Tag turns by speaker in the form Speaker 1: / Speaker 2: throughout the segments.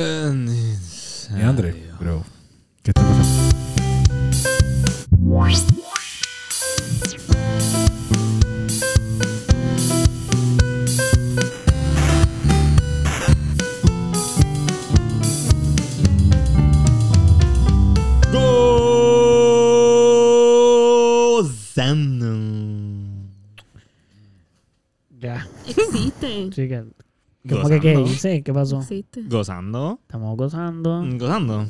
Speaker 1: Y
Speaker 2: Eh, André, bro. ¿Qué está pasando?
Speaker 1: Gozando.
Speaker 3: Ya,
Speaker 4: Existe.
Speaker 3: chica. ¿Cómo que
Speaker 1: Gozando.
Speaker 3: qué hice? ¿Qué pasó?
Speaker 4: Existe.
Speaker 1: Gozando.
Speaker 3: Estamos gozando.
Speaker 1: Gozando.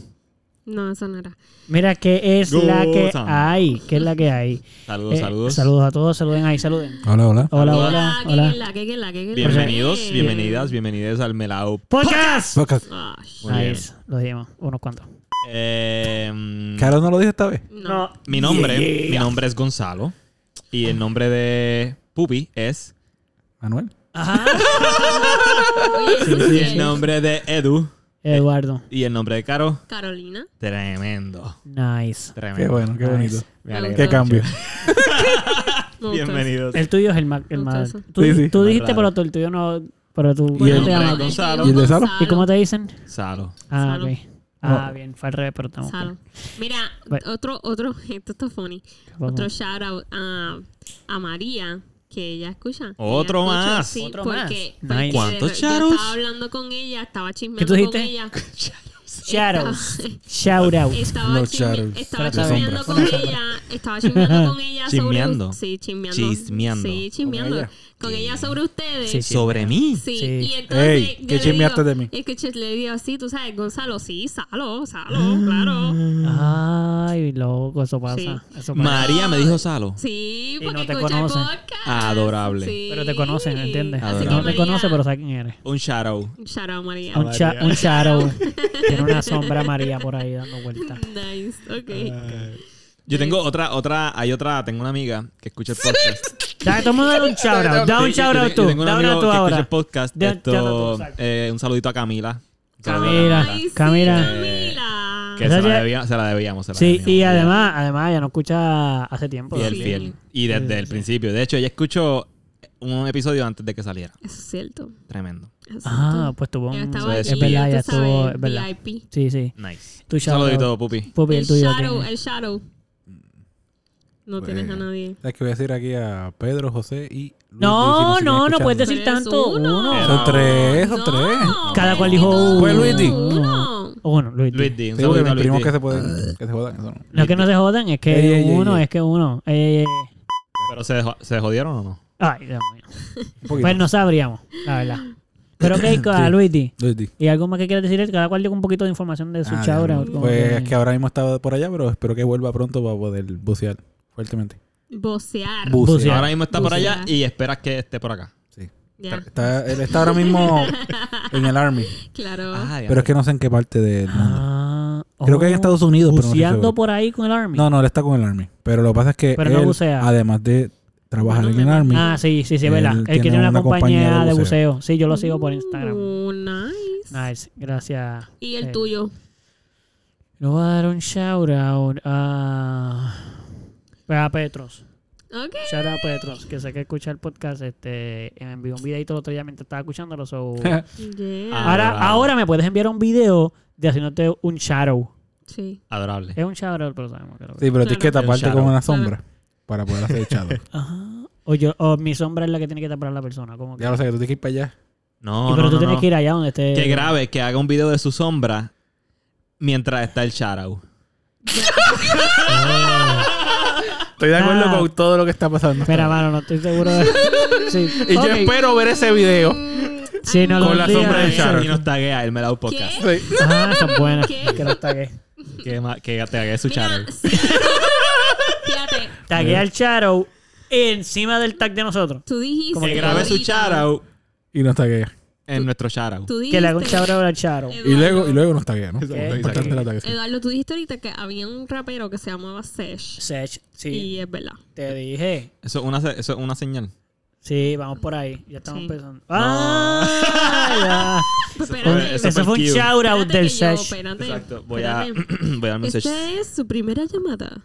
Speaker 4: No, eso no era.
Speaker 3: Mira, ¿qué es la que
Speaker 1: Gozando.
Speaker 3: hay? ¿Qué es la que hay?
Speaker 1: Saludos,
Speaker 3: Eh,
Speaker 1: saludos.
Speaker 3: a todos, saluden ahí, saluden.
Speaker 2: Hola, hola.
Speaker 3: Hola, hola,
Speaker 4: ¿qué
Speaker 3: hola.
Speaker 4: es la, qué es la, qué es la?
Speaker 1: Bienvenidos,
Speaker 4: Eh.
Speaker 1: bienvenidas, bienvenidos al Melao.
Speaker 3: ¡Podcast!
Speaker 2: Podcast.
Speaker 4: Ay,
Speaker 1: Muy
Speaker 3: Ahí
Speaker 1: bien.
Speaker 3: es, lo dijimos, unos cuantos.
Speaker 1: Eh, mm,
Speaker 2: Caro no lo dije esta vez.
Speaker 4: no.
Speaker 1: mi nombre, mi nombre es Gonzalo. Y el nombre de Pupi es.
Speaker 2: Manuel.
Speaker 4: Oye, eso sí
Speaker 1: Y
Speaker 4: es.
Speaker 1: el nombre de Edu.
Speaker 3: Eduardo.
Speaker 1: Y el nombre de Caro.
Speaker 4: Carolina.
Speaker 1: Tremendo.
Speaker 3: Nice.
Speaker 1: Tremendo.
Speaker 2: Qué bueno, qué
Speaker 3: Nice.
Speaker 2: bonito.
Speaker 1: Me alegra
Speaker 2: Qué
Speaker 1: mucho.
Speaker 2: cambio.
Speaker 4: Me gusta
Speaker 1: Bienvenidos.
Speaker 3: El tuyo es el más. El
Speaker 4: Me
Speaker 3: más
Speaker 4: gusta eso.
Speaker 3: tú,
Speaker 2: Sí, sí.
Speaker 3: tú
Speaker 1: Más
Speaker 3: dijiste,
Speaker 1: raro.
Speaker 3: pero tú- el tuyo no. Pero tú.
Speaker 2: Y el
Speaker 3: no te
Speaker 1: nombre
Speaker 3: llamas-
Speaker 1: de Gonzalo.
Speaker 2: ¿Y el de Salo?
Speaker 3: ¿Y cómo te dicen?
Speaker 1: Salo.
Speaker 3: Ah,
Speaker 4: Salo.
Speaker 3: ok. Ah, bien, fue al revés, pero estamos.
Speaker 4: Salo. Mira,
Speaker 3: Bueno.
Speaker 4: otro, otro, esto está funny.
Speaker 3: bien.
Speaker 4: Otro shout out a, a María, que ella escucha.
Speaker 1: Otro
Speaker 4: Ella escucha,
Speaker 1: más.
Speaker 4: Sí,
Speaker 3: Otro
Speaker 4: porque,
Speaker 3: más.
Speaker 4: porque
Speaker 3: Nice.
Speaker 4: de-
Speaker 1: ¿Cuántos
Speaker 4: yo
Speaker 1: shout-outs?
Speaker 4: Estaba hablando con ella, estaba chismeando
Speaker 3: tú dijiste?
Speaker 4: con ella.
Speaker 3: Shoutouts. Shout out.
Speaker 4: Estaba,
Speaker 2: Los
Speaker 4: chisme-
Speaker 2: shout-outs.
Speaker 4: estaba
Speaker 3: Una
Speaker 4: chismeando
Speaker 2: sombra.
Speaker 4: con ella, estaba chismeando con ella
Speaker 1: Chismeando.
Speaker 4: sobre sí, chismeando.
Speaker 1: Chismeando.
Speaker 4: Sí, chismeando.
Speaker 2: Con
Speaker 4: Con
Speaker 2: ella.
Speaker 4: ella, sobre ustedes.
Speaker 3: Sí,
Speaker 4: Sí,
Speaker 3: sí.
Speaker 1: Sobre mí.
Speaker 4: Y
Speaker 3: Sí.
Speaker 4: entonces
Speaker 2: Ey,
Speaker 4: yo
Speaker 2: ¿qué
Speaker 4: le
Speaker 2: chismeaste
Speaker 4: digo-
Speaker 2: de mí?
Speaker 4: Es que ch- le digo así, tú sabes, Gonzalo, sí, Salo,
Speaker 3: Ah.
Speaker 4: Salo, claro.
Speaker 3: Ay, loco, eso pasa.
Speaker 4: Sí.
Speaker 3: Eso pasa.
Speaker 1: María me dijo Salo.
Speaker 4: Sí,
Speaker 3: Y
Speaker 4: porque
Speaker 3: no te
Speaker 4: escucha el
Speaker 3: conocen.
Speaker 4: podcast.
Speaker 1: Adorable.
Speaker 4: Sí.
Speaker 3: Pero te conocen, ¿entiendes?
Speaker 4: Así
Speaker 1: Adorable.
Speaker 3: No
Speaker 4: que
Speaker 3: te conoce,
Speaker 4: María-
Speaker 3: pero sabe quién eres.
Speaker 1: Un shadow.
Speaker 4: Shout out, María.
Speaker 3: Un, cha un charo. Tiene una sombra María por ahí dando vueltas.
Speaker 4: Nice, ok.
Speaker 1: Yo tengo otra, otra, hay otra, tengo una amiga que escucha el podcast.
Speaker 3: Dale, todo el mundo dale un charo. Da un
Speaker 1: Sí, yo- yo
Speaker 3: charo
Speaker 1: tengo-
Speaker 3: tú.
Speaker 1: yo tengo un
Speaker 3: Da
Speaker 1: amigo
Speaker 3: una tú
Speaker 1: que escucha el
Speaker 3: ahora.
Speaker 1: podcast.
Speaker 3: Da-
Speaker 1: Esto,
Speaker 3: da una tú, exacto.
Speaker 1: eh, un saludito a Camila. Un saludito a
Speaker 3: Camila.
Speaker 4: Ay, sí,
Speaker 3: Camila.
Speaker 4: Camila.
Speaker 1: Que
Speaker 3: Esa
Speaker 1: se la,
Speaker 3: ya-
Speaker 1: debía- se la debíamos, se la
Speaker 3: Sí,
Speaker 1: debíamos.
Speaker 3: y además, además ya no escucha hace tiempo.
Speaker 1: Fiel,
Speaker 4: Sí.
Speaker 1: fiel. Y desde
Speaker 3: Sí, sí,
Speaker 1: el
Speaker 3: sí.
Speaker 1: principio. De hecho, ella escuchó un episodio antes de que saliera.
Speaker 4: Eso es cierto.
Speaker 1: Tremendo.
Speaker 4: Eso es
Speaker 3: Ah,
Speaker 4: cierto.
Speaker 3: pues tuvo un...
Speaker 4: Ella
Speaker 1: Eso es
Speaker 4: estaba allí,
Speaker 3: Es verdad,
Speaker 4: tú
Speaker 3: ya estuvo...
Speaker 4: sabes,
Speaker 3: Es verdad.
Speaker 4: VIP.
Speaker 3: Sí, sí.
Speaker 1: Nice.
Speaker 3: Tu
Speaker 1: Un
Speaker 3: shout out.
Speaker 1: saludito, Pupi.
Speaker 3: Pupi, el
Speaker 4: El
Speaker 3: tuyo.
Speaker 4: shadow,
Speaker 3: ¿quién?
Speaker 4: el shadow. No tienes a nadie.
Speaker 2: ¿Sabes qué voy a decir aquí a Pedro, José y Luis Luis,
Speaker 3: No,
Speaker 2: si nos siguen
Speaker 3: no, no puedes
Speaker 2: escuchando?
Speaker 3: decir
Speaker 4: Pero es
Speaker 3: tanto.
Speaker 4: uno.
Speaker 3: Uno.
Speaker 1: Era-
Speaker 2: Son tres, son
Speaker 4: No,
Speaker 2: tres.
Speaker 3: Cada cual dijo
Speaker 4: uno.
Speaker 3: uno.
Speaker 2: Fue Luigi.
Speaker 4: Uno.
Speaker 3: O Oh, bueno, Luis.
Speaker 1: Luis D. Un
Speaker 2: Sí, porque
Speaker 1: saludito a
Speaker 2: me
Speaker 1: Luis
Speaker 2: primo
Speaker 1: D.
Speaker 2: que se pueden, que se jodan. eso no.
Speaker 3: No es que no se jodan, es que
Speaker 2: Ey, ey, ey,
Speaker 3: uno,
Speaker 2: ey.
Speaker 3: es que uno. Ey, ey, ey.
Speaker 1: Pero se, dejó- se jodieron o no?
Speaker 3: Ay, Dios mío.
Speaker 2: Un poquito.
Speaker 3: Pues no sabríamos, la verdad. Pero ok, a Luigi.
Speaker 2: Luis D.
Speaker 3: ¿Y algo más que quieras decir? Cada cual dio un poquito de información de su
Speaker 2: Ah,
Speaker 3: chabra.
Speaker 2: diablo.
Speaker 3: como
Speaker 2: Pues
Speaker 3: que-
Speaker 2: es que ahora mismo estaba por allá, pero espero que vuelva pronto para poder bucear fuertemente. Bucear.
Speaker 4: Vocear.
Speaker 3: Bucear.
Speaker 1: Ahora mismo está por
Speaker 3: Ah.
Speaker 1: allá
Speaker 4: Bucear.
Speaker 1: y esperas que esté por acá.
Speaker 2: Sí.
Speaker 4: Ya,
Speaker 2: Está, él está ahora mismo en el Army,
Speaker 4: claro.
Speaker 1: Ah,
Speaker 2: pero es que no sé en qué parte del mundo.
Speaker 3: Ah,
Speaker 2: Creo que en
Speaker 3: oh,
Speaker 2: Estados Unidos, pero no estoy
Speaker 3: Buceando
Speaker 2: seguro.
Speaker 3: por ahí con el Army.
Speaker 2: No, no, él está con el Army. Pero lo que pasa es que
Speaker 3: Pero no
Speaker 2: él,
Speaker 3: bucea.
Speaker 2: además de trabajar
Speaker 4: No,
Speaker 2: en
Speaker 4: no,
Speaker 2: el
Speaker 4: no.
Speaker 2: Army,
Speaker 3: Ah, sí, sí, sí, es
Speaker 2: Él
Speaker 3: verdad. Él que tiene una, compañía, de, buceo. Sí, yo lo sigo por Instagram.
Speaker 4: Oh, nice.
Speaker 3: Nice, gracias.
Speaker 4: Y el
Speaker 3: Eh,
Speaker 4: tuyo.
Speaker 3: Le voy a dar un shout out a. pues, A Petros.
Speaker 4: Ok.
Speaker 3: Shout out a Petros, que sé que escucha el podcast. Este, me envió un videito el otro día mientras estaba escuchándolo. so-
Speaker 4: Yeah.
Speaker 1: Ah.
Speaker 3: ahora,
Speaker 1: Adorable.
Speaker 3: ahora me puedes enviar un video de haciéndote un shadow.
Speaker 4: Sí.
Speaker 1: Adorable.
Speaker 3: Es un shadow, pero sabemos que lo que
Speaker 2: sí, pero tienes que
Speaker 4: Claro.
Speaker 1: El
Speaker 2: taparte
Speaker 1: shadow.
Speaker 2: con una
Speaker 3: Ah.
Speaker 2: sombra para poder hacer echado.
Speaker 3: Ajá. O, yo, o mi sombra es la que tiene que tapar a la persona. Como que...
Speaker 2: ya lo sé, que tú tienes que ir para allá.
Speaker 1: No,
Speaker 3: Y pero
Speaker 1: no,
Speaker 3: tú
Speaker 1: no,
Speaker 3: tienes
Speaker 1: no.
Speaker 3: que ir allá donde esté.
Speaker 4: Eh,
Speaker 1: Que grabe, que haga un video de su sombra mientras está el Sharau.
Speaker 2: Estoy de acuerdo
Speaker 3: Ah.
Speaker 2: con todo lo que está pasando.
Speaker 3: Espera, mano, no estoy seguro de. Sí.
Speaker 2: Y yo
Speaker 3: Ok.
Speaker 2: espero ver ese video.
Speaker 3: Sí, no
Speaker 2: con
Speaker 3: lo eh.
Speaker 2: la
Speaker 3: digas.
Speaker 2: sombra de Shadow.
Speaker 1: Y nos taguea el Melao Podcast.
Speaker 2: Sí.
Speaker 3: Ah, son buenas.
Speaker 4: ¿Qué?
Speaker 3: Que los tagué.
Speaker 1: Que, ma- que taguee su Sharau.
Speaker 4: Mira, sí. Fíjate,
Speaker 3: Tagué al Charo encima del tag de nosotros.
Speaker 4: tú dijiste.
Speaker 1: Que grabe su
Speaker 4: ahorita,
Speaker 1: Sharau
Speaker 2: Y nos taguea.
Speaker 1: en nuestro Sharau.
Speaker 4: Tú dijiste.
Speaker 3: Que le haga un shout out al Charo.
Speaker 4: Eduardo,
Speaker 2: Y luego, y luego nos taguea, ¿no?
Speaker 1: Eso,
Speaker 2: Es
Speaker 1: ahí
Speaker 2: Importante
Speaker 1: taguea.
Speaker 2: la taguea. sí.
Speaker 4: Eduardo, tú dijiste ahorita que había un rapero que se llamaba Sesh.
Speaker 3: Sech, sí.
Speaker 4: Y es verdad.
Speaker 3: Te dije.
Speaker 1: Eso es una, se- eso es una señal.
Speaker 3: Sí, vamos por ahí. Ya estamos
Speaker 4: Sí.
Speaker 3: empezando. ¡Ah!
Speaker 4: Espérate,
Speaker 3: ya. Ese
Speaker 1: fue
Speaker 3: fue un
Speaker 1: el cue.
Speaker 3: shout out
Speaker 4: espérate
Speaker 3: del
Speaker 4: que yo,
Speaker 3: Sech.
Speaker 4: espérate,
Speaker 1: Exacto. Voy a,
Speaker 4: espérate.
Speaker 1: voy a darme un search.
Speaker 4: Esta es su primera llamada.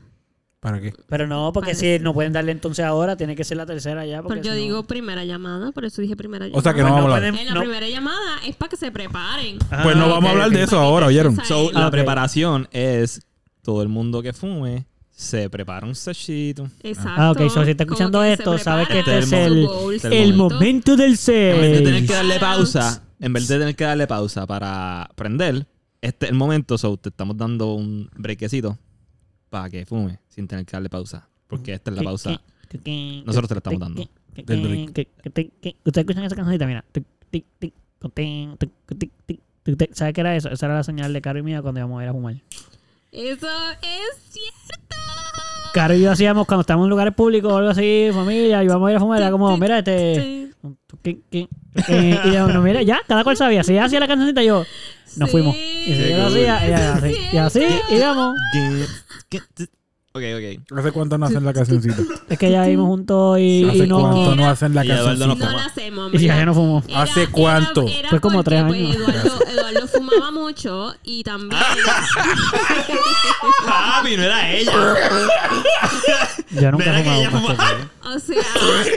Speaker 2: ¿Para qué?
Speaker 3: Pero no, porque
Speaker 4: Parece.
Speaker 3: si no pueden darle entonces ahora, tiene que ser la tercera ya. Porque
Speaker 4: Porque Pues yo
Speaker 3: si no-
Speaker 4: digo primera llamada, por eso dije primera llamada.
Speaker 2: O sea que
Speaker 3: Pues
Speaker 2: no
Speaker 3: no
Speaker 2: vamos a hablar.
Speaker 3: pueden-
Speaker 4: En la
Speaker 3: no.
Speaker 4: primera llamada es para que se preparen.
Speaker 3: Ah,
Speaker 2: Pues no vamos
Speaker 3: ok,
Speaker 2: a hablar
Speaker 3: ok.
Speaker 2: de eso ahora, ¿oyeron?
Speaker 1: So,
Speaker 4: Ahí.
Speaker 1: la
Speaker 3: Ok.
Speaker 1: preparación es todo el mundo que fume se prepara un sashito.
Speaker 4: Exacto.
Speaker 3: Ah, ok, so si está
Speaker 4: Como
Speaker 3: escuchando
Speaker 4: que se
Speaker 3: esto, sabe que
Speaker 4: preparan
Speaker 1: este es
Speaker 4: su
Speaker 1: el-
Speaker 4: bowl,
Speaker 1: el
Speaker 4: su
Speaker 3: El
Speaker 4: bolito.
Speaker 3: momento del
Speaker 1: En vez de
Speaker 3: seis.
Speaker 1: tener que darle pausa,
Speaker 4: Ouch.
Speaker 1: en vez de tener que darle pausa para prender, este es el momento, so te estamos dando un brequecito para que fume sin tener que darle pausa. Porque esta es la pausa. Nosotros te la estamos dando.
Speaker 2: Del break.
Speaker 3: Ustedes escuchan esa cancionita, mira. Tic, tic, tic, tic, tic, tic, tic, tic, tic. ¿Sabes qué era eso? Esa era la señal de Caro y mía cuando íbamos a ir a fumar.
Speaker 4: Eso es cierto.
Speaker 3: Caro y yo hacíamos cuando estábamos en lugares públicos o algo así, familia, y vamos a ir a fumar. Era como, mira, este.
Speaker 4: Sí.
Speaker 3: tic, tic, tic. Eh, Y yo, no, mira, ya, cada cual sabía. Si ella hacía la cancioncita, yo. Nos
Speaker 4: Sí.
Speaker 3: fuimos. Eh, Y si
Speaker 1: Qué
Speaker 3: yo lo hacía, ella
Speaker 4: cool.
Speaker 3: así. Y así íbamos.
Speaker 1: Ok, ok.
Speaker 2: ¿Hace cuánto no hacen la cancioncita?
Speaker 3: Es que ya vimos juntos y,
Speaker 2: ¿Hace
Speaker 3: y no.
Speaker 2: cuánto no hacen la
Speaker 1: Y Eduardo
Speaker 2: cancioncita?
Speaker 1: no
Speaker 4: No
Speaker 1: fuma.
Speaker 4: la hacemos.
Speaker 3: Y si
Speaker 4: mira.
Speaker 3: ya no fumó.
Speaker 4: Era-
Speaker 2: ¿Hace
Speaker 4: era-
Speaker 2: cuánto?
Speaker 4: era
Speaker 3: Fue como
Speaker 4: porque,
Speaker 3: tres
Speaker 4: pues,
Speaker 3: años.
Speaker 4: Eduardo, Eduardo fumaba mucho y también.
Speaker 1: Papi, no era ella.
Speaker 3: Yo nunca
Speaker 1: ¿Verdad
Speaker 3: he
Speaker 1: que ella
Speaker 3: fumado más
Speaker 1: fuma?
Speaker 3: que tú.
Speaker 4: o sea.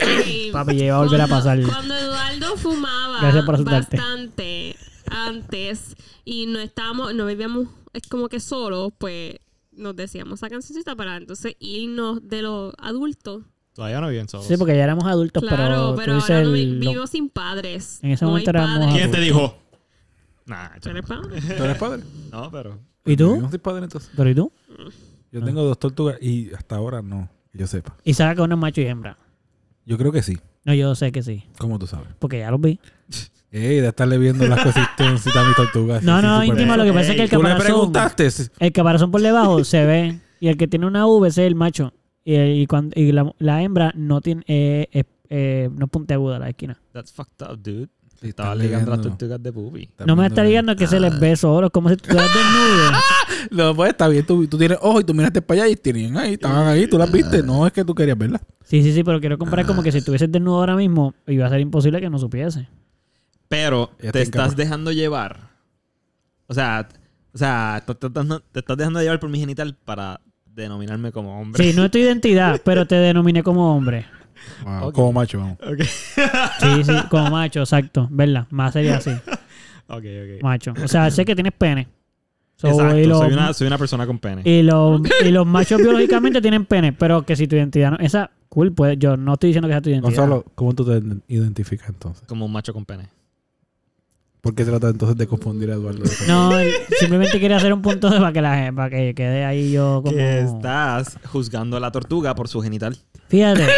Speaker 4: eh,
Speaker 3: Papi, ya iba a volver a
Speaker 4: cuando-
Speaker 3: pasar.
Speaker 4: Cuando Eduardo fumaba
Speaker 3: Gracias por asustarte.
Speaker 4: bastante antes y no estábamos, no vivíamos es como que solos, pues nos decíamos esa cancioncita para entonces irnos de los adultos.
Speaker 1: Todavía no bien solos.
Speaker 3: Sí, porque ya éramos adultos,
Speaker 4: Claro,
Speaker 3: pero,
Speaker 4: pero
Speaker 3: tú
Speaker 4: ahora
Speaker 3: dices
Speaker 4: no vi-
Speaker 3: el- lo-
Speaker 4: vivo sin padres.
Speaker 3: En ese
Speaker 4: No hay
Speaker 3: momento éramos
Speaker 4: padres.
Speaker 3: ¿Quién te
Speaker 1: dijo? Nah,
Speaker 4: ¿Tú eres padre?
Speaker 2: ¿Tú eres padre?
Speaker 1: No, pero.
Speaker 3: ¿Y
Speaker 2: Yo
Speaker 3: tú? Ah.
Speaker 2: no soy padre entonces.
Speaker 3: ¿Pero y tú?
Speaker 2: Yo tengo dos tortugas y hasta ahora no, que yo sepa.
Speaker 3: Y saca uno es macho y hembra.
Speaker 2: Yo creo que sí,
Speaker 3: No, yo sé que sí,
Speaker 2: como tú sabes.
Speaker 3: porque ya los vi.
Speaker 2: Ey, de estarle viendo las consistencias a mis tortugas.
Speaker 3: No,
Speaker 2: Sí, sí,
Speaker 3: no,
Speaker 2: súper
Speaker 3: íntimo,
Speaker 2: bien.
Speaker 3: lo que pasa es que el
Speaker 2: ¿Tú le
Speaker 3: caparazón,
Speaker 2: preguntaste?
Speaker 3: el caparazón por debajo se ve. Y el que tiene una V ese es el macho. Y, el- y cuando, y la, la hembra no tiene, eh, es- eh, no es puntiaguda la esquina.
Speaker 1: That's fucked up, dude.
Speaker 2: Sí,
Speaker 1: Estaba
Speaker 2: estás
Speaker 1: ligando las
Speaker 2: ligando.
Speaker 1: tortugas de Pupi.
Speaker 2: Estás
Speaker 3: no me
Speaker 2: viendo
Speaker 3: está
Speaker 2: bien.
Speaker 3: ligando que se les ve solo, como si estuvieras desnudo.
Speaker 2: No, pues está bien, tú, tú tienes ojos y tú miraste para allá y tenían ahí, estaban ahí, tú las viste. No es que tú querías verlas.
Speaker 3: Sí, sí, sí, pero quiero comprar como
Speaker 2: Ah.
Speaker 3: que si estuvieses desnudo ahora mismo, iba a ser imposible que no supiese.
Speaker 1: Pero
Speaker 2: Ya
Speaker 1: te
Speaker 2: está en
Speaker 1: estás
Speaker 2: cámara.
Speaker 1: dejando llevar. O sea, o sea, te, te- te- te estás dejando llevar por mi genital para denominarme como hombre.
Speaker 3: Sí, no es tu identidad, pero te denominé como hombre.
Speaker 2: Wow,
Speaker 1: Ok.
Speaker 2: Como macho, vamos.
Speaker 1: Ok,
Speaker 3: Sí, sí, como macho, exacto. ¿Verdad? Más sería así,
Speaker 1: ok. ok.
Speaker 3: macho. O sea, sé que tienes pene. So,
Speaker 1: Exacto,
Speaker 3: y, los,
Speaker 1: soy, una, soy una persona con pene.
Speaker 3: y los- y los machos biológicamente tienen pene, pero que si tu identidad no... Esa, cool, pues yo no estoy diciendo que sea tu identidad.
Speaker 2: Gonzalo, ¿cómo tú te identificas entonces?
Speaker 1: Como un macho con pene.
Speaker 2: ¿Por qué trata entonces de confundir a Eduardo?
Speaker 3: No, simplemente quería hacer un punto de para que, la, para que quede ahí yo como...
Speaker 1: Que estás juzgando a la tortuga por su genital.
Speaker 3: Fíjate.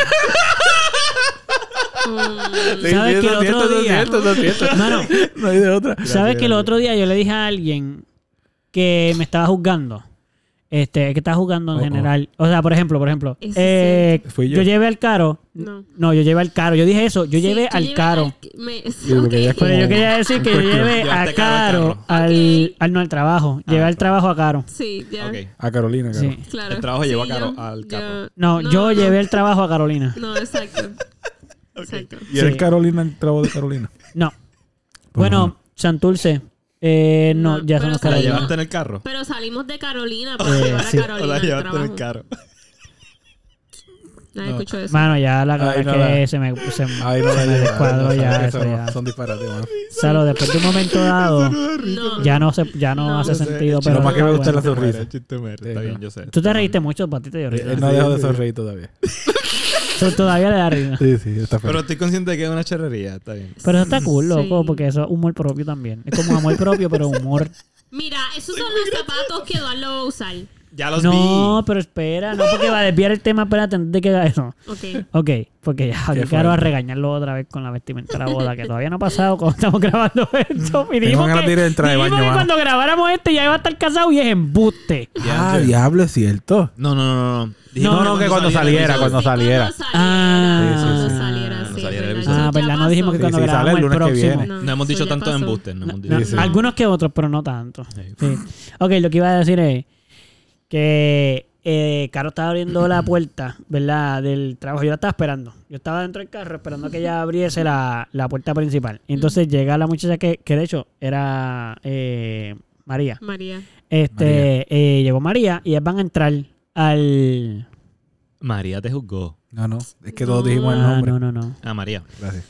Speaker 4: Mm,
Speaker 2: Sí,
Speaker 3: ¿Sabes
Speaker 2: sí,
Speaker 3: que
Speaker 2: eso
Speaker 3: el
Speaker 2: es cierto, eso
Speaker 3: otro
Speaker 2: es
Speaker 3: día-
Speaker 2: cierto, eso es cierto.
Speaker 3: Mano,
Speaker 2: No hay de otra.
Speaker 3: ¿Sabes que el otro día yo le dije a alguien que me estaba juzgando? Este, que estaba juzgando en
Speaker 2: Oh, oh.
Speaker 3: general. O sea, por ejemplo, por ejemplo.
Speaker 4: Ese
Speaker 3: eh,
Speaker 2: Fui
Speaker 3: yo.
Speaker 2: yo.
Speaker 3: llevé al caro.
Speaker 4: No.
Speaker 3: No, yo llevé al caro. Yo dije eso. Yo
Speaker 4: Sí,
Speaker 3: llevé
Speaker 4: tú
Speaker 3: al
Speaker 4: llevas
Speaker 3: caro.
Speaker 4: me-
Speaker 2: porque
Speaker 4: ok.
Speaker 2: ella es como-
Speaker 3: Pero yo quería decir que yo
Speaker 2: Cuestión.
Speaker 3: llevé
Speaker 1: Llevaste
Speaker 3: a
Speaker 1: a Caro al
Speaker 3: caro al, al- no al trabajo.
Speaker 2: Ah,
Speaker 3: llevé al trabajo a caro.
Speaker 4: Sí, ya.
Speaker 1: Ok.
Speaker 2: A Carolina, claro.
Speaker 3: Sí.
Speaker 4: Claro.
Speaker 1: El trabajo llevó a
Speaker 4: Sí,
Speaker 1: Caro-
Speaker 4: yo-
Speaker 1: al carro.
Speaker 4: yo-
Speaker 3: No, yo llevé el trabajo a Carolina.
Speaker 4: No, exacto. Exacto.
Speaker 2: ¿Y eres
Speaker 3: Sí.
Speaker 2: Carolina el Pues trabajo de Carolina?
Speaker 3: No. Bueno, Santurce. Eh, no,
Speaker 4: No,
Speaker 3: ya son las
Speaker 4: pero
Speaker 1: ¿La
Speaker 4: Carolina.
Speaker 1: llevaste en el carro?
Speaker 4: Pero salimos de Carolina
Speaker 3: Eh,
Speaker 4: para llevar
Speaker 3: sí.
Speaker 4: a
Speaker 1: ¿O
Speaker 4: Carolina.
Speaker 1: la
Speaker 4: al
Speaker 1: llevaste en el
Speaker 4: trabajo.
Speaker 1: carro?
Speaker 4: Nadie escuchó eso.
Speaker 3: Mano, ya la cara
Speaker 2: Ay,
Speaker 3: es
Speaker 2: no,
Speaker 3: que
Speaker 2: la-
Speaker 3: se me, se,
Speaker 2: Ay, no
Speaker 3: se
Speaker 2: la
Speaker 3: me descuadró ya. eso ya.
Speaker 2: Son disparates, mano.
Speaker 3: Salo, después de un momento dado,
Speaker 4: No.
Speaker 3: ya no, se, ya no,
Speaker 4: No.
Speaker 3: hace
Speaker 1: Yo sé,
Speaker 3: sentido.
Speaker 1: chino,
Speaker 3: Pero
Speaker 2: ¿para qué me gusta
Speaker 3: bueno.
Speaker 2: la sonrisa?
Speaker 1: Era chiste, mero. Está
Speaker 2: Sí,
Speaker 1: bien,
Speaker 2: no.
Speaker 1: yo sé.
Speaker 3: Tú te reíste mucho, Patito, yo
Speaker 2: Él
Speaker 3: reí.
Speaker 2: él no ha dejado de sonreír todavía.
Speaker 3: Eso todavía le da risa.
Speaker 2: Sí, sí, está
Speaker 1: Pero
Speaker 2: feo.
Speaker 1: estoy consciente de que es una charrería. Está bien.
Speaker 3: Pero eso está cool, loco,
Speaker 4: Sí.
Speaker 3: porque eso es humor propio también. Es como amor propio, pero humor.
Speaker 4: Mira, esos son los zapatos que Eduardo va a usar.
Speaker 1: Ya los
Speaker 3: No, pero espera, no, porque va a desviar el tema, espérate, antes de que haga eso.
Speaker 4: Ok.
Speaker 3: Ok, porque ya
Speaker 2: ¿Qué
Speaker 3: aquí
Speaker 2: fue?
Speaker 3: Caro a regañarlo otra vez con la vestimenta de la boda, que todavía no ha pasado cuando estamos grabando esto. Y dijimos
Speaker 2: ganas
Speaker 3: que,
Speaker 2: de ir a entrar de
Speaker 3: dijimos
Speaker 2: baño,
Speaker 3: que
Speaker 2: mano.
Speaker 3: cuando grabáramos este ya iba a estar casado y es embuste.
Speaker 1: vi. Ya,
Speaker 2: Ah,
Speaker 1: ya.
Speaker 2: diablo, es cierto.
Speaker 1: No, no, no, no.
Speaker 3: No, no,
Speaker 2: que cuando saliera,
Speaker 1: el
Speaker 2: cuando
Speaker 1: episodio.
Speaker 4: Sí,
Speaker 2: saliera.
Speaker 3: Ah.
Speaker 4: Cuando
Speaker 2: Sí, sí, sí.
Speaker 4: saliera,
Speaker 1: Cuando
Speaker 4: sí.
Speaker 1: saliera el
Speaker 4: es
Speaker 1: episodio.
Speaker 4: verdad.
Speaker 3: Ah,
Speaker 4: Eso ya
Speaker 3: ¿verdad? No dijimos que
Speaker 4: pasó.
Speaker 3: cuando
Speaker 2: Sí, sí, sale el
Speaker 3: grabáramos el
Speaker 2: lunes que
Speaker 3: próximo.
Speaker 2: viene.
Speaker 1: No hemos
Speaker 4: eso
Speaker 1: dicho
Speaker 4: ya
Speaker 1: tantos
Speaker 4: pasó.
Speaker 1: embustes. No, hemos
Speaker 3: No,
Speaker 1: dicho.
Speaker 2: Sí, sí.
Speaker 3: Algunos que otros, pero no tanto.
Speaker 1: Sí.
Speaker 3: Sí. Ok, lo que iba a decir es que eh, Caro estaba abriendo la puerta, ¿verdad? Del trabajo. Yo la estaba esperando. Yo estaba dentro del carro esperando que ella abriese la, la puerta principal. Y entonces llega la muchacha que, que de hecho era eh, María.
Speaker 4: María.
Speaker 3: Este, eh, llegó María y ellas van a entrar al
Speaker 1: María te juzgó.
Speaker 2: No, no. Es que todos dijimos el
Speaker 3: Ah,
Speaker 2: nombre.
Speaker 3: no, no, no.
Speaker 1: Ah, María.
Speaker 2: Gracias.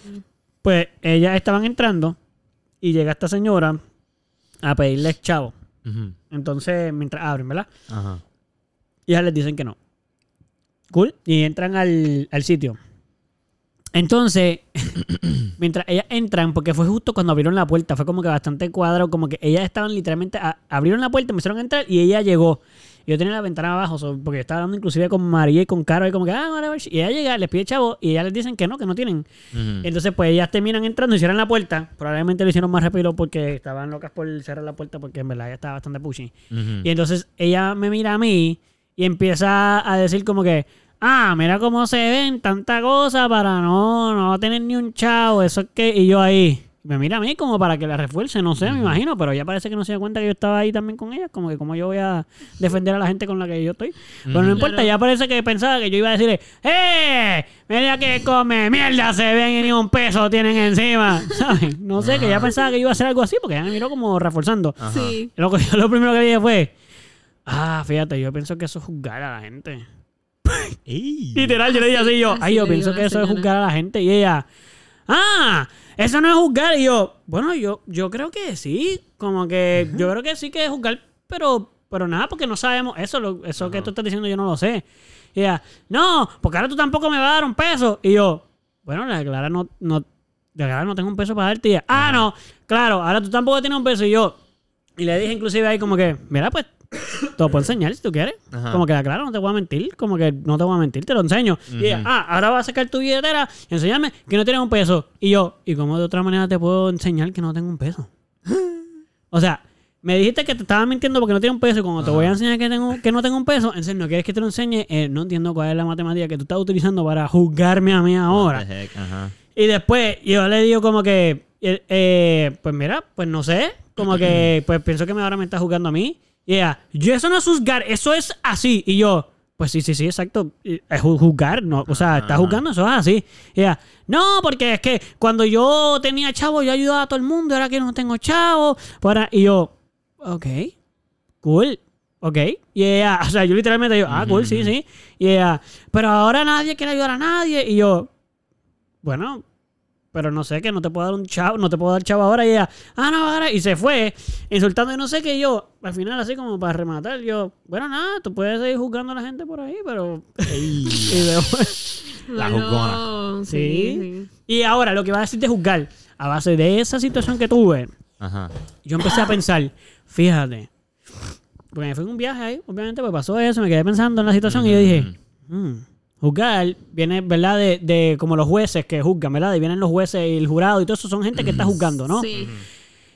Speaker 3: Pues ellas estaban entrando y llega esta señora a pedirles chavo.
Speaker 1: Ujú.
Speaker 3: Entonces, mientras abren, ¿verdad?
Speaker 1: Ajá.
Speaker 3: Y ya les dicen que no. Cool. Y entran al, al sitio. Entonces, mientras ellas entran, porque fue justo cuando abrieron la puerta, fue como que bastante cuadrado, como que ellas estaban literalmente, a- abrieron la puerta, empezaron a entrar y ella llegó. Yo tenía la ventana abajo, so- porque yo estaba hablando inclusive con María y con Caro, y como que, ah, vale, vale". y ella llega, les pide chavo, y ellas les dicen que no, que no tienen.
Speaker 1: Ujú.
Speaker 3: Entonces, pues ellas terminan entrando y cierran la puerta. Probablemente lo hicieron más rápido porque estaban locas por cerrar la puerta, porque en verdad ella estaba bastante pushy.
Speaker 1: Ujú.
Speaker 3: Y entonces ella me mira a mí y empieza a decir como que, ah, mira cómo se ven tanta cosa para no, no tener ni un chavo, eso es que... Y yo ahí, me mira a mí como para que la refuerce, no sé, me imagino, pero ella parece que no se da cuenta que yo estaba ahí también con ella, como que como yo voy a defender a la gente con la que yo estoy. Pero no importa, ya parece que pensaba que yo iba a decirle, ¡eh! Mira que come mierda, se ven y ni un peso tienen encima, ¿sabes? No sé, que ya pensaba que yo iba a hacer algo así, porque ella me miró como reforzando.
Speaker 4: Sí.
Speaker 3: Loco, yo lo primero que dije fue, ah, fíjate, yo pienso que eso es juzgar a la gente.
Speaker 1: Ey.
Speaker 3: Literal, yo le dije así, yo, ay,
Speaker 4: así
Speaker 3: yo
Speaker 4: le
Speaker 3: pienso
Speaker 4: digo a
Speaker 3: que
Speaker 4: la
Speaker 3: eso es
Speaker 4: señora.
Speaker 3: juzgar a la gente. Y ella, ah, eso no es juzgar. Y yo, bueno, yo, yo creo que sí, como que yo creo que sí que es juzgar, pero, pero nada, porque no sabemos eso, lo- eso que tú estás diciendo yo no lo sé. Y ella, no, porque ahora tú tampoco me vas a dar un peso. Y yo, bueno, la Clara no, no, la Clara no tengo un peso para darte. Y ella, ah, no, claro, ahora tú tampoco tienes un peso. Y yo, y le dije inclusive ahí como que, mira, pues, te lo puedo enseñar si tú quieres.
Speaker 1: Ajá.
Speaker 3: Como que la Clara no te voy a mentir, como que no te voy a mentir, te lo enseño. Y ella, ah, ahora vas a sacar tu billetera y enseñarme que no tienes un peso. Y yo, ¿y cómo de otra manera te puedo enseñar que no tengo un peso? O sea, me dijiste que te estaba mintiendo porque no tiene un peso y cuando te voy a enseñar que, tengo, que no tengo un peso, en serio, ¿no quieres que te lo enseñe? Eh, no entiendo cuál es la matemática que tú estás utilizando para juzgarme a mí ahora.
Speaker 1: What the heck, Ajá.
Speaker 3: Y después yo le digo como que, eh, eh, pues mira, pues no sé, como que, pues pienso que me- ahora me está juzgando a mí. Y ella, yo eso no es juzgar, eso es así. Y yo, pues sí, sí, sí, exacto, y- es ju- juzgar, no, o sea, está juzgando, eso es así. Y ella, no, porque es que cuando yo tenía chavo, yo ayudaba a todo el mundo, ahora que no tengo chavo. Para... Y yo, ok, cool. Ok, y ella, o sea, yo literalmente digo, ah, cool, sí, sí. Y ella, pero ahora nadie quiere ayudar a nadie. Y yo, bueno, pero no sé, que no te puedo dar un chavo, no te puedo dar chavo ahora. Y ella, ah, no, ahora. Y se fue, insultando y no sé qué. y yo, al final, así como para rematar, yo, bueno, nada, tú puedes seguir juzgando a la gente por ahí, pero. y, después-
Speaker 1: La
Speaker 4: Luego-
Speaker 1: juzgona.
Speaker 4: Sí,
Speaker 3: Sí.
Speaker 4: sí.
Speaker 3: y ahora, lo que va a decir de juzgar, a base de esa situación que tuve,
Speaker 1: Ajá.
Speaker 3: yo empecé a pensar, fíjate, porque me fui en un viaje ahí, obviamente, pues pasó eso, me quedé pensando en la situación y yo dije, "Mm, juzgar viene, ¿verdad? De, de como los jueces que juzgan, ¿verdad? Y vienen los jueces y el jurado y todo eso, son gente que está juzgando, ¿no?
Speaker 4: Sí.
Speaker 3: Y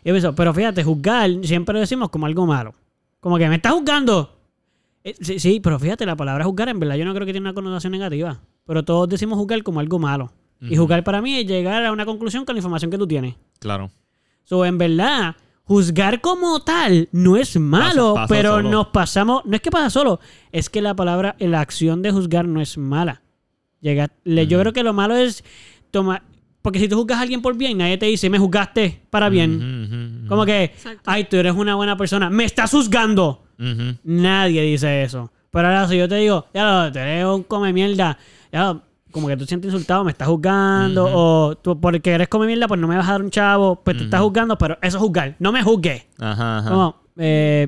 Speaker 3: yo pienso, pero fíjate, juzgar siempre lo decimos como algo malo. Como que me está juzgando. Eh, sí, sí, pero fíjate, la palabra juzgar en verdad yo no creo que tiene una connotación negativa. Pero todos decimos juzgar como algo malo. Y juzgar para mí es llegar a una conclusión con la información que tú tienes.
Speaker 1: Claro.
Speaker 3: So, en verdad, juzgar como tal no es malo,
Speaker 1: pasa
Speaker 3: pero
Speaker 1: solo.
Speaker 3: nos pasamos. No es que pasa solo, es que la palabra, la acción de juzgar no es mala. Llega, le- Yo creo que lo malo es tomar. Porque si tú juzgas a alguien por bien, nadie te dice, me juzgaste para bien.
Speaker 1: Ujú, ujú,
Speaker 3: Como que,
Speaker 4: Exacto.
Speaker 3: ay, tú eres una buena persona, me estás juzgando.
Speaker 1: ujú.
Speaker 3: Nadie dice eso. Pero ahora si yo te digo, ya lo, te eres un come mierda, ya lo, como que tú te sientes insultado, me estás juzgando, o tú porque eres come mierda, pues no me vas a dar un chavo, pues te estás juzgando, pero eso es juzgar, no me juzgues.
Speaker 1: Ajá, ajá.
Speaker 3: Como, eh,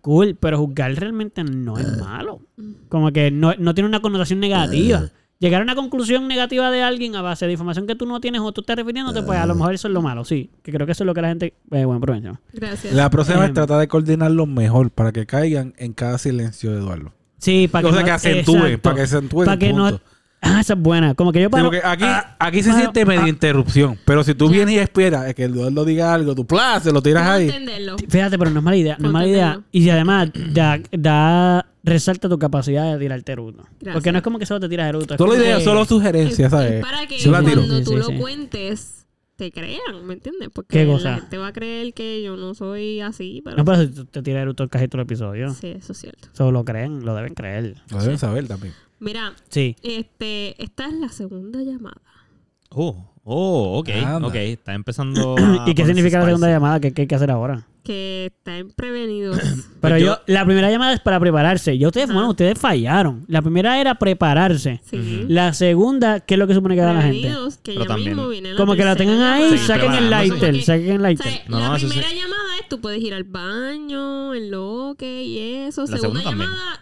Speaker 3: cool, pero juzgar realmente no es malo. Como que no, no tiene una connotación negativa. Llegar a una conclusión negativa de alguien a base de información que tú no tienes o tú estás refiriéndote, pues a lo mejor eso es lo malo, sí. Que creo que eso es lo que la gente... Eh, bueno, provecho.
Speaker 4: Gracias.
Speaker 2: La próxima
Speaker 3: Em.
Speaker 2: es tratar de coordinarlo mejor para que caigan en cada silencio de Eduardo.
Speaker 3: Sí, para
Speaker 2: O
Speaker 3: que,
Speaker 2: sea, que acentúe,
Speaker 3: exacto.
Speaker 2: para que acentúe
Speaker 3: Para
Speaker 2: el
Speaker 3: que no.
Speaker 2: punto.
Speaker 3: Ah, esa es buena. Como que yo
Speaker 2: Sí,
Speaker 3: paro.
Speaker 2: porque aquí, aquí se
Speaker 3: bueno,
Speaker 2: siente medio
Speaker 3: ah.
Speaker 2: interrupción. Pero si tú vienes y esperas a que Eduardo diga algo, tú ¡plá! se lo tiras
Speaker 4: Vamos a
Speaker 2: ahí.
Speaker 4: entenderlo.
Speaker 3: Fíjate, pero no es mala idea. No es mala idea.
Speaker 4: Conténtalo.
Speaker 3: Y si además da, da- resalta tu capacidad de tirarte eruto.
Speaker 4: Gracias.
Speaker 3: Porque no es como que solo te tiras eruto. es
Speaker 2: Solo
Speaker 3: como
Speaker 2: ideas,
Speaker 3: que-
Speaker 2: solo
Speaker 4: Es-
Speaker 2: sugerencias,
Speaker 4: es
Speaker 2: ¿sabes?
Speaker 4: Para que
Speaker 2: Yo la tiro.
Speaker 4: cuando
Speaker 3: Sí,
Speaker 4: tú
Speaker 3: sí,
Speaker 4: lo
Speaker 3: sí.
Speaker 4: cuentes, te crean, ¿me entiendes?
Speaker 3: Qué
Speaker 4: Porque
Speaker 3: cosa.
Speaker 4: la gente va a creer que yo no soy así, pero...
Speaker 3: No, pero si tú te tiras eruto el cajito del episodio.
Speaker 4: Sí, eso es cierto.
Speaker 3: Solo lo creen, lo deben creer.
Speaker 2: Lo deben saber también.
Speaker 4: Mira,
Speaker 3: Sí.
Speaker 4: este, esta es la segunda llamada.
Speaker 1: Oh, oh, ok.
Speaker 2: Anda.
Speaker 1: Ok, está empezando.
Speaker 2: Ah,
Speaker 3: ¿Y qué significa la segunda llamada? ¿Qué, qué hay que hacer ahora?
Speaker 4: que están prevenidos.
Speaker 3: Pero
Speaker 1: Pues
Speaker 3: yo,
Speaker 1: yo-
Speaker 3: la primera llamada es para prepararse. Yo ustedes, bueno, ustedes fallaron. La primera era prepararse.
Speaker 4: Sí.
Speaker 3: La segunda, ¿qué es lo que supone que haga la gente?
Speaker 4: Prevenidos, que
Speaker 1: Pero
Speaker 4: ya
Speaker 1: también-
Speaker 4: mismo viene la
Speaker 3: Como que la
Speaker 4: tercera
Speaker 3: tengan ahí,
Speaker 4: llamada.
Speaker 3: saquen el
Speaker 1: preparándose.
Speaker 3: lighter,
Speaker 4: Porque,
Speaker 3: saquen el
Speaker 4: o sea,
Speaker 3: lighter.
Speaker 1: No,
Speaker 4: la
Speaker 1: eso
Speaker 4: primera
Speaker 1: sí.
Speaker 4: llamada es tú puedes ir al baño, en lo que y eso.
Speaker 1: La
Speaker 4: segunda
Speaker 1: segunda también.
Speaker 4: llamada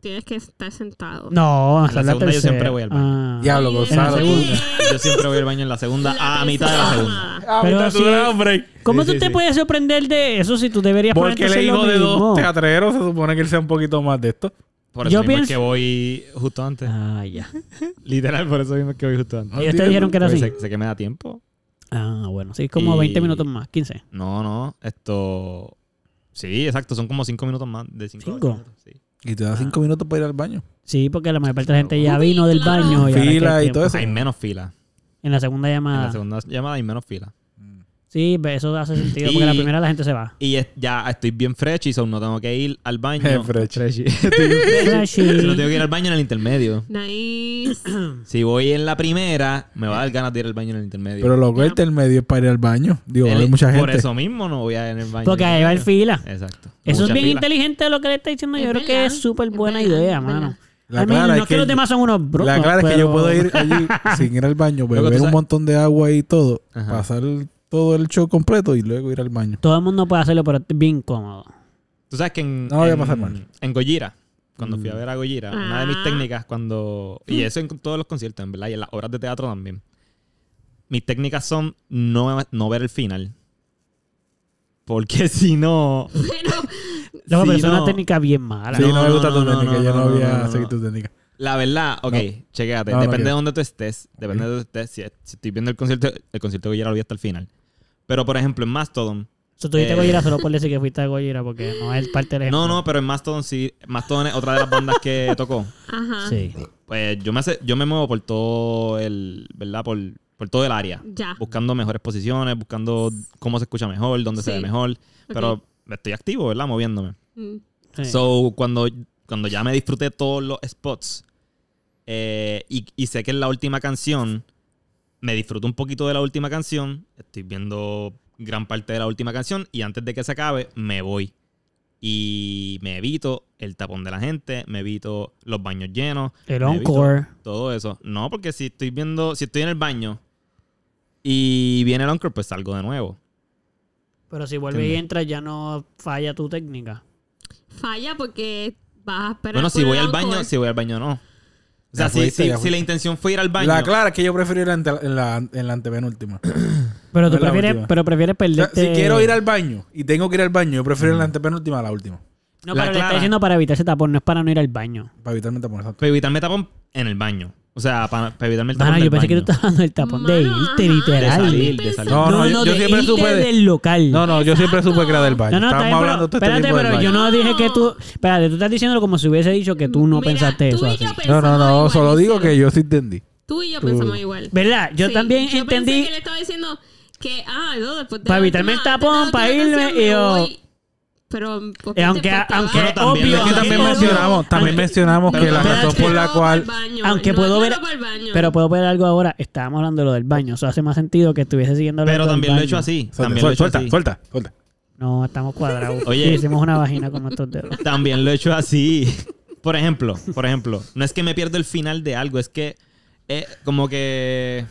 Speaker 4: tienes que estar sentado.
Speaker 3: No, hasta la,
Speaker 1: segunda yo
Speaker 3: tercera.
Speaker 1: siempre voy al baño.
Speaker 3: Ah.
Speaker 2: Diablo,
Speaker 4: Oye,
Speaker 2: Gonzalo.
Speaker 4: sí.
Speaker 2: tú-
Speaker 1: Yo siempre voy al baño en la segunda, a mitad de la
Speaker 4: tercera
Speaker 1: segunda.
Speaker 4: llamada.
Speaker 2: Ah,
Speaker 3: Pero
Speaker 2: mira, tú
Speaker 3: sí.
Speaker 2: le das un break.
Speaker 3: ¿Cómo
Speaker 1: Sí,
Speaker 3: tú
Speaker 1: sí,
Speaker 3: te
Speaker 1: sí.
Speaker 3: puedes sorprender de eso si tú deberías ponerte
Speaker 2: Porque
Speaker 3: a
Speaker 2: le
Speaker 3: hacer lo
Speaker 2: digo de dos
Speaker 3: mismo?
Speaker 2: teatreros, se supone que él sea un poquito más de esto.
Speaker 1: Por eso
Speaker 3: Yo
Speaker 1: mismo es
Speaker 3: pienso-
Speaker 1: que voy justo antes.
Speaker 3: Ah, ya.
Speaker 1: Literal, por eso mismo es que voy justo antes.
Speaker 3: Ellos te
Speaker 2: Dios,
Speaker 3: dijeron que era
Speaker 1: Porque
Speaker 3: así.
Speaker 1: Sé, sé que me da tiempo.
Speaker 3: Ah, bueno, sí, como
Speaker 1: Y-
Speaker 3: 20 minutos más, 15.
Speaker 1: No, no, esto... Sí, exacto, son como cinco minutos más de cinco.
Speaker 3: ¿Cinco?
Speaker 1: minutos, sí.
Speaker 2: Y te da
Speaker 3: Ah.
Speaker 2: cinco minutos para ir al baño.
Speaker 3: Sí, porque la mayor parte de la gente ya
Speaker 4: Uy,
Speaker 3: vino del
Speaker 4: claro.
Speaker 3: baño. Y ahora
Speaker 2: Fila
Speaker 3: queda
Speaker 2: y
Speaker 3: tiempo.
Speaker 2: todo eso.
Speaker 1: Hay menos fila.
Speaker 3: En la segunda
Speaker 1: En
Speaker 3: llamada.
Speaker 1: la segunda llamada hay menos fila.
Speaker 3: Sí, ve, eso hace sentido, porque la
Speaker 1: Y-
Speaker 3: primera la gente se va.
Speaker 1: Y es- ya estoy bien fresh y so no tengo que ir al baño.
Speaker 2: Fresh.
Speaker 1: Estoy bien
Speaker 3: Freshy.
Speaker 1: fresh. no tengo que ir al baño en el intermedio.
Speaker 4: Nice.
Speaker 3: Mm.
Speaker 1: Si voy en la primera, me va a dar ganas de ir al baño en el intermedio.
Speaker 2: Pero loco, el intermedio es para ir al baño. Digo,
Speaker 1: El-
Speaker 2: hay mucha gente.
Speaker 1: Por eso mismo no voy a ir en el baño.
Speaker 3: Porque ahí va el fila.
Speaker 1: Exacto.
Speaker 3: Eso es
Speaker 1: Mucha
Speaker 3: bien
Speaker 1: fila.
Speaker 3: inteligente lo que le está diciendo. Yo
Speaker 4: Es
Speaker 3: creo que
Speaker 4: verdad,
Speaker 3: es súper
Speaker 4: es
Speaker 3: buena
Speaker 4: verdad,
Speaker 3: idea,
Speaker 4: es
Speaker 3: mano.
Speaker 2: La
Speaker 3: I mean,
Speaker 2: clara
Speaker 3: no
Speaker 2: es
Speaker 3: que,
Speaker 2: que-
Speaker 3: los demás son unos brotos.
Speaker 2: la clara es que yo
Speaker 3: pero-
Speaker 2: puedo ir allí sin ir al baño,
Speaker 1: Loco,
Speaker 2: beber
Speaker 1: tú
Speaker 2: un
Speaker 1: sabes-
Speaker 2: montón de agua y todo,
Speaker 1: Ajá.
Speaker 2: pasar todo el show completo y luego ir al baño.
Speaker 3: Todo el mundo puede hacerlo, pero es bien cómodo.
Speaker 1: Tú sabes que en.
Speaker 2: No voy a
Speaker 1: en-
Speaker 2: pasar mal. Mm.
Speaker 1: En Gojira, cuando fui a ver a Gojira, una de mis
Speaker 4: Ah.
Speaker 1: técnicas cuando.
Speaker 3: Mm.
Speaker 1: Y eso en todos los conciertos, en verdad, y en las obras de teatro también. Mis técnicas son no, no ver el final. Porque si no.
Speaker 3: Loco,
Speaker 1: si
Speaker 3: pero es una
Speaker 1: no-
Speaker 3: técnica bien mala.
Speaker 2: Sí, no,
Speaker 1: No,
Speaker 2: me gusta
Speaker 1: no,
Speaker 2: tu
Speaker 1: no,
Speaker 2: técnica,
Speaker 1: no,
Speaker 2: yo no,
Speaker 1: no,
Speaker 2: voy
Speaker 1: no,
Speaker 2: a
Speaker 1: no, no.
Speaker 2: seguir tu técnica.
Speaker 1: La verdad, ok, chequéate.
Speaker 2: No, no
Speaker 1: depende de
Speaker 2: quiero.
Speaker 1: dónde tú estés. Depende de dónde estés. Si, si estoy viendo el concierto, el concierto de Gojira lo vi hasta el final. Pero, por ejemplo, en Mastodon.
Speaker 3: Si tuviste
Speaker 1: Eh.
Speaker 3: Goyera, solo por decir que fuiste a Goyera, porque no es parte del
Speaker 1: No,
Speaker 3: ejemplo.
Speaker 1: no, pero en Mastodon sí. Mastodon es otra de las bandas que tocó.
Speaker 4: Ajá.
Speaker 3: Sí.
Speaker 1: Pues yo me, hace- yo me muevo por todo el, ¿verdad? Por, por todo el área.
Speaker 4: Ya.
Speaker 1: Buscando mejores posiciones, buscando cómo se escucha mejor, dónde se
Speaker 4: Sí.
Speaker 1: ve mejor. Pero estoy activo, ¿verdad? Moviéndome.
Speaker 4: Mm.
Speaker 3: Sí.
Speaker 1: So, cuando, cuando ya me disfruté todos los spots eh, y, y sé que es la última canción, me disfruto un poquito de la última canción, estoy viendo gran parte de la última canción y antes de que se acabe me voy. Y me evito el tapón de la gente, me evito los baños llenos.
Speaker 3: el
Speaker 1: me evito
Speaker 3: encore.
Speaker 1: Todo eso. No, porque si estoy viendo, si estoy en el baño y viene el encore, pues salgo de nuevo.
Speaker 3: Pero si vuelve y
Speaker 1: ¿Entiendes?
Speaker 3: entra, ya no falla tu técnica.
Speaker 4: Falla porque vas a esperar.
Speaker 1: bueno, si
Speaker 4: por
Speaker 1: voy
Speaker 4: el
Speaker 1: al baño,
Speaker 4: encore.
Speaker 1: si voy al baño no. O sea,
Speaker 2: Ya
Speaker 1: si,
Speaker 2: fuiste,
Speaker 1: si-
Speaker 2: ya
Speaker 1: si
Speaker 2: fuiste.
Speaker 1: la intención fue ir al baño.
Speaker 2: La clara es que yo prefiero ir ante- en la, en la antepenúltima.
Speaker 3: Pero tú
Speaker 2: Es la
Speaker 3: prefieres,
Speaker 2: última.
Speaker 3: pero prefieres
Speaker 2: O sea,
Speaker 3: perderte.
Speaker 2: Si quiero ir al baño y tengo que ir al baño, yo prefiero ir en la antepenúltima a la última.
Speaker 3: No,
Speaker 1: La
Speaker 3: pero le está
Speaker 1: clara.
Speaker 3: diciendo para evitar ese tapón, no es para no ir al baño.
Speaker 2: Para evitarme tapón. exacto.
Speaker 1: Para evitarme el tapón en el baño. O sea, para, para evitarme el tapón. del
Speaker 3: Mano, yo pensé que tú
Speaker 1: baño.
Speaker 3: estabas dando el tapón de
Speaker 4: Mano,
Speaker 3: irte,
Speaker 4: ajá.
Speaker 1: De
Speaker 3: literal.
Speaker 1: salir, de salir.
Speaker 2: No,
Speaker 3: No,
Speaker 2: no,
Speaker 3: no,
Speaker 2: yo- yo
Speaker 3: de
Speaker 2: siempre
Speaker 3: irte
Speaker 2: supe de-
Speaker 3: del local.
Speaker 2: No, no, yo siempre supe que era del baño.
Speaker 3: No, no, está
Speaker 2: Estábamos
Speaker 3: bien, pero-
Speaker 2: hablando todo este
Speaker 3: espérate,
Speaker 2: tiempo del
Speaker 3: pero yo
Speaker 2: baño.
Speaker 3: no dije que tú. Espérate, tú estás diciéndolo como si hubiese dicho que tú no
Speaker 4: Mira,
Speaker 3: pensaste
Speaker 4: tú
Speaker 3: eso
Speaker 4: y
Speaker 3: así.
Speaker 4: yo
Speaker 2: No,
Speaker 4: pensamos
Speaker 2: no, no,
Speaker 4: igual,
Speaker 2: solo digo
Speaker 4: Liceo.
Speaker 2: que yo sí entendí.
Speaker 4: Tú y yo pensamos igual.
Speaker 3: ¿Verdad? Yo
Speaker 4: Sí,
Speaker 3: también
Speaker 4: yo
Speaker 3: entendí.
Speaker 4: Pensé que le estaba diciendo que, ah, no, después de
Speaker 3: Para
Speaker 4: la
Speaker 3: evitarme
Speaker 4: última-
Speaker 3: el tapón,
Speaker 4: de la última
Speaker 3: para irme,
Speaker 4: canción me
Speaker 3: y yo-
Speaker 4: voy. Pero. ¿por qué
Speaker 3: Eh, aunque-
Speaker 4: te fuiste al
Speaker 3: aunque
Speaker 4: baño?
Speaker 1: Pero también-
Speaker 3: obvio,
Speaker 1: es que
Speaker 2: También
Speaker 3: aunque-
Speaker 4: Pero-
Speaker 2: mencionamos, también
Speaker 4: Pero-
Speaker 2: mencionamos que la
Speaker 1: Pero-
Speaker 2: razón por la
Speaker 4: Pero
Speaker 2: cual
Speaker 4: para el baño,
Speaker 3: Aunque
Speaker 4: no,
Speaker 3: puedo
Speaker 4: no
Speaker 3: ver,
Speaker 4: para el baño.
Speaker 3: pero puedo ver algo ahora. Estábamos hablando de lo del baño, eso hace más sentido que estuviese siguiendo. lo
Speaker 1: Pero
Speaker 3: del
Speaker 1: también lo he
Speaker 3: baño.
Speaker 1: hecho así.
Speaker 2: Suelta,
Speaker 1: También lo he
Speaker 2: suelta,
Speaker 1: hecho
Speaker 2: suelta,
Speaker 1: así.
Speaker 2: suelta, suelta.
Speaker 3: No, estamos cuadrados.
Speaker 1: Oye.
Speaker 3: hicimos una vagina con nuestros dedos.
Speaker 1: También lo he hecho así. Por ejemplo, por ejemplo, no es que me pierdo el final de algo, es que eh, como que...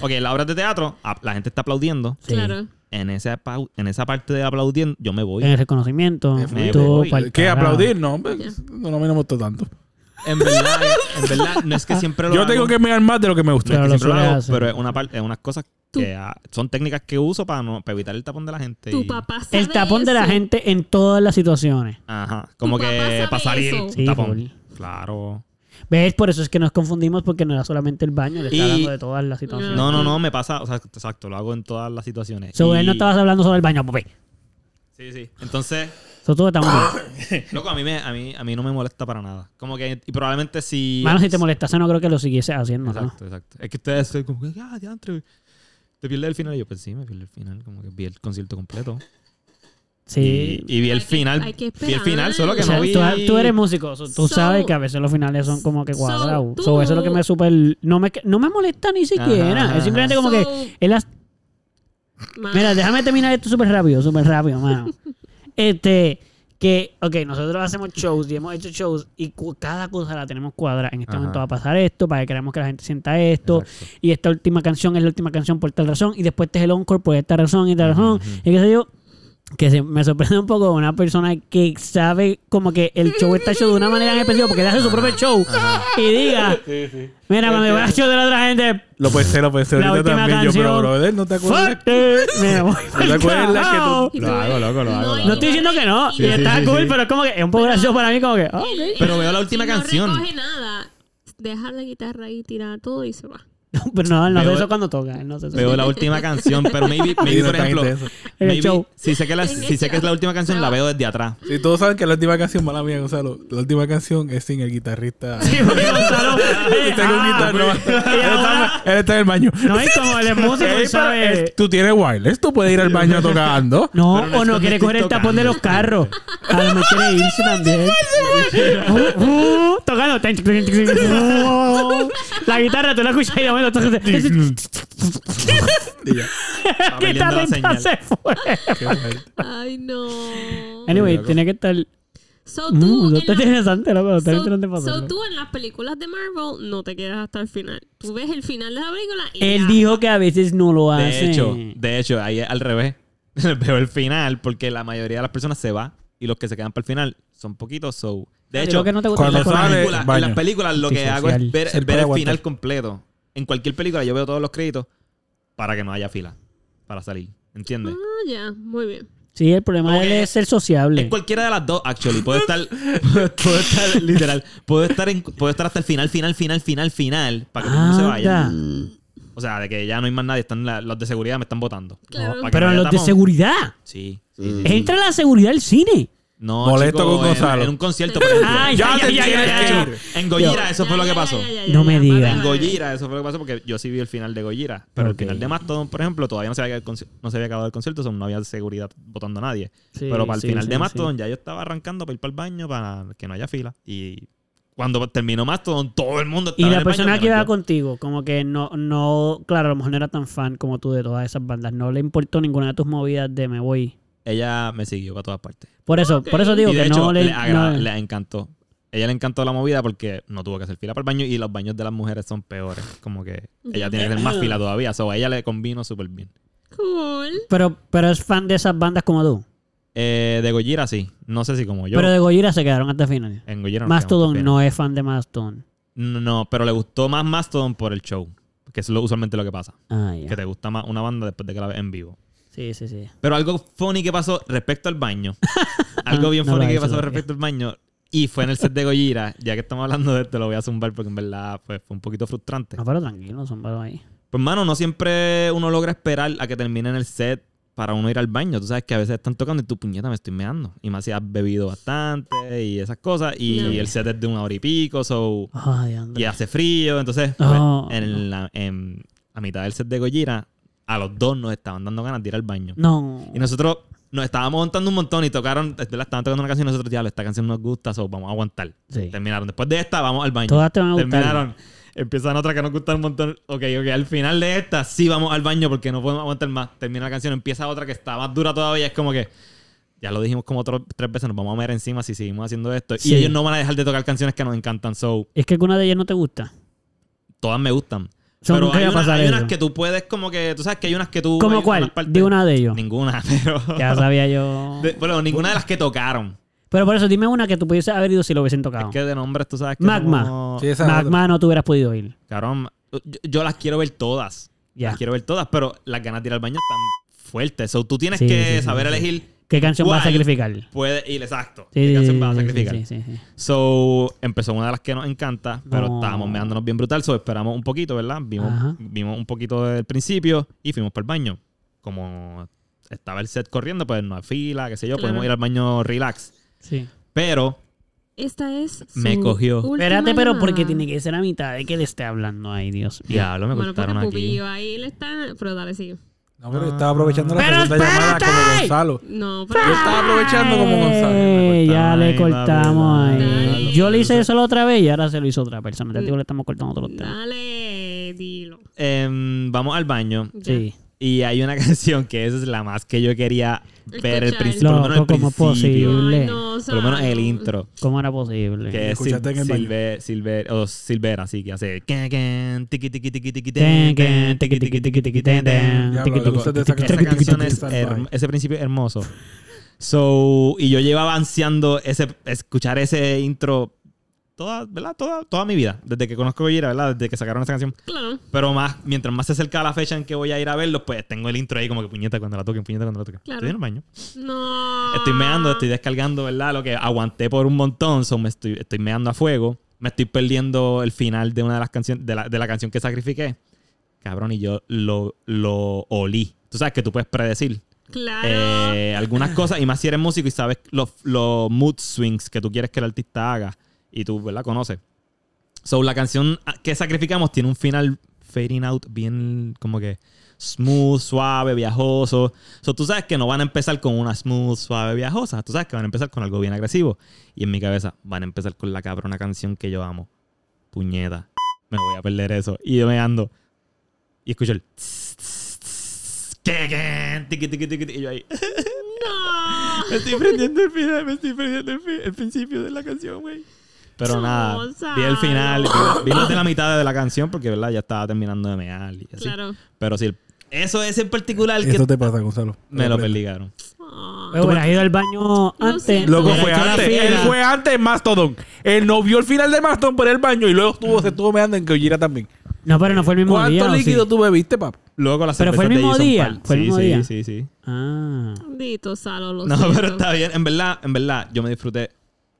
Speaker 1: Ok, en las obras de teatro, a- la gente está aplaudiendo.
Speaker 4: Claro.
Speaker 1: En esa, pau- en esa parte de aplaudiendo, yo me
Speaker 3: En
Speaker 1: voy.
Speaker 3: el reconocimiento.
Speaker 1: Me
Speaker 3: tú,
Speaker 1: voy.
Speaker 3: pa'l
Speaker 2: ¿Qué?
Speaker 3: carajo.
Speaker 2: ¿Aplaudir? No, hombre, no, no me gustó tanto.
Speaker 1: En verdad, en verdad, no es que siempre lo
Speaker 2: Yo
Speaker 1: hago.
Speaker 2: tengo que mirar más de lo que me gusta.
Speaker 3: Pero
Speaker 1: Pero,
Speaker 3: lo
Speaker 1: lo
Speaker 3: suele
Speaker 1: hago,
Speaker 3: hacer.
Speaker 1: pero es una parte, es unas cosas que ah, son técnicas que uso para no para evitar el tapón de la gente.
Speaker 4: Tu
Speaker 1: y-
Speaker 4: papá sabe
Speaker 3: El tapón de la
Speaker 4: eso.
Speaker 3: gente en todas las situaciones.
Speaker 1: Ajá. Como
Speaker 4: papá
Speaker 1: que
Speaker 4: sabe
Speaker 1: para salir
Speaker 4: eso.
Speaker 3: Sí,
Speaker 1: tapón. Claro.
Speaker 3: ¿Ves? Por eso es que nos confundimos porque no era solamente el baño, le está
Speaker 1: Y-
Speaker 3: hablando de todas las situaciones.
Speaker 1: No, no, no, me pasa, o sea, exacto, lo hago en todas las situaciones.
Speaker 3: So,
Speaker 1: Y-
Speaker 3: él no estabas hablando sobre el baño, papi.
Speaker 1: Sí, sí. Entonces,
Speaker 3: Eso todo estamos bien.
Speaker 1: loco, a mí me a mí a mí no me molesta para nada. Como que y probablemente si
Speaker 3: Mano, si te molestase, no creo que lo siguiese haciendo. ¿no?
Speaker 1: Exacto, exacto. Es que ustedes son como que ah, diantre. Te pierdes el final y yo pues sí, me pierdo el final, como que vi el concierto completo.
Speaker 3: Sí.
Speaker 1: Y, y vi el
Speaker 4: Hay que- hay
Speaker 1: final,
Speaker 4: que
Speaker 1: vi el final,
Speaker 4: esperar.
Speaker 1: solo que
Speaker 3: O sea,
Speaker 1: no vi.
Speaker 3: tú, tú eres músico, so- tú
Speaker 4: So-
Speaker 3: sabes que a veces los finales son como que
Speaker 4: So,
Speaker 3: cuadrados. So,
Speaker 4: tú-
Speaker 3: eso es lo que me super. No me, no me molesta ni siquiera.
Speaker 1: Ajá,
Speaker 3: es simplemente
Speaker 1: ajá.
Speaker 3: como
Speaker 4: So-
Speaker 3: que. Él has-
Speaker 4: Mano,
Speaker 3: Mira, déjame terminar esto súper rápido, súper rápido, mano. Este, que, ok, nosotros hacemos shows y hemos hecho shows y cu- cada cosa la tenemos cuadrada. En este
Speaker 1: Ajá.
Speaker 3: momento va a pasar esto, para que queramos que la gente sienta esto. Y esta última canción es la última canción por tal razón. Y después este es el encore por esta razón y tal razón. Y qué sé yo. Que se- me sorprende un poco una persona que sabe como que el show está hecho de una manera en específico porque le hace su propio show y diga, mira, cuando yo voy al show de la otra gente,
Speaker 2: Lo puede ser, lo puede ser.
Speaker 3: La
Speaker 2: Ahorita
Speaker 3: última
Speaker 2: también yo, pero
Speaker 3: canción.
Speaker 2: brother, no te acuerdas.
Speaker 3: fuck it, me
Speaker 2: ¿No
Speaker 3: voy
Speaker 2: te
Speaker 3: pa'l
Speaker 2: acuerdas la que tú-
Speaker 3: carajo.
Speaker 4: y
Speaker 1: Lo
Speaker 4: tú-
Speaker 1: hago, lo hago, lo hago,
Speaker 4: y
Speaker 1: lo
Speaker 3: No estoy diciendo que no,
Speaker 4: y
Speaker 3: y
Speaker 4: él-
Speaker 3: está
Speaker 1: sí,
Speaker 3: cool,
Speaker 1: sí.
Speaker 3: pero es como que es un poco gracioso para mí, como que, oh,
Speaker 4: él-
Speaker 1: Pero veo la última
Speaker 4: si
Speaker 1: canción.
Speaker 4: No recoge nada. Deja la guitarra ahí, tira todo y se va.
Speaker 3: no, pero no, él no hace
Speaker 1: Veo-
Speaker 3: eso cuando toca, él no hace eso.
Speaker 1: Veo la última canción, pero maybe, maybe,
Speaker 2: Sí, no
Speaker 1: por
Speaker 2: está
Speaker 1: ejemplo,
Speaker 2: intenso.
Speaker 3: En el
Speaker 1: maybe
Speaker 3: show.
Speaker 1: si sé que la, si sé que es la última canción, la veo desde atrás.
Speaker 2: Si todos saben que la última canción, mala mía, Gonzalo, la última canción es sin el guitarrista.
Speaker 3: Sí, porque Gonzalo, eh,
Speaker 2: Tengo Este un
Speaker 3: ah,
Speaker 2: guitarra.
Speaker 3: y ahora-
Speaker 2: Él está en el baño.
Speaker 3: No, eh. es como él es
Speaker 2: Ey,
Speaker 3: músico, él
Speaker 2: pero él-
Speaker 3: sabe.
Speaker 2: Tú tienes wireless, tú puedes ir al baño tocando.
Speaker 3: No,
Speaker 1: Pero no
Speaker 3: o
Speaker 1: es
Speaker 3: no
Speaker 1: que
Speaker 3: quiere
Speaker 1: estoy
Speaker 3: coger el tapón de los
Speaker 1: tocando.
Speaker 3: carros. A lo mejor quiere irse también. Uh, uh, Tocando. Uh, La guitarra, tú la escuchas y de momento tocas-
Speaker 2: Y ya.
Speaker 1: Está perdiendo la
Speaker 3: Guitarrista
Speaker 1: señal.
Speaker 3: se fue.
Speaker 2: Qué fuerte.
Speaker 4: Ay, no.
Speaker 3: Anyway, tiene que estar.
Speaker 4: So, tú,
Speaker 3: Mm,
Speaker 4: en
Speaker 3: No está
Speaker 4: la-
Speaker 3: interesante, loco. Está
Speaker 4: so-
Speaker 3: interesante
Speaker 4: so
Speaker 3: pasarlo.
Speaker 4: tú en las películas de Marvel no te quedas hasta el final. Tú ves el final de la película y
Speaker 3: Él
Speaker 4: ya.
Speaker 3: dijo que a veces no lo hace.
Speaker 1: De hecho, de hecho, ahí es al revés. Veo el final porque la mayoría de las personas se va y los que se quedan para el final son poquitos. So, de
Speaker 3: Digo
Speaker 1: hecho,
Speaker 3: que no te gusta
Speaker 2: cuando
Speaker 1: en, las
Speaker 2: sale,
Speaker 1: películas, en
Speaker 2: baño.
Speaker 1: las películas lo que hago
Speaker 3: Antisocial.
Speaker 1: es ver,
Speaker 2: Ser
Speaker 1: ver
Speaker 2: para
Speaker 1: el
Speaker 2: aguantar.
Speaker 1: final completo. En cualquier película yo veo todos los créditos para que no haya fila para salir. ¿Entiendes?
Speaker 4: Ah, ya, muy bien.
Speaker 3: Sí, el problema
Speaker 1: Como
Speaker 3: de él
Speaker 1: que-
Speaker 3: es ser sociable.
Speaker 1: En cualquiera de las dos, actually. Puedo estar, puedo estar literal, puedo estar, en- puedo estar hasta el final, final, final, final, final, para que todo el mundo se vaya.
Speaker 3: Anda.
Speaker 1: O sea, de que ya no hay más nadie, están la- los de seguridad me están votando.
Speaker 4: Claro.
Speaker 1: Para que no
Speaker 3: Pero
Speaker 1: haya
Speaker 3: los de
Speaker 1: tapón.
Speaker 3: seguridad.
Speaker 1: Sí. sí, sí, sí.
Speaker 3: Entra la seguridad del cine.
Speaker 1: No,
Speaker 2: Molesto
Speaker 1: chico,
Speaker 2: con
Speaker 1: en-
Speaker 2: Gonzalo.
Speaker 1: En, un concierto, por ejemplo.
Speaker 3: Ay,
Speaker 2: Ya
Speaker 3: ya, ya,
Speaker 2: te
Speaker 3: ya,
Speaker 2: tienes
Speaker 3: ya,
Speaker 2: que
Speaker 3: ya.
Speaker 2: ir.
Speaker 1: En Gojira, eso fue lo que pasó.
Speaker 3: No me digas.
Speaker 1: En Gojira, eso fue lo que pasó porque yo sí vi el final de Gojira. Pero
Speaker 3: Ok.
Speaker 1: el final de Mastodon, por ejemplo, todavía no se había, conci- no se había acabado el concierto, o sea, no había seguridad votando a nadie.
Speaker 3: Sí,
Speaker 1: pero para el
Speaker 3: sí,
Speaker 1: final
Speaker 3: sí,
Speaker 1: de
Speaker 3: sí.
Speaker 1: Mastodon ya yo estaba arrancando para ir para el baño para que no haya fila. Y cuando terminó Mastodon, todo el mundo estaba
Speaker 3: Y
Speaker 1: en
Speaker 3: la
Speaker 1: el baño,
Speaker 3: persona que
Speaker 1: menos
Speaker 3: iba
Speaker 1: yo.
Speaker 3: contigo, como que no, no, claro, a lo mejor no era tan fan como tú de todas esas bandas. No le importó ninguna de tus movidas de me voy.
Speaker 1: Ella me siguió para todas partes.
Speaker 3: Por eso,
Speaker 4: Ok.
Speaker 3: por eso digo
Speaker 1: y de
Speaker 3: que
Speaker 1: hecho,
Speaker 3: no le.
Speaker 1: le, agra-
Speaker 3: no-
Speaker 1: le encantó. Ella le encantó la movida porque no tuvo que hacer fila para el baño y los baños de las mujeres son peores. Como que ella tiene que hacer más fila todavía. O a ella le convino súper bien.
Speaker 4: Cool.
Speaker 3: Pero, pero es fan de esas bandas como tú.
Speaker 1: Eh, de Gojira sí. No sé si como yo.
Speaker 3: Pero de Gojira se quedaron hasta el final.
Speaker 1: en Gojira no quedamos
Speaker 3: Mastodon
Speaker 1: tan
Speaker 3: no es fan de Mastodon.
Speaker 1: bien. No, no, pero le gustó más Mastodon por el show. Que es lo, usualmente lo que pasa.
Speaker 3: Ah, ya.
Speaker 1: Que te gusta más una banda después de que la ves en vivo.
Speaker 3: Sí, sí, sí.
Speaker 1: Pero algo funny que pasó respecto al baño. algo bien
Speaker 3: No lo
Speaker 1: funny que
Speaker 3: hice
Speaker 1: pasó
Speaker 3: todavía.
Speaker 1: respecto al baño. Y fue en el set de Gojira. Ya que estamos hablando de esto, lo voy a zumbar porque en verdad pues, fue un poquito frustrante.
Speaker 3: No, pero tranquilo, son varos ahí.
Speaker 1: Pues, mano, no siempre uno logra esperar a que termine en el set para uno ir al baño. Tú sabes que a veces están tocando y tu puñeta me estoy meando. Y más si has bebido bastante y esas cosas. Y
Speaker 4: No.
Speaker 1: el set es de una hora y pico, so,
Speaker 3: Ay,
Speaker 1: y
Speaker 3: Andrés.
Speaker 1: hace frío. Entonces, pues,
Speaker 3: Oh.
Speaker 1: en, la, en la mitad del set de Gojira, a los dos nos estaban dando ganas de ir al baño.
Speaker 3: No.
Speaker 1: Y nosotros nos estábamos montando un montón y tocaron, es verdad, estaban tocando una canción y nosotros, ya, esta canción nos gusta, so, vamos a aguantar.
Speaker 3: Sí.
Speaker 1: Terminaron. Después de esta, vamos al baño.
Speaker 3: Todas te van a gustar.
Speaker 1: Terminaron. Empiezan otras que nos gustan un montón. Ok, ok. Al final de esta, sí vamos al baño porque no podemos aguantar más. Termina la canción, empieza otra que está más dura todavía. Es como que. Ya lo dijimos como otro- tres veces, nos vamos a ver encima si seguimos haciendo esto.
Speaker 3: Sí.
Speaker 1: Y ellos no van a dejar de tocar canciones que nos encantan. So,
Speaker 3: Es que alguna de ellas no te gusta.
Speaker 1: todas me gustan.
Speaker 3: Son
Speaker 1: pero
Speaker 3: nunca
Speaker 1: hay,
Speaker 3: iba a
Speaker 1: unas-
Speaker 3: pasar
Speaker 1: hay
Speaker 3: eso.
Speaker 1: unas que tú puedes como que... Tú sabes que hay unas que tú... hay
Speaker 3: ¿Cómo
Speaker 1: unas
Speaker 3: cuál?
Speaker 1: partes-
Speaker 3: De una de ellos.
Speaker 1: Ninguna, pero...
Speaker 3: Ya sabía yo.
Speaker 1: de- bueno, ninguna de las que tocaron.
Speaker 3: Pero por eso, dime una que tú pudieses haber ido si lo hubiesen tocado.
Speaker 1: Es que de nombres tú sabes que
Speaker 3: Ah. Magma.
Speaker 1: somos-
Speaker 2: Sí, esa es otra.
Speaker 3: Magma no te hubieras podido ir.
Speaker 1: Cabrón, yo, yo las quiero ver todas.
Speaker 3: Ya.
Speaker 1: Las quiero ver todas, pero las ganas de ir al baño están fuertes. So, tú tienes
Speaker 3: Sí, sí,
Speaker 1: que
Speaker 3: sí,
Speaker 1: saber
Speaker 3: sí.
Speaker 1: elegir.
Speaker 3: ¿Qué canción vas a
Speaker 1: cuál
Speaker 3: sacrificar?
Speaker 1: Puede ir, exacto.
Speaker 3: Sí,
Speaker 1: ¿Qué
Speaker 3: sí,
Speaker 1: canción
Speaker 3: sí,
Speaker 1: vas a
Speaker 3: sí,
Speaker 1: sacrificar?
Speaker 3: sí, sí, sí.
Speaker 1: So, empezó una de las que nos encanta, pero
Speaker 3: No.
Speaker 1: estábamos meándonos bien brutal. So, esperamos un poquito, ¿verdad?
Speaker 3: Ajá.
Speaker 1: Vimos, vimos un poquito del principio y fuimos para el baño. Como estaba el set corriendo, pues no hay fila, qué sé yo,
Speaker 4: Claro.
Speaker 1: podemos ir al baño relax.
Speaker 3: Sí.
Speaker 1: Pero
Speaker 4: Esta es.
Speaker 1: Me
Speaker 4: su
Speaker 1: cogió.
Speaker 4: última
Speaker 3: Espérate, pero porque
Speaker 4: llamada.
Speaker 3: tiene que ser a mitad de que le esté hablando ahí, Dios mío.
Speaker 1: Diablo, me
Speaker 4: Bueno, pues,
Speaker 1: cortaron
Speaker 4: porque
Speaker 1: aquí.
Speaker 4: Pupillo ahí le está. Pero dale, sigue.
Speaker 2: No, pero estaba aprovechando la
Speaker 3: Pero
Speaker 2: segunda llamada como
Speaker 3: espérate.
Speaker 2: Gonzalo.
Speaker 4: No, pero.
Speaker 2: Yo estaba aprovechando como Gonzalo.
Speaker 3: Ey, ya
Speaker 1: Me
Speaker 3: le cortamos
Speaker 1: cortaron ahí,
Speaker 3: ahí.
Speaker 4: papi.
Speaker 3: Yo le hice eso la otra vez y ahora se lo hizo otra persona. Te digo, le estamos cortando otro tema.
Speaker 4: Dale, dilo.
Speaker 1: Em, vamos al baño.
Speaker 4: Ya.
Speaker 3: Sí.
Speaker 1: Y hay una canción que esa es la más que yo quería ver el
Speaker 4: Escuchar.
Speaker 1: principio. por lo menos el
Speaker 3: Loco, ¿cómo es
Speaker 1: principio,
Speaker 3: posible?
Speaker 4: Ay,
Speaker 3: Horrible.
Speaker 4: no, o
Speaker 1: Por
Speaker 4: sea,
Speaker 1: lo menos el
Speaker 4: no.
Speaker 1: intro.
Speaker 3: ¿Cómo era posible?
Speaker 1: Que es
Speaker 2: Escuchaste en el baño.
Speaker 1: Silver, Silver, o Silvera, sí, que hace. "Can, can, tiqui, tiqui, tiqui, tiqui, ten,
Speaker 3: Ten,
Speaker 1: can,
Speaker 3: can,
Speaker 1: tiqui, tiqui, tiqui, tiqui, ten, ten".
Speaker 2: Diablo,
Speaker 1: Tiqui,
Speaker 2: le gusta
Speaker 1: tiqui,
Speaker 2: esa
Speaker 1: tiqui,
Speaker 2: canción.
Speaker 1: Esa canción es
Speaker 2: Esa canción es
Speaker 1: her-
Speaker 2: salvaje.
Speaker 1: ese principio es hermoso. So, y yo llevaba ansiando ese, escuchar ese intro toda, ¿verdad? Toda, toda mi vida, desde que conozco a Gojira, ¿verdad? Desde que sacaron esa canción.
Speaker 4: Claro.
Speaker 1: Pero más, mientras más se acerca la fecha en que voy a ir a verlos, pues tengo el intro ahí como que puñeta cuando la toquen, puñeta cuando la toquen.
Speaker 4: Claro. Ah.
Speaker 1: Estoy en el baño.
Speaker 4: No.
Speaker 1: Estoy meando, estoy descargando, ¿verdad? Lo que aguanté por un montón, so me estoy, estoy meando a fuego. Me estoy perdiendo el final de una de las canciones, de la, de la canción que sacrifiqué. Cabrón, y yo lo, lo olí. Tú sabes que tú puedes predecir
Speaker 4: Claro.
Speaker 1: eh, algunas cosas, y más si eres músico y sabes los, los mood swings que tú quieres que el artista haga, y tú, ¿verdad? Conoces. So, la canción que sacrificamos tiene un final fading out bien como que smooth, suave, viajoso. So, tú sabes que no van a empezar con una smooth, suave, viajosa. Tú sabes que van a empezar con algo bien agresivo. Y en mi cabeza van a empezar con la cabrona canción que yo amo. Puñeta. Me voy a perder eso. Y yo me ando. Y escucho el... tss, tss, tss, que, que, tiqui, tiqui, tiqui, tiqui. Y yo ahí...
Speaker 4: no.
Speaker 1: Me estoy perdiendo el final, me estoy perdiendo el, fi- el principio de la canción, güey. Pero nada,
Speaker 4: Chosa.
Speaker 1: vi el final, vi, vi los de la mitad de la canción porque, ¿verdad? Ya estaba terminando de mear y así.
Speaker 4: Claro.
Speaker 1: Pero sí, eso es en particular que
Speaker 2: Esto te pasa, Gonzalo.
Speaker 1: me lo
Speaker 2: Aprende.
Speaker 1: perdigaron.
Speaker 4: Ah.
Speaker 3: Pues hubieras ido al baño antes.
Speaker 4: siento.
Speaker 2: Loco,
Speaker 3: hubieras
Speaker 2: fue
Speaker 3: hecho la
Speaker 2: antes.
Speaker 3: fila.
Speaker 2: Él fue antes en Mastodon. Él no vio el final de Mastodon por el baño y luego estuvo, se estuvo meando en Gojira también.
Speaker 3: No, pero no fue el mismo
Speaker 2: ¿Cuánto
Speaker 3: día. ¿o sí?
Speaker 2: líquido tú bebiste, papá?
Speaker 1: Luego la
Speaker 3: Pero fue el mismo día, fue el
Speaker 1: sí,
Speaker 3: mismo
Speaker 1: sí,
Speaker 3: día.
Speaker 1: sí, sí.
Speaker 3: Ah.
Speaker 4: Bendito, Salo, lo
Speaker 1: No,
Speaker 4: siento.
Speaker 1: pero está bien. En verdad, en verdad, yo me disfruté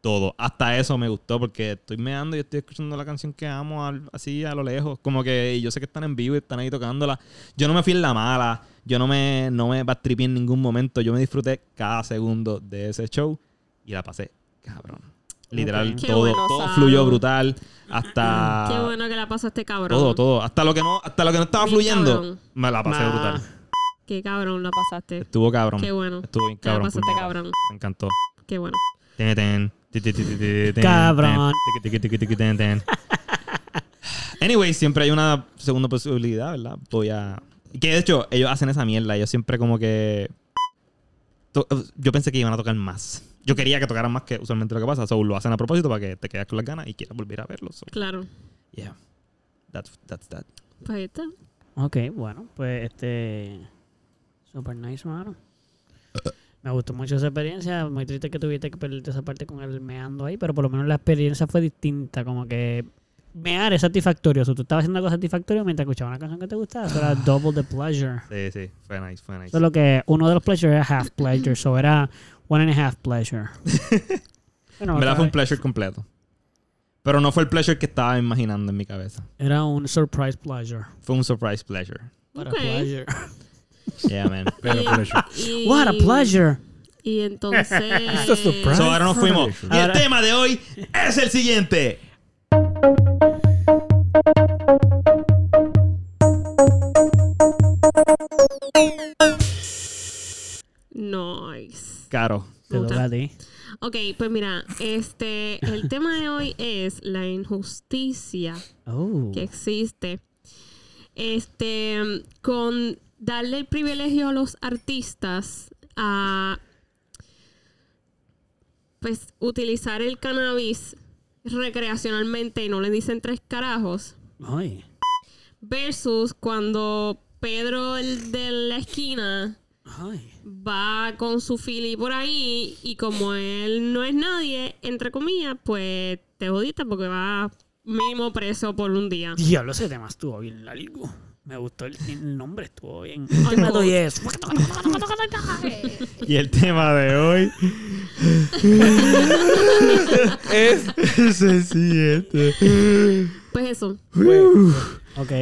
Speaker 1: todo. Hasta eso me gustó porque estoy meando y estoy escuchando la canción que amo al- así a lo lejos. Como que yo sé que están en vivo y están ahí tocándola. Yo no me fui en la mala. Yo no me, no me backtripeé en ningún momento. Yo me disfruté cada segundo de ese show y la pasé cabrón. Literal,
Speaker 3: Ok.
Speaker 4: Qué
Speaker 1: todo,
Speaker 4: bueno,
Speaker 1: todo
Speaker 4: Salo.
Speaker 1: fluyó brutal. Hasta
Speaker 4: Qué bueno que la pasaste, cabrón.
Speaker 1: Ah. todo, todo. Hasta lo que no, hasta lo que no estaba
Speaker 4: Bien
Speaker 1: fluyendo,
Speaker 4: cabrón.
Speaker 1: me la pasé
Speaker 3: Ah.
Speaker 1: brutal.
Speaker 4: Qué cabrón la pasaste.
Speaker 1: Estuvo cabrón.
Speaker 4: Qué bueno.
Speaker 1: Estuvo bien
Speaker 4: Te la
Speaker 1: cabrón.
Speaker 4: pasaste
Speaker 1: puñeta.
Speaker 4: cabrón.
Speaker 1: Me encantó.
Speaker 4: Qué bueno.
Speaker 1: Ten, ten, ti, ti, ti, ti, ti, ten,
Speaker 3: Cabrón.
Speaker 1: ten, tiqui, tiqui, tiqui, tiqui, ten, ten. Anyway, siempre hay una segunda posibilidad, ¿verdad? Voy a. Que de hecho, ellos hacen esa mierda. Ellos siempre como que. to- eh, Yo pensé que iban a tocar más. Yo quería que tocaran más que usualmente lo que pasa. So, lo hacen a propósito para que te quedes con las ganas y quieras volver a verlo. So,
Speaker 4: Claro.
Speaker 1: yeah. That's, that's that.
Speaker 4: Pues ahí está.
Speaker 3: Ok, bueno, pues este. Super nice, mano. Me gustó mucho esa experiencia. Muy triste que tuviste que perderte esa parte con el meando ahí, pero por lo menos la experiencia fue distinta. Como que mear es satisfactorio. O sea, tú estabas haciendo algo satisfactorio mientras escuchabas una canción que te gustaba. Eso era double the pleasure.
Speaker 1: Sí, sí. Fue nice, fue nice.
Speaker 3: Eso es lo que uno de los pleasures era half pleasure. So era one and a half pleasure. Bueno,
Speaker 1: En verdad fue un
Speaker 3: otra
Speaker 1: pleasure completo. Pero no fue el pleasure que estaba imaginando en mi cabeza.
Speaker 3: vez. era un surprise pleasure.
Speaker 1: Fue un surprise pleasure.
Speaker 3: What
Speaker 4: Ok.
Speaker 3: a pleasure.
Speaker 1: Yeah, man.
Speaker 2: Pero
Speaker 4: Y-
Speaker 2: por eso.
Speaker 4: y-
Speaker 3: What a pleasure.
Speaker 4: Y entonces.
Speaker 2: It's a surprise.
Speaker 1: So, ahora nos fuimos. Y el
Speaker 3: Ahora-
Speaker 1: tema de hoy es el siguiente.
Speaker 4: Nice.
Speaker 1: Caro.
Speaker 3: Te
Speaker 4: Puta.
Speaker 3: toca a ti.
Speaker 4: Ok, pues mira, este, el tema de hoy es la injusticia
Speaker 3: Oh.
Speaker 4: que existe. Este, con darle el privilegio a los artistas a pues utilizar el cannabis recreacionalmente y no le dicen tres carajos.
Speaker 3: Ay.
Speaker 4: Versus cuando Pedro el de la esquina
Speaker 3: Ay.
Speaker 4: va con su fili por ahí y como él no es nadie, entre comillas, pues te jodiste porque va mínimo preso por un día.
Speaker 3: Diablo, ese tema estuvo bien la ligo. Me gustó el, el nombre, estuvo bien.
Speaker 4: Ay, no.
Speaker 3: Tema y es.
Speaker 1: Y el tema de hoy
Speaker 2: Es
Speaker 1: es el siguiente.
Speaker 4: Pues eso.
Speaker 3: Ok.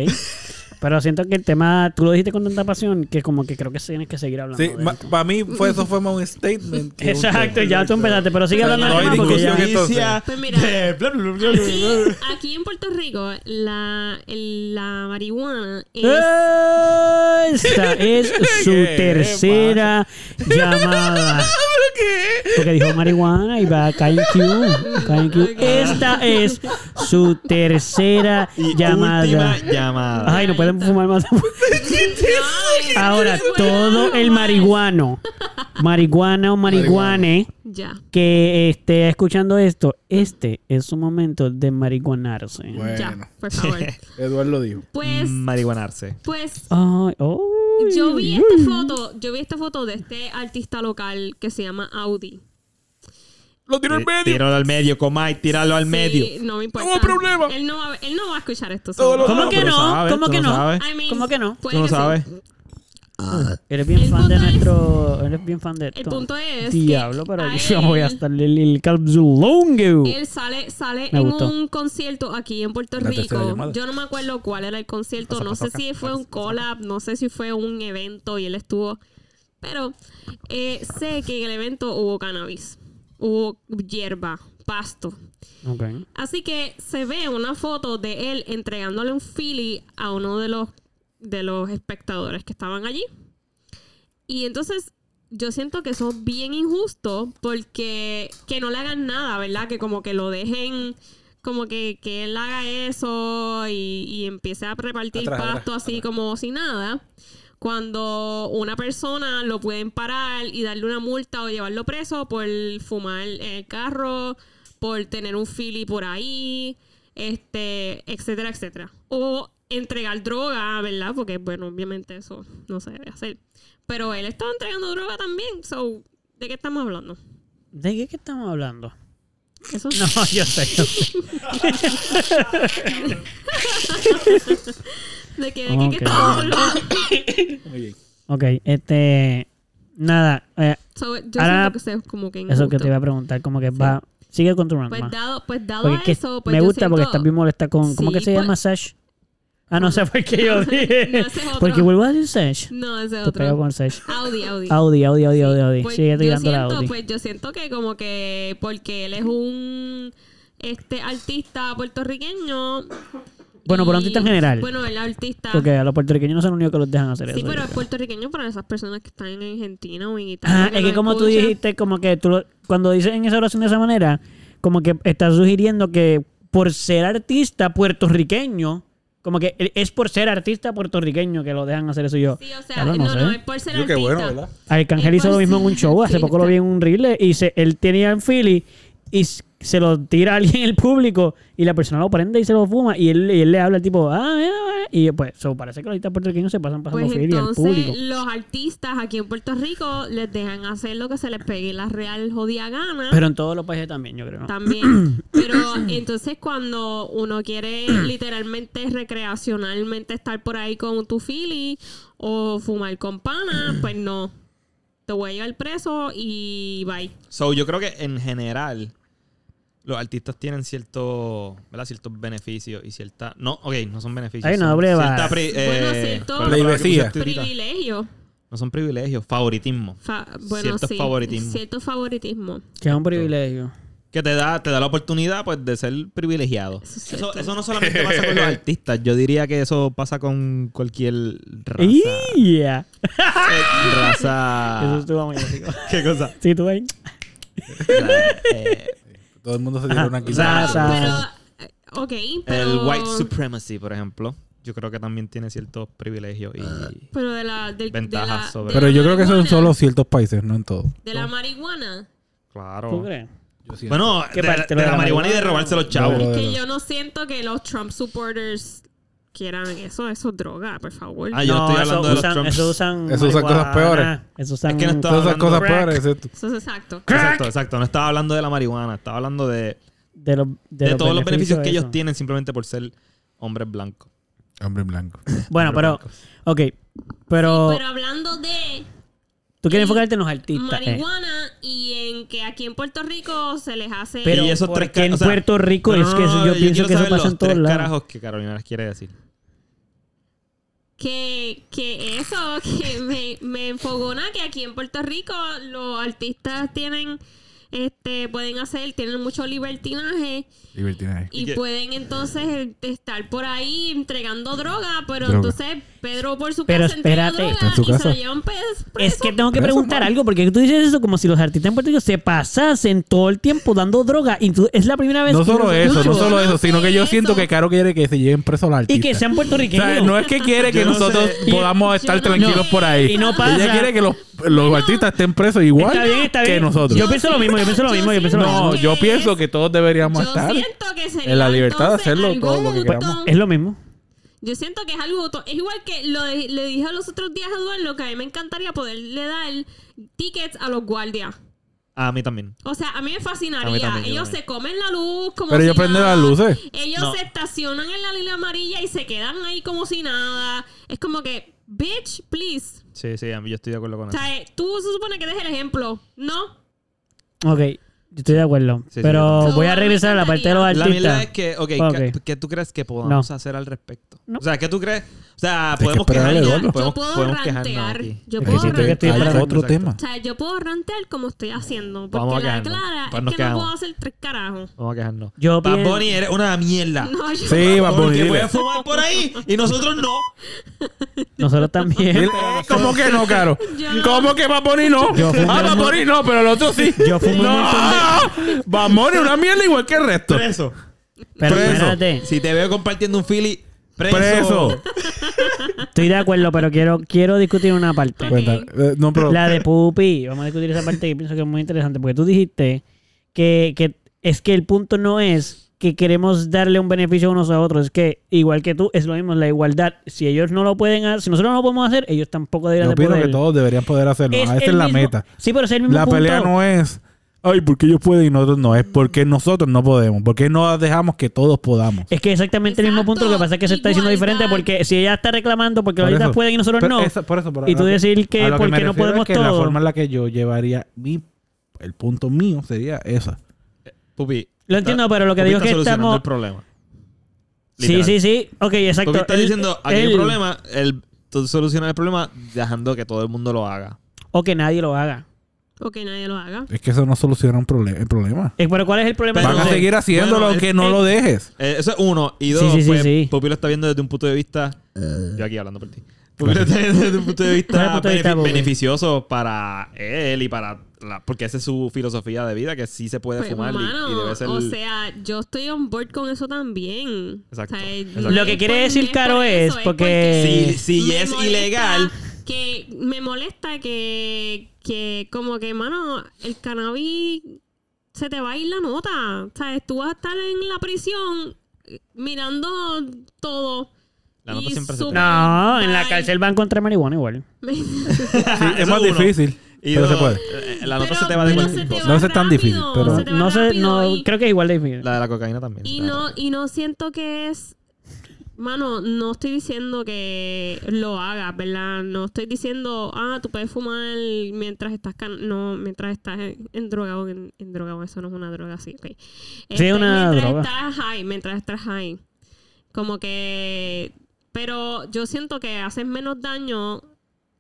Speaker 3: Pero siento que el tema, tú lo dijiste con tanta pasión que como que creo que tienes que seguir hablando. de esto.
Speaker 2: para mí fue, eso fue más un statement. que un
Speaker 3: Exacto,
Speaker 2: tema.
Speaker 3: ya tú empezaste, pero sigue
Speaker 2: O sea,
Speaker 3: hablando
Speaker 2: no
Speaker 3: del
Speaker 2: hay
Speaker 3: tema porque ya-
Speaker 2: discusión que-
Speaker 4: Pues mira.
Speaker 1: de bla, bla, bla, bla, bla,
Speaker 4: Sí,
Speaker 1: bla.
Speaker 4: aquí en Puerto Rico la, el- la marihuana es...
Speaker 3: ¿Eh? Esta es su
Speaker 2: ¿Qué
Speaker 3: tercera llamada.
Speaker 2: ¿Pero qué
Speaker 3: Porque dijo marihuana y va a caer en Q. cae en Q.
Speaker 4: Ok.
Speaker 3: Esta es su tercera
Speaker 1: Y
Speaker 3: llamada.
Speaker 1: última llamada.
Speaker 3: Ay, no pueden fumar más.
Speaker 4: No,
Speaker 3: Ahora,
Speaker 4: eso es
Speaker 3: todo el marihuano, marihuana o marihuane
Speaker 4: Ya.
Speaker 3: que esté escuchando esto, este es su momento de marihuanarse.
Speaker 2: Bueno,
Speaker 4: Ya, por favor.
Speaker 2: Eduardo dijo.
Speaker 4: Pues,
Speaker 3: Mm.
Speaker 1: Marihuanarse.
Speaker 4: pues,
Speaker 3: Ay, oh.
Speaker 4: yo vi esta foto, yo vi esta foto de este artista local que se llama Audi.
Speaker 2: Lo tiró en medio.
Speaker 1: Eh, Tíralo al medio, Comay, tíralo al
Speaker 4: Sí,
Speaker 1: medio.
Speaker 4: No me importa.
Speaker 2: Tengo problema.
Speaker 4: Él no va, él no va a escuchar esto.
Speaker 2: Todo
Speaker 4: seguro.
Speaker 2: lo-
Speaker 3: ¿Cómo que
Speaker 1: Tú lo
Speaker 3: no?
Speaker 1: sabes,
Speaker 3: ¿Cómo
Speaker 1: tú
Speaker 3: que
Speaker 1: lo
Speaker 3: no?
Speaker 1: sabes.
Speaker 4: I mean,
Speaker 3: ¿Cómo que no?
Speaker 4: puede
Speaker 1: Tú no
Speaker 4: que sí.
Speaker 1: sabes.
Speaker 3: Eres bien
Speaker 4: El
Speaker 3: fan de
Speaker 4: punto es-
Speaker 3: nuestro. Eres bien fan de esto.
Speaker 4: El punto es
Speaker 3: Diablo,
Speaker 4: que
Speaker 3: pero
Speaker 4: a
Speaker 3: yo
Speaker 4: él-
Speaker 3: voy a estar el, el calzulongo.
Speaker 4: Él sale, sale
Speaker 3: Me
Speaker 4: en
Speaker 3: gustó.
Speaker 4: un concierto aquí en Puerto
Speaker 2: La tercera
Speaker 4: Rico.
Speaker 2: llamada.
Speaker 4: Yo no me acuerdo cuál era el concierto.
Speaker 1: Pasa,
Speaker 4: No
Speaker 1: pasa
Speaker 4: sé
Speaker 1: acá.
Speaker 4: si fue
Speaker 1: Pasa,
Speaker 4: un
Speaker 1: pasa acá.
Speaker 4: collab, no sé si fue un evento y él estuvo. Pero eh, sé que en el evento hubo cannabis, hubo hierba, pasto.
Speaker 3: Ok.
Speaker 4: Así que se ve una foto de él entregándole un Philly a uno de los, de los espectadores que estaban allí. Y entonces yo siento que eso es bien injusto porque que no le hagan nada, ¿verdad? Que como que lo dejen, como que, que él haga eso y, y empiece a repartir
Speaker 2: Atrás, atrás,
Speaker 4: pasto así
Speaker 2: atrás.
Speaker 4: como si nada. Cuando una persona lo pueden parar y darle una multa o llevarlo preso por fumar en el carro, por tener un fili por ahí, este, etcétera, etcétera. O entregar droga, ¿verdad? Porque, bueno, obviamente eso no se debe hacer. Pero él estaba entregando droga también. So, ¿de qué estamos hablando?
Speaker 3: ¿De qué, qué estamos hablando?
Speaker 4: Eso
Speaker 3: No, yo sé. yo sé.
Speaker 4: ¿De qué, de qué,
Speaker 3: Ok.
Speaker 4: qué estamos hablando?
Speaker 2: Muy bien.
Speaker 3: Ok, este. Nada, eh,
Speaker 4: So, yo
Speaker 3: Ahora,
Speaker 4: siento que eso es como que
Speaker 3: eso que
Speaker 4: injusto.
Speaker 3: te iba a preguntar, como que va. Sigue controlando
Speaker 4: Pues
Speaker 3: más.
Speaker 4: dado, pues dado
Speaker 3: Porque es que
Speaker 4: eso, pues
Speaker 3: me
Speaker 4: yo
Speaker 3: gusta porque
Speaker 4: siento-
Speaker 3: estás bien molesta con. ¿Cómo
Speaker 4: Sí,
Speaker 3: que se llama
Speaker 4: pues-
Speaker 3: Sash? Ah, no sé por qué yo dije.
Speaker 4: No, ese es otro.
Speaker 3: porque vuelvo a decir Sash.
Speaker 4: No, ese es
Speaker 3: Te pego
Speaker 4: otro.
Speaker 3: con Sash.
Speaker 4: Audi, Audi.
Speaker 3: Audi, Audi, Audi, Audi, Audi.
Speaker 4: Pues
Speaker 3: Sigue
Speaker 4: yo
Speaker 3: tirando la
Speaker 4: siento-
Speaker 3: Audi.
Speaker 4: Pues yo siento que como que porque él es un este artista puertorriqueño.
Speaker 3: Bueno, pero artista en general.
Speaker 4: Bueno, el artista.
Speaker 3: Porque a los puertorriqueños no son los únicos que los dejan hacer
Speaker 4: sí,
Speaker 3: eso.
Speaker 4: pero
Speaker 3: yo
Speaker 4: es
Speaker 3: creo.
Speaker 4: puertorriqueño para esas personas que están en Argentina o en Italia.
Speaker 3: Ah, es que
Speaker 4: nos
Speaker 3: como tú
Speaker 4: escuchan.
Speaker 3: dijiste, como que tú lo- cuando dices en esa oración de esa manera, como que estás sugiriendo que por ser artista puertorriqueño, como que es por ser artista puertorriqueño que lo dejan hacer eso Y yo.
Speaker 4: Sí, o sea,
Speaker 3: claro,
Speaker 4: no, no,
Speaker 3: sé.
Speaker 4: es por ser
Speaker 2: Yo qué
Speaker 4: artista.
Speaker 2: bueno, ¿verdad?
Speaker 3: Arcángel
Speaker 4: Es
Speaker 3: hizo lo
Speaker 4: por
Speaker 3: mismo en
Speaker 4: ser
Speaker 3: un show, hace poco lo vi en un reel eh, y se, él tenía en Philly y s- se lo tira a alguien en el público y la persona lo prende y se lo fuma y él, y él le habla al tipo, ah, mira, mira", y pues so, parece que los artistas puertorriqueños se pasan pasando
Speaker 4: Pues
Speaker 3: Philly al público.
Speaker 4: entonces los artistas aquí en Puerto Rico les dejan hacer lo que se les pegue la real jodida gana.
Speaker 3: Pero en todos los países también, yo creo. ¿no?
Speaker 4: También. Pero entonces cuando uno quiere literalmente recreacionalmente estar por ahí con tu fili o fumar con pana, pues no. Te voy a llevar preso y bye.
Speaker 1: So, yo creo que en general los artistas tienen ciertos, ¿verdad? Ciertos beneficios y cierta... No, ok, no son beneficios.
Speaker 3: Ay, no,
Speaker 1: son
Speaker 3: breva.
Speaker 1: cierta pri-
Speaker 4: Bueno, cierto-
Speaker 1: ¿cuál es la palabra que
Speaker 2: Privilegio.
Speaker 1: pusiste ahorita?
Speaker 4: Privilegio.
Speaker 1: No son privilegios, favoritismo.
Speaker 4: Fa- bueno,
Speaker 1: Cierto
Speaker 4: sí.
Speaker 1: favoritismo.
Speaker 4: Cierto favoritismo.
Speaker 3: Que es un privilegio.
Speaker 1: Que te da, te da la oportunidad pues, de ser privilegiado.
Speaker 4: Eso es
Speaker 1: Eso,
Speaker 4: cierto.
Speaker 1: eso no solamente pasa con los artistas, yo diría que eso pasa con cualquier raza.
Speaker 3: ¡Ya!
Speaker 1: Eh,
Speaker 3: Eso
Speaker 1: raza.
Speaker 3: estuvo muy rico.
Speaker 1: ¿Qué cosa?
Speaker 3: Sí, tú ahí.
Speaker 1: Eh,
Speaker 2: Todo el mundo se tiró una
Speaker 3: Ah,
Speaker 4: Pero,
Speaker 2: quizá.
Speaker 3: Raza.
Speaker 4: pero, eh, ok, pero...
Speaker 1: El white supremacy, por ejemplo, yo creo que también tiene ciertos privilegios y
Speaker 4: Pero de la... del- de
Speaker 1: Ventajas
Speaker 4: la-
Speaker 1: sobre-
Speaker 4: de
Speaker 2: Pero
Speaker 4: la
Speaker 2: yo creo que son
Speaker 4: marihuana-
Speaker 2: solo ciertos países, no en todo.
Speaker 4: De la marihuana.
Speaker 3: ¿Tú
Speaker 1: claro.
Speaker 3: crees?
Speaker 1: Bueno,
Speaker 3: ¿Qué
Speaker 1: de, de
Speaker 3: parte? ¿Lo de
Speaker 1: la
Speaker 3: la
Speaker 1: marihuana y de
Speaker 3: marihuana?
Speaker 1: robarse los chavos.
Speaker 2: No,
Speaker 4: Es
Speaker 2: Bueno.
Speaker 4: que yo no siento que los Trump supporters quieran eso, eso es droga, por favor.
Speaker 1: Ah, yo
Speaker 3: No,
Speaker 1: estoy
Speaker 3: eso
Speaker 1: hablando de los
Speaker 3: usan-
Speaker 1: Trumps.
Speaker 3: Eso usan,
Speaker 2: Eso usan cosas
Speaker 3: marihuana,
Speaker 2: peores.
Speaker 3: Eso usan...
Speaker 1: Es que no está-
Speaker 2: Todas esas
Speaker 1: hablando-
Speaker 2: cosas
Speaker 3: Crack.
Speaker 2: peores, excepto.
Speaker 4: Eso es exacto.
Speaker 1: Exacto, exacto. No estaba hablando de la marihuana, estaba hablando de,
Speaker 3: De, los-
Speaker 1: de, todos los beneficios que
Speaker 3: de
Speaker 1: ellos
Speaker 3: eso.
Speaker 1: tienen simplemente por ser hombres blancos.
Speaker 2: Hombre blanco.
Speaker 3: Bueno, pero... Ok. Pero...
Speaker 4: Pero hablando de
Speaker 3: tú quieres enfocarte en los artistas. eh.
Speaker 4: marihuana y en que aquí en Puerto Rico se les hace...
Speaker 3: Pero
Speaker 1: Y esos
Speaker 3: ¿por
Speaker 1: tres
Speaker 3: qué
Speaker 1: ca-
Speaker 3: en
Speaker 1: o sea,
Speaker 3: Puerto Rico
Speaker 1: Pero
Speaker 3: es
Speaker 1: no,
Speaker 3: que
Speaker 1: no,
Speaker 3: eso,
Speaker 1: no,
Speaker 3: yo, pienso
Speaker 1: quiero
Speaker 3: que eso
Speaker 1: saber
Speaker 3: pasa
Speaker 1: los
Speaker 3: en todos
Speaker 1: tres
Speaker 3: lados.
Speaker 1: carajos que Carolina les quiere decir.
Speaker 4: que, que eso, que me, me enfogona que aquí en Puerto Rico los artistas tienen este, pueden hacer, tienen mucho libertinaje
Speaker 2: Libertinaje.
Speaker 1: ¿Y
Speaker 4: y
Speaker 1: qué?
Speaker 4: pueden entonces estar por ahí entregando droga, pero
Speaker 2: Droga.
Speaker 4: entonces Pedro por su
Speaker 3: Pero
Speaker 4: casa entrega
Speaker 3: espérate.
Speaker 4: droga
Speaker 2: Está en su
Speaker 4: y se
Speaker 2: casa.
Speaker 4: lo llevan pes- preso.
Speaker 3: Es que tengo que
Speaker 2: Preso,
Speaker 3: preguntar
Speaker 2: mano.
Speaker 3: algo, porque tú dices eso como si los artistas en Puerto Rico se pasasen todo el tiempo dando droga. Y Pues tú- es la primera vez
Speaker 2: No
Speaker 3: que
Speaker 2: solo
Speaker 3: los
Speaker 2: eso, no
Speaker 3: escucho.
Speaker 2: solo eso, sino que yo
Speaker 4: Eso.
Speaker 2: siento que Caro quiere que se lleven preso al artista.
Speaker 3: Y que sean
Speaker 2: O sea,
Speaker 3: puertorriqueños.
Speaker 2: no es que quiere que
Speaker 1: Yo no
Speaker 2: nosotros
Speaker 1: sé.
Speaker 2: podamos
Speaker 4: Yo
Speaker 2: estar
Speaker 4: no
Speaker 2: tranquilos
Speaker 4: sé.
Speaker 2: por ahí.
Speaker 3: Y no
Speaker 2: Ella
Speaker 3: pasa.
Speaker 2: quiere que los, los artistas estén presos igual
Speaker 3: Está bien, está bien.
Speaker 2: que nosotros.
Speaker 3: Yo pienso lo mismo, yo pienso lo mismo, yo pienso lo
Speaker 2: no,
Speaker 3: mismo.
Speaker 2: yo pienso que todos deberíamos
Speaker 4: yo
Speaker 2: estar.
Speaker 4: siento que sería
Speaker 2: en la libertad de hacerlo
Speaker 4: entonces
Speaker 2: todo lo que
Speaker 4: algo
Speaker 2: queramos.
Speaker 4: auto-
Speaker 3: Es lo mismo.
Speaker 4: Yo siento que es algo. auto- Es igual que lo de- le dije los otros días a Eduardo que a mí me encantaría poderle dar tickets a los guardias.
Speaker 1: A mí también.
Speaker 4: O sea, a mí me fascinaría.
Speaker 1: A mí también, yo
Speaker 4: ellos
Speaker 1: también.
Speaker 4: se comen la luz como
Speaker 2: Pero
Speaker 4: si
Speaker 2: ellos prenden
Speaker 4: nada.
Speaker 2: las luces.
Speaker 4: Ellos
Speaker 1: No.
Speaker 4: se estacionan en la línea amarilla y se quedan ahí como si nada. Es como que, bitch, please.
Speaker 1: Sí, sí, a mí yo estoy de acuerdo con
Speaker 4: O
Speaker 1: eso.
Speaker 4: sea, eh, tú se supone que des el ejemplo, ¿no?
Speaker 3: Ok, yo estoy de acuerdo.
Speaker 1: Sí, sí, yo
Speaker 3: pero
Speaker 4: también.
Speaker 3: voy a regresar a la parte de los
Speaker 1: La mierda
Speaker 3: artistas.
Speaker 1: es que, ok,
Speaker 3: Ok.
Speaker 1: ¿qué- ¿qué tú crees que podamos
Speaker 3: No.
Speaker 1: hacer al respecto?
Speaker 3: No.
Speaker 1: O sea, ¿qué tú crees? O sea,
Speaker 2: que
Speaker 1: podemos
Speaker 2: esperar al
Speaker 1: quejarnos,
Speaker 2: Eduardo.
Speaker 1: podemos,
Speaker 4: yo puedo
Speaker 1: podemos quejarnos
Speaker 4: rantear.
Speaker 1: aquí.
Speaker 4: Yo
Speaker 2: Es
Speaker 3: Es
Speaker 2: que
Speaker 4: puedo
Speaker 3: sí,
Speaker 2: eso
Speaker 3: siento
Speaker 2: te-
Speaker 3: que estoy
Speaker 4: rantear.
Speaker 2: hay
Speaker 3: esperando.
Speaker 2: otro tema.
Speaker 4: O sea, yo puedo rantear como estoy haciendo. Porque
Speaker 1: Vamos a
Speaker 4: la
Speaker 1: quejarnos.
Speaker 4: clara
Speaker 1: Pues nos
Speaker 4: es que no
Speaker 1: quedamos.
Speaker 4: puedo hacer tres carajos.
Speaker 1: Vamos a quejarnos.
Speaker 3: Yo
Speaker 1: Bad
Speaker 3: pienso-
Speaker 1: Bunny, eres una mierda.
Speaker 4: No, yo
Speaker 2: Sí, va a
Speaker 1: Porque
Speaker 2: poner.
Speaker 1: voy a fumar por ahí y nosotros no.
Speaker 3: Nosotros también.
Speaker 2: Dile, eh, ¿Cómo que no, Caro? ¿Cómo que Bad Bunny no?
Speaker 3: Yo fumo
Speaker 2: Ah,
Speaker 3: un
Speaker 2: Bad
Speaker 3: mon-
Speaker 2: Bunny no, pero el otro sí.
Speaker 3: Yo fumo un
Speaker 2: no, Ah,
Speaker 3: montón
Speaker 2: Bad Bunny una mierda igual que el resto.
Speaker 1: Preso.
Speaker 3: Pero
Speaker 2: preso.
Speaker 3: espérate,
Speaker 1: Si te veo compartiendo un Philly, preso.
Speaker 2: Preso.
Speaker 3: estoy de acuerdo, pero quiero, quiero discutir una parte.
Speaker 2: Cuenta, eh, no, pero
Speaker 3: La de Pupi. Vamos a discutir esa parte que pienso que es muy interesante. Porque tú dijiste que, que es que el punto no es que queremos darle un beneficio unos a otros. Es que, igual que tú, es lo mismo, la igualdad. Si ellos no lo pueden hacer, si nosotros no lo podemos hacer, ellos tampoco deberían
Speaker 2: yo
Speaker 3: de
Speaker 2: opino que
Speaker 3: poderlo.
Speaker 2: todos deberían poder hacerlo. Ah, Esa
Speaker 3: el
Speaker 2: es la
Speaker 3: mismo-
Speaker 2: meta.
Speaker 3: Sí, pero es el mismo
Speaker 2: La
Speaker 3: punto.
Speaker 2: pelea no es, ay, porque ellos pueden y nosotros no. Es porque nosotros no podemos. Porque no dejamos que todos podamos.
Speaker 3: Es que exactamente el mismo
Speaker 4: Exacto,
Speaker 3: punto, lo que pasa es que se está diciendo
Speaker 4: igualdad.
Speaker 3: diferente porque si ella está reclamando porque los
Speaker 2: Por
Speaker 3: artistas
Speaker 2: eso.
Speaker 3: pueden y nosotros
Speaker 2: Pero
Speaker 3: no,
Speaker 2: esa- por eso, por
Speaker 3: y
Speaker 2: lo
Speaker 3: tú
Speaker 2: que-
Speaker 3: decir
Speaker 2: a
Speaker 3: que
Speaker 2: lo me
Speaker 3: porque no
Speaker 2: refiero es
Speaker 3: podemos
Speaker 2: que La
Speaker 3: todo.
Speaker 2: forma en la que yo llevaría mi... El punto mío sería esa.
Speaker 1: Pupi.
Speaker 3: Lo entiendo, pero lo que
Speaker 1: Pupi
Speaker 3: digo
Speaker 1: está
Speaker 3: es que
Speaker 1: solucionando
Speaker 3: estamos-
Speaker 1: el problema.
Speaker 3: Sí, sí, sí. Ok, exacto.
Speaker 1: Pupi está
Speaker 3: El-
Speaker 1: diciendo, aquí hay
Speaker 3: el-
Speaker 1: un problema, el, tú solucionas el problema dejando que todo el mundo lo haga.
Speaker 3: O que nadie lo haga.
Speaker 4: O que nadie lo haga.
Speaker 2: Es que eso no soluciona un problema el problema.
Speaker 3: Eh, Pero ¿cuál es el problema?
Speaker 1: Pero-
Speaker 2: Van a
Speaker 3: entonces?
Speaker 2: seguir haciéndolo
Speaker 1: bueno,
Speaker 2: aunque
Speaker 1: el-
Speaker 2: no
Speaker 1: el-
Speaker 2: lo dejes.
Speaker 1: Eh, eso es uno. Y dos,
Speaker 3: Sí, sí, sí,
Speaker 1: pues,
Speaker 3: sí.
Speaker 1: Pupi lo está viendo desde un punto de vista.
Speaker 2: Eh.
Speaker 1: Yo aquí hablando por ti. Pupi lo está viendo desde un punto de
Speaker 3: Desde el
Speaker 1: vista,
Speaker 3: punto de
Speaker 1: benefi-
Speaker 3: vista, Pupi.
Speaker 1: beneficioso para él y para. La, porque esa es su filosofía de vida, que sí se puede
Speaker 4: Pues,
Speaker 1: fumar y- y,
Speaker 4: mano,
Speaker 1: debe ser.
Speaker 4: O sea, yo estoy on board con eso también.
Speaker 1: Exacto,
Speaker 4: O sea,
Speaker 1: exacto.
Speaker 4: no
Speaker 3: Lo que
Speaker 4: es
Speaker 3: quiere
Speaker 4: por-
Speaker 3: decir,
Speaker 4: no es
Speaker 3: Caro,
Speaker 4: por
Speaker 3: es
Speaker 4: eso,
Speaker 1: si
Speaker 3: porque-
Speaker 1: si
Speaker 4: me
Speaker 1: es
Speaker 4: molesta
Speaker 1: ilegal.
Speaker 4: Que me molesta que, que como que, mano, el cannabis se te va a ir la nota. O sea, tú vas a estar en la prisión eh, mirando todo.
Speaker 1: La nota
Speaker 4: Y
Speaker 1: siempre se
Speaker 4: su-
Speaker 1: te va.
Speaker 3: No, en la
Speaker 4: Bye.
Speaker 3: cárcel van contra marihuana igual.
Speaker 2: Sí, es
Speaker 1: Eso
Speaker 2: más
Speaker 1: uno.
Speaker 2: difícil.
Speaker 1: Y
Speaker 2: pero
Speaker 1: dos,
Speaker 2: se puede.
Speaker 1: eh, La nota se te va de
Speaker 4: pero
Speaker 1: cualquier
Speaker 4: se te
Speaker 1: cosa.
Speaker 4: va
Speaker 2: No es tan difícil,
Speaker 4: rápido,
Speaker 2: pero-
Speaker 4: se te va
Speaker 3: No sé,
Speaker 4: rápido
Speaker 3: no,
Speaker 4: y-
Speaker 3: creo que es igual de difícil.
Speaker 1: La de la cocaína también.
Speaker 4: Y
Speaker 1: se te va
Speaker 4: no,
Speaker 1: rápido.
Speaker 4: y no siento que es. Mano, no estoy diciendo que lo hagas, ¿verdad? No estoy diciendo, ah, tú puedes fumar mientras estás can- no, mientras estás en, en drogado, en, en drogado, eso no es una droga, sí, ok. Este,
Speaker 3: una
Speaker 4: mientras
Speaker 3: droga.
Speaker 4: estás high, mientras estás high. Como que pero yo siento que haces menos daño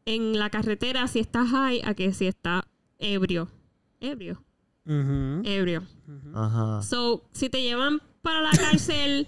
Speaker 4: en la carretera si estás high a que si estás ebrio. Ebrio,
Speaker 3: Ujú.
Speaker 4: ebrio.
Speaker 1: Ajá.
Speaker 4: So, si te llevan para la cárcel,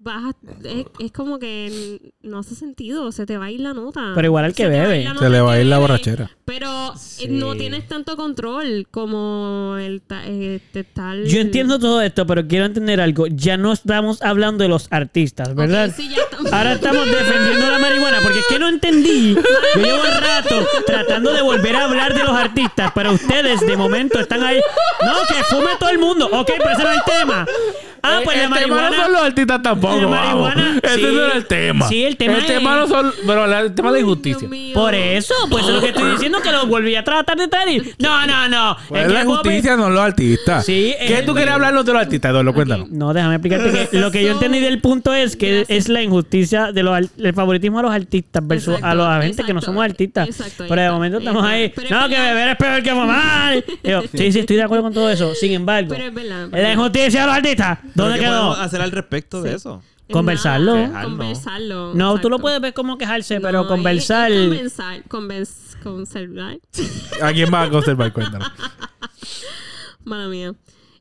Speaker 4: vas a- es, es como que n- no hace sentido, se te va a ir la nota.
Speaker 3: Pero igual al que
Speaker 4: Se te va a ir
Speaker 3: bebe.
Speaker 4: la nota
Speaker 2: Se le
Speaker 4: al
Speaker 2: va a
Speaker 4: que
Speaker 2: ir la
Speaker 4: bebe,
Speaker 2: borrachera.
Speaker 4: Pero eh,
Speaker 1: Sí.
Speaker 4: no tienes tanto control como el ta- este tal.
Speaker 3: Yo entiendo todo esto, pero quiero entender algo. Ya no estamos hablando de los artistas,
Speaker 4: Ok,
Speaker 3: ¿verdad?
Speaker 4: sí, ya estamos-
Speaker 3: Ahora estamos defendiendo la marihuana porque es que no entendí. Yo llevo un rato tratando de volver a hablar de los artistas, pero ustedes de momento están ahí. No, que fume todo el mundo. Ok, pero ese no es el tema. Ah, pues
Speaker 2: el
Speaker 3: la
Speaker 2: tema
Speaker 3: marihuana.
Speaker 2: Este no son los artistas tampoco.
Speaker 3: La
Speaker 2: vamos.
Speaker 3: marihuana,
Speaker 2: Ese
Speaker 3: sí.
Speaker 2: no era el tema.
Speaker 3: Sí, el tema
Speaker 2: El
Speaker 3: es-
Speaker 2: tema no son. Pero la- el tema de
Speaker 4: Dios
Speaker 2: injusticia.
Speaker 4: mío.
Speaker 3: Por eso, pues eso es lo que estoy diciendo que lo volví a tratar de traer. No, no, no.
Speaker 2: Pues
Speaker 3: Es
Speaker 2: la
Speaker 3: que Bobby-
Speaker 2: injusticia no los artistas.
Speaker 3: Sí,
Speaker 2: ¿Qué
Speaker 3: el-
Speaker 2: tú querías hablar de los artistas? Eduardo, cuéntalo.
Speaker 3: No, déjame explicarte que lo que yo entendí del punto es que es la injusticia de los ar- el favoritismo a los artistas versus a
Speaker 4: Exacto,
Speaker 3: los gente que no
Speaker 4: exacto,
Speaker 3: somos artistas.
Speaker 4: exacto,
Speaker 3: pero de
Speaker 4: exacto,
Speaker 3: momento estamos
Speaker 4: exacto.
Speaker 3: ahí.
Speaker 4: Pero es
Speaker 3: No, que
Speaker 4: verdad.
Speaker 3: beber es peor que fumar. Y yo, sí, sí, estoy de acuerdo con todo eso. Sin embargo,
Speaker 4: Pero es verdad, es
Speaker 3: la
Speaker 4: verdad.
Speaker 3: injusticia a los artistas.
Speaker 1: ¿Pero
Speaker 3: ¿Dónde
Speaker 1: ¿Qué
Speaker 3: quedó?
Speaker 1: podemos hacer al respecto de eso?
Speaker 4: Es
Speaker 3: Conversarlo.
Speaker 4: nada,
Speaker 1: Dejarlo.
Speaker 4: Conversarlo.
Speaker 3: No, tú lo
Speaker 4: exacto.
Speaker 3: puedes ver como quejarse,
Speaker 4: No,
Speaker 3: pero
Speaker 4: es- es
Speaker 3: conversar.
Speaker 4: Conversar. Convers, conservar.
Speaker 2: ¿A quién vas a conservar? Cuéntalo.
Speaker 4: Mala mía.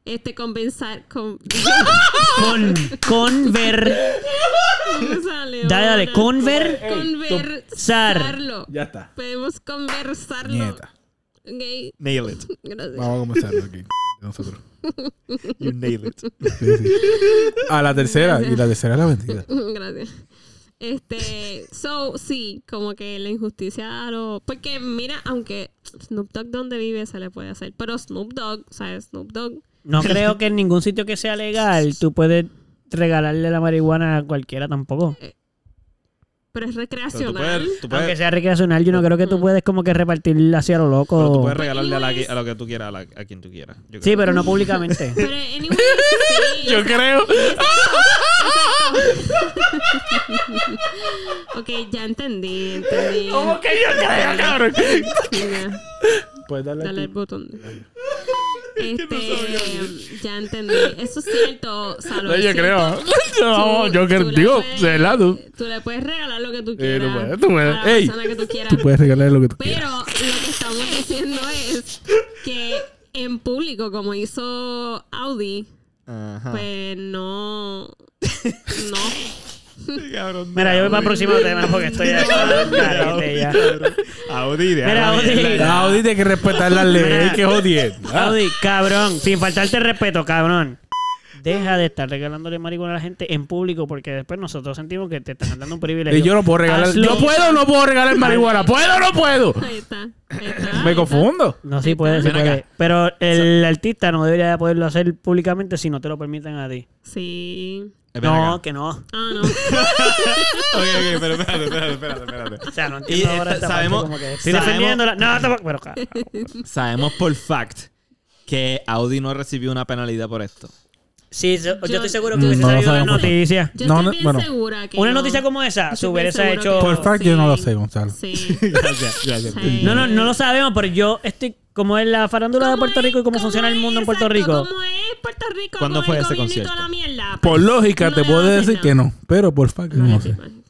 Speaker 4: Este, compensar. Con,
Speaker 3: Con, conver.
Speaker 4: me sale
Speaker 3: Dale, dale.
Speaker 4: ahora.
Speaker 3: Conver.
Speaker 4: Conversar.
Speaker 2: Ya está.
Speaker 4: Podemos conversarlo.
Speaker 2: Nieta.
Speaker 4: Ok,
Speaker 1: Nail it.
Speaker 4: gracias.
Speaker 2: Vamos a comenzarlo aquí. Nosotros.
Speaker 1: You nail it.
Speaker 2: Sí, sí. A la tercera. Y la tercera es la vencida.
Speaker 4: Gracias. Este, so, sí, como que la injusticia lo... Porque mira, aunque Snoop Dogg donde vive se le puede hacer, pero Snoop Dogg, o sea, Snoop Dogg,
Speaker 3: No creo que en ningún sitio que sea legal tú puedes regalarle la marihuana a cualquiera tampoco.
Speaker 4: pero
Speaker 1: Pero
Speaker 4: es
Speaker 1: tú
Speaker 4: recreacional.
Speaker 1: puedes, tú
Speaker 3: Aunque
Speaker 1: puedes,
Speaker 3: sea recreacional, yo no creo que tú puedes como que repartirla hacia lo
Speaker 1: pero tú
Speaker 3: loco.
Speaker 1: puedes regalarle a, la que- a lo que tú quieras, a, la- a quien tú quieras. Yo
Speaker 3: Sí,
Speaker 1: creo.
Speaker 3: pero no públicamente.
Speaker 4: Pero anyway, sí,
Speaker 2: Yo creo.
Speaker 4: ok, ya entendí, entendí.
Speaker 2: que yo creo, cabrón?
Speaker 4: Ya,
Speaker 2: Puedes darle
Speaker 4: Pues dale el
Speaker 2: aquí.
Speaker 4: botón. Este, ya entendí. Eso es cierto. o sea, lo que
Speaker 2: Yo
Speaker 4: es
Speaker 2: creo.
Speaker 4: cierto.
Speaker 2: No,
Speaker 4: Tú-
Speaker 2: yo creo.
Speaker 4: tú le
Speaker 2: Digo,
Speaker 4: puedes-
Speaker 2: de lado.
Speaker 4: Tú le puedes regalar lo que tú
Speaker 2: Eh,
Speaker 4: quieras.
Speaker 2: tú puedes, tú puedes.
Speaker 4: A la
Speaker 2: Ey,
Speaker 4: persona que tú quieras.
Speaker 2: Tú puedes regalarle lo que tú quieras.
Speaker 4: Pero lo que estamos diciendo es que en público, como hizo Audi,
Speaker 1: Ajá.
Speaker 4: pues no. No.
Speaker 1: Cabrón,
Speaker 3: Mira, yo voy para el próximo tema porque estoy ya. Carete ya.
Speaker 1: Audi de
Speaker 3: Mira,
Speaker 1: ahora,
Speaker 3: Audi.
Speaker 1: mierda, ya.
Speaker 2: Audi tiene que respetar las leyes. que jodienda.
Speaker 3: Audi, cabrón, sin faltarte el respeto, cabrón. Deja de estar regalándole marihuana a la gente en público porque después nosotros sentimos que te están dando un privilegio.
Speaker 2: Y yo no puedo regalar.
Speaker 3: Hazlo.
Speaker 2: No puedo, no puedo regalar marihuana. ¿Puedo o no puedo?
Speaker 4: Ahí está. Ahí está. ahí
Speaker 2: Me
Speaker 4: está.
Speaker 2: confundo.
Speaker 3: No, sí puede, sí
Speaker 1: Ven
Speaker 3: puede.
Speaker 1: acá.
Speaker 3: Pero el artista no debería de poderlo hacer públicamente si no te lo permiten a ti.
Speaker 4: Sí.
Speaker 1: Eh, ven
Speaker 3: No,
Speaker 1: acá.
Speaker 3: que no.
Speaker 4: Ah, no.
Speaker 1: Ok, ok, pero espérate, espérate, espérate, espérate.
Speaker 3: O sea, no
Speaker 1: Y
Speaker 3: entiendo ahora
Speaker 1: esta-
Speaker 3: esta parte
Speaker 1: sabemos-
Speaker 3: como que estoy
Speaker 1: sabemos-
Speaker 3: defendiéndola. No, tampoco- pero cabrón.
Speaker 1: Sabemos por fact que Audi no recibió una penalidad por esto.
Speaker 3: Sí, yo, yo
Speaker 4: Yo-
Speaker 3: estoy seguro
Speaker 2: Mm,
Speaker 3: que hubiese
Speaker 2: no lo
Speaker 3: salido una
Speaker 2: sabemos.
Speaker 3: noticia.
Speaker 4: Yo
Speaker 2: No,
Speaker 4: estoy
Speaker 2: no,
Speaker 4: bien
Speaker 2: bueno.
Speaker 4: segura que.
Speaker 3: Una
Speaker 4: no.
Speaker 3: noticia como esa,
Speaker 4: Yo
Speaker 3: se
Speaker 4: estoy
Speaker 3: hubiese
Speaker 4: bien segura
Speaker 3: hecho...
Speaker 4: que
Speaker 2: Por fact, yo no lo sé, Gonzalo.
Speaker 4: Sí.
Speaker 1: Gracias, gracias.
Speaker 4: Sí.
Speaker 3: No, no, no lo sabemos, pero yo estoy... Como es la farándula de
Speaker 4: ¿Cómo
Speaker 3: Puerto
Speaker 4: es?
Speaker 3: Rico y cómo funciona el
Speaker 4: es?
Speaker 3: mundo en Puerto
Speaker 4: Exacto,
Speaker 3: Rico.
Speaker 4: ¿Cómo es Puerto Rico?
Speaker 1: ¿Cuándo
Speaker 4: con
Speaker 1: fue
Speaker 4: el
Speaker 1: ese
Speaker 4: gobierno y toda
Speaker 1: concierto?
Speaker 4: la mierda?
Speaker 2: Por lógica,
Speaker 4: No
Speaker 2: te
Speaker 4: le
Speaker 2: puedo
Speaker 4: voy a
Speaker 2: decir
Speaker 4: nada.
Speaker 2: que no. Pero por fact, yo
Speaker 4: No,
Speaker 2: no
Speaker 4: le
Speaker 2: sé.
Speaker 4: voy a decir nada.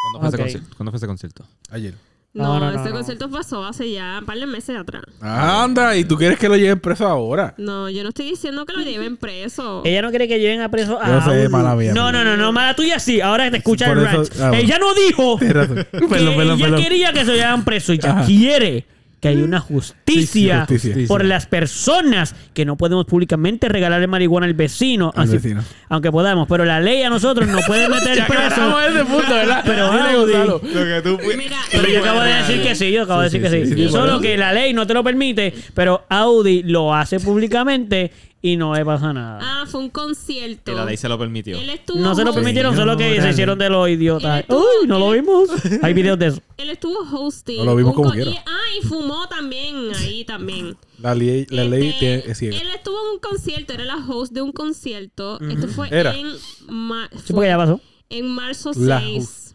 Speaker 1: ¿Cuándo fue,
Speaker 3: Ok.
Speaker 1: ese concierto? ¿Cuándo fue ese concierto?
Speaker 2: Ayer.
Speaker 4: No,
Speaker 3: No, no,
Speaker 4: este
Speaker 3: no, no.
Speaker 4: concierto pasó hace ya un par de meses atrás.
Speaker 2: Anda, ¿y tú quieres que lo lleven preso ahora?
Speaker 4: No, yo no estoy diciendo que lo lleven preso.
Speaker 3: Ella no quiere que lleguen a preso a
Speaker 2: Yo sé,
Speaker 3: Audi.
Speaker 2: mala mía,
Speaker 3: No, no,
Speaker 2: mía.
Speaker 3: no, no, mala tuya sí. Ahora te escucha
Speaker 2: Por
Speaker 3: el
Speaker 2: eso-
Speaker 3: ranch.
Speaker 2: ah, bueno.
Speaker 3: Ella no dijo
Speaker 2: Tienes razón.
Speaker 3: que
Speaker 2: Perdón, perdón,
Speaker 3: ella
Speaker 2: perdón.
Speaker 3: quería que se llevaran preso. Ella
Speaker 2: Ajá.
Speaker 3: quiere que haya una justicia,
Speaker 2: Sí, sí, justicia.
Speaker 3: por las personas que no podemos públicamente regalarle marihuana al vecino.
Speaker 2: Al
Speaker 3: así-
Speaker 2: vecino.
Speaker 3: Aunque podamos, pero la ley a nosotros no puede meter preso.
Speaker 2: Acabamos ese punto, ¿verdad?
Speaker 3: Pero
Speaker 2: Dile,
Speaker 3: Audi-
Speaker 2: Gonzalo.
Speaker 1: Lo que tú fui-
Speaker 4: Mira,
Speaker 3: Pero yo acabo de decir que sí, yo acabo
Speaker 2: Sí,
Speaker 3: de decir
Speaker 2: sí,
Speaker 3: que
Speaker 2: sí,
Speaker 3: sí.
Speaker 2: sí, sí,
Speaker 3: Solo
Speaker 2: bueno.
Speaker 3: que la ley no te lo permite, pero Audi lo hace públicamente y no le pasa nada.
Speaker 4: Ah, fue un concierto.
Speaker 1: Que la ley se lo permitió.
Speaker 4: Él estuvo
Speaker 3: No se lo
Speaker 4: host-
Speaker 3: permitieron, solo que se
Speaker 2: Señora.
Speaker 3: hicieron de los idiotas.
Speaker 4: Él estuvo-
Speaker 3: Uy, no lo vimos. Hay videos de eso.
Speaker 4: Él estuvo hosting.
Speaker 2: No lo vimos
Speaker 4: un
Speaker 2: como
Speaker 4: co-
Speaker 2: quiera.
Speaker 4: y- ah, y fumó también ahí también.
Speaker 2: La ley, la
Speaker 4: Este,
Speaker 2: ley tiene, es ciega.
Speaker 4: Él estuvo en un concierto, era la host de un concierto. Esto fue
Speaker 2: Era.
Speaker 4: en ma-
Speaker 3: Sí, porque ya pasó.
Speaker 4: En marzo
Speaker 2: La
Speaker 4: 6.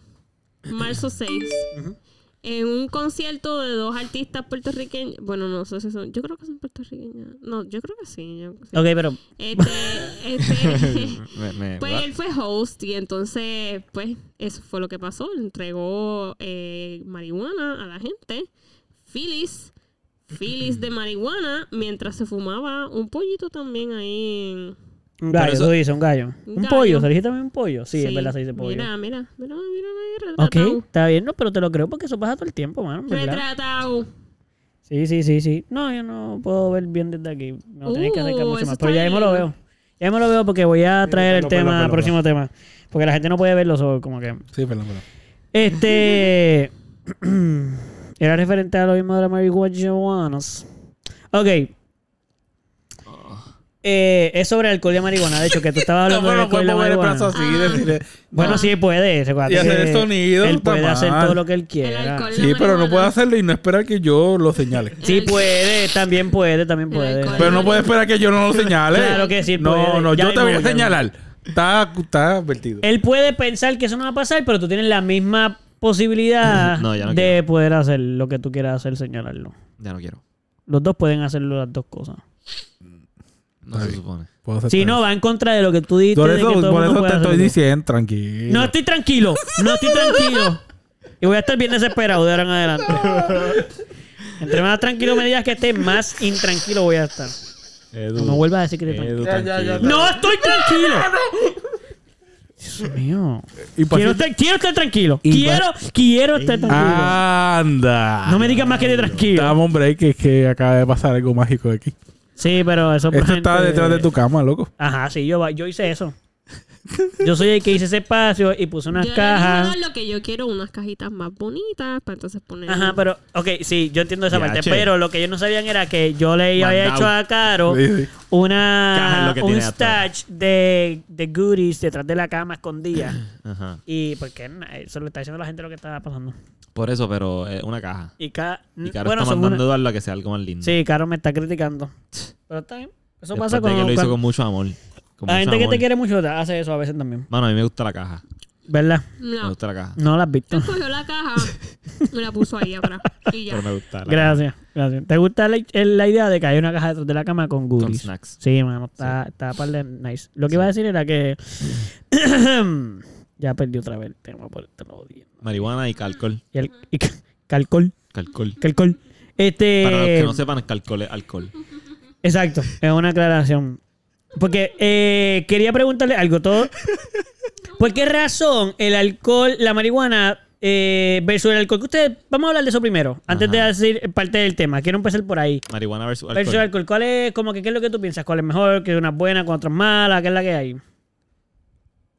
Speaker 4: Marzo 6. En un concierto de dos artistas puertorriqueños. Bueno, no sé si son. Yo creo que son puertorriqueñas. No, yo creo que sí. yo- sí.
Speaker 3: Ok, pero.
Speaker 4: Este, este,
Speaker 1: Me- me-
Speaker 4: pues él fue host y entonces, pues, eso fue lo que pasó. Le entregó eh, marihuana a la gente. Phyllis. Phyllis de marihuana mientras se fumaba un pollito también ahí en-
Speaker 2: Mm,
Speaker 3: Un gallo,
Speaker 1: Pero eso-
Speaker 3: eso dice, un gallo. Un
Speaker 4: Gallo.
Speaker 3: pollo, ¿se le dice también un pollo? Sí, es verdad, se dice pollo.
Speaker 4: Mira, mira, mira, mira, mira.
Speaker 3: ok,
Speaker 4: retratado.
Speaker 3: está bien, no, pero te lo creo porque eso pasa todo el tiempo, mano, en ¿verdad?
Speaker 4: Retratado.
Speaker 3: Sí, sí, sí, sí. No, yo no puedo ver bien desde aquí. Me lo tenéis que acercar
Speaker 4: Uh,
Speaker 3: mucho
Speaker 4: eso
Speaker 3: más.
Speaker 4: está
Speaker 3: Pero ya mismo lo
Speaker 4: bien.
Speaker 3: veo. Ya mismo lo veo porque voy a traer el
Speaker 2: pelo,
Speaker 3: tema,
Speaker 2: pelo, pelo,
Speaker 3: próximo tema. Porque la gente no puede verlo, so, como que.
Speaker 2: Sí, perdón, perdón.
Speaker 3: Este. era referente a lo mismo de la marihuana. Ok. Eh, es sobre alcohol y marihuana. De hecho, que tú estabas
Speaker 2: Ah. No,
Speaker 3: hablando de
Speaker 2: pero
Speaker 3: alcohol
Speaker 2: puedes
Speaker 3: y la
Speaker 2: mover el brazo
Speaker 3: marihuana.
Speaker 2: así y decirle.
Speaker 3: Bueno,
Speaker 4: Ah.
Speaker 3: sí puede. se acuerda
Speaker 2: Y hacer
Speaker 3: que
Speaker 2: el sonido,
Speaker 3: Él
Speaker 2: está
Speaker 3: puede hacer
Speaker 2: mal.
Speaker 3: todo lo que él
Speaker 4: El
Speaker 3: quiera.
Speaker 4: alcohol y
Speaker 2: Sí,
Speaker 4: la
Speaker 2: pero no
Speaker 4: marihuana.
Speaker 2: puede hacerlo y no esperar que yo lo señale.
Speaker 3: Sí puede, también puede, también puede.
Speaker 4: alcohol.
Speaker 2: Pero no puede esperar que yo no lo señale.
Speaker 3: Claro que sí,
Speaker 2: No,
Speaker 3: puede.
Speaker 2: no,
Speaker 3: Ya
Speaker 2: yo te
Speaker 3: mismo,
Speaker 2: voy a
Speaker 3: ya mismo. Eh,
Speaker 2: señalar. Está, está advertido.
Speaker 3: Él puede pensar que eso no va a pasar, pero tú tienes la misma posibilidad
Speaker 1: No, ya no
Speaker 3: de poder hacer lo que tú quieras hacer, señalarlo.
Speaker 1: Ya no quiero.
Speaker 3: Los dos pueden hacerlo las dos cosas.
Speaker 1: No se supone.
Speaker 2: Puedo hacer
Speaker 3: Si no,
Speaker 2: todo
Speaker 3: va en contra de lo que tú dijiste.
Speaker 2: Por
Speaker 3: de
Speaker 2: eso,
Speaker 3: que todo el
Speaker 2: por
Speaker 3: mundo
Speaker 2: eso
Speaker 3: puede
Speaker 2: te estoy
Speaker 3: hacerlo.
Speaker 2: diciendo, tranquilo.
Speaker 3: No estoy tranquilo, no estoy tranquilo. Y voy a estar bien desesperado de ahora en adelante. Entre más tranquilo me digas que esté, más intranquilo voy a estar.
Speaker 1: Edu,
Speaker 3: No vuelvas a decir que
Speaker 1: Edu,
Speaker 3: eres tranquilo.
Speaker 2: tranquilo. Ya, ya, ya,
Speaker 1: tranquilo.
Speaker 3: ¡No estoy tranquilo! Dios mío.
Speaker 2: Y pa-
Speaker 3: Quiero estar, quiero estar tranquilo.
Speaker 2: Y Ah,
Speaker 3: Quiero, quiero estar tranquilo.
Speaker 2: Anda.
Speaker 3: No me digas más que esté tranquilo.
Speaker 2: Dame un break, que es que acaba de pasar algo mágico aquí.
Speaker 3: Sí, pero eso
Speaker 2: Esto
Speaker 3: gente-
Speaker 2: está detrás de tu cama, loco.
Speaker 3: Ajá, sí, yo, yo hice eso. Yo soy el que hice ese espacio y puse unas
Speaker 4: yo
Speaker 3: cajas.
Speaker 4: Le dije, "No, lo que yo quiero, unas cajitas más bonitas para entonces poner.
Speaker 3: Ajá, pero, ok, sí, yo entiendo esa
Speaker 1: Ya,
Speaker 3: parte.
Speaker 1: che.
Speaker 3: Pero lo que ellos no sabían era que yo le había
Speaker 1: Mandado.
Speaker 3: hecho a Caro
Speaker 2: Sí, sí.
Speaker 3: una
Speaker 1: Caja es lo que
Speaker 3: un
Speaker 1: tiene atrás.
Speaker 3: stash de, de goodies detrás de la cama escondida.
Speaker 1: Ajá.
Speaker 3: y porque na, eso le está diciendo a la gente lo que estaba pasando.
Speaker 1: Por eso, pero eh, una caja.
Speaker 3: Y, ca-
Speaker 1: Y Caro
Speaker 3: bueno,
Speaker 1: está
Speaker 3: son
Speaker 1: mandando a
Speaker 3: una-
Speaker 1: Eduardo a que sea algo más lindo.
Speaker 3: Sí, Caro me está criticando. Pero está bien. Eso
Speaker 1: Después
Speaker 3: pasa
Speaker 1: de que
Speaker 3: con,
Speaker 1: lo hizo
Speaker 3: cuando-
Speaker 1: con mucho amor. Con
Speaker 3: la
Speaker 1: mucho
Speaker 3: gente que te
Speaker 1: amor.
Speaker 3: quiere mucho te hace eso a veces también.
Speaker 1: Mano, a mí me gusta la caja.
Speaker 3: ¿Verdad?
Speaker 1: Me
Speaker 4: No.
Speaker 1: gusta la caja.
Speaker 3: No las has visto.
Speaker 4: Él cogió la caja y la puso ahí atrás. Y ya.
Speaker 1: Pero me gusta la
Speaker 3: Gracias, gracias. ¿Te gusta la, el- la idea de que hay una caja detrás de la cama con
Speaker 1: caja. Con
Speaker 3: goodies?
Speaker 1: snacks.
Speaker 3: Sí, mano, está, está par de nice. Lo que iba a decir era que. ya perdí otra vez el tema por este nuevo día.
Speaker 1: Marihuana y calcol.
Speaker 3: Y el. y ca- calcol,
Speaker 1: Calcol.
Speaker 3: calcol. Este.
Speaker 1: Para los que no sepan, el calcol es alcohol.
Speaker 3: Exacto, es una aclaración. Porque eh, quería preguntarle algo. Todo. ¿Por qué razón el alcohol, la marihuana eh, versus el alcohol? Que ustedes, vamos a hablar de eso primero, antes de
Speaker 1: Ajá.
Speaker 3: decir parte del tema. Quiero empezar por ahí.
Speaker 1: Marihuana versus alcohol.
Speaker 3: Versus el alcohol, ¿cuál es, como que, qué es lo que tú piensas? ¿Cuál es mejor? ¿Qué es una buena? ¿Cuál otra es mala? ¿Qué es la que hay?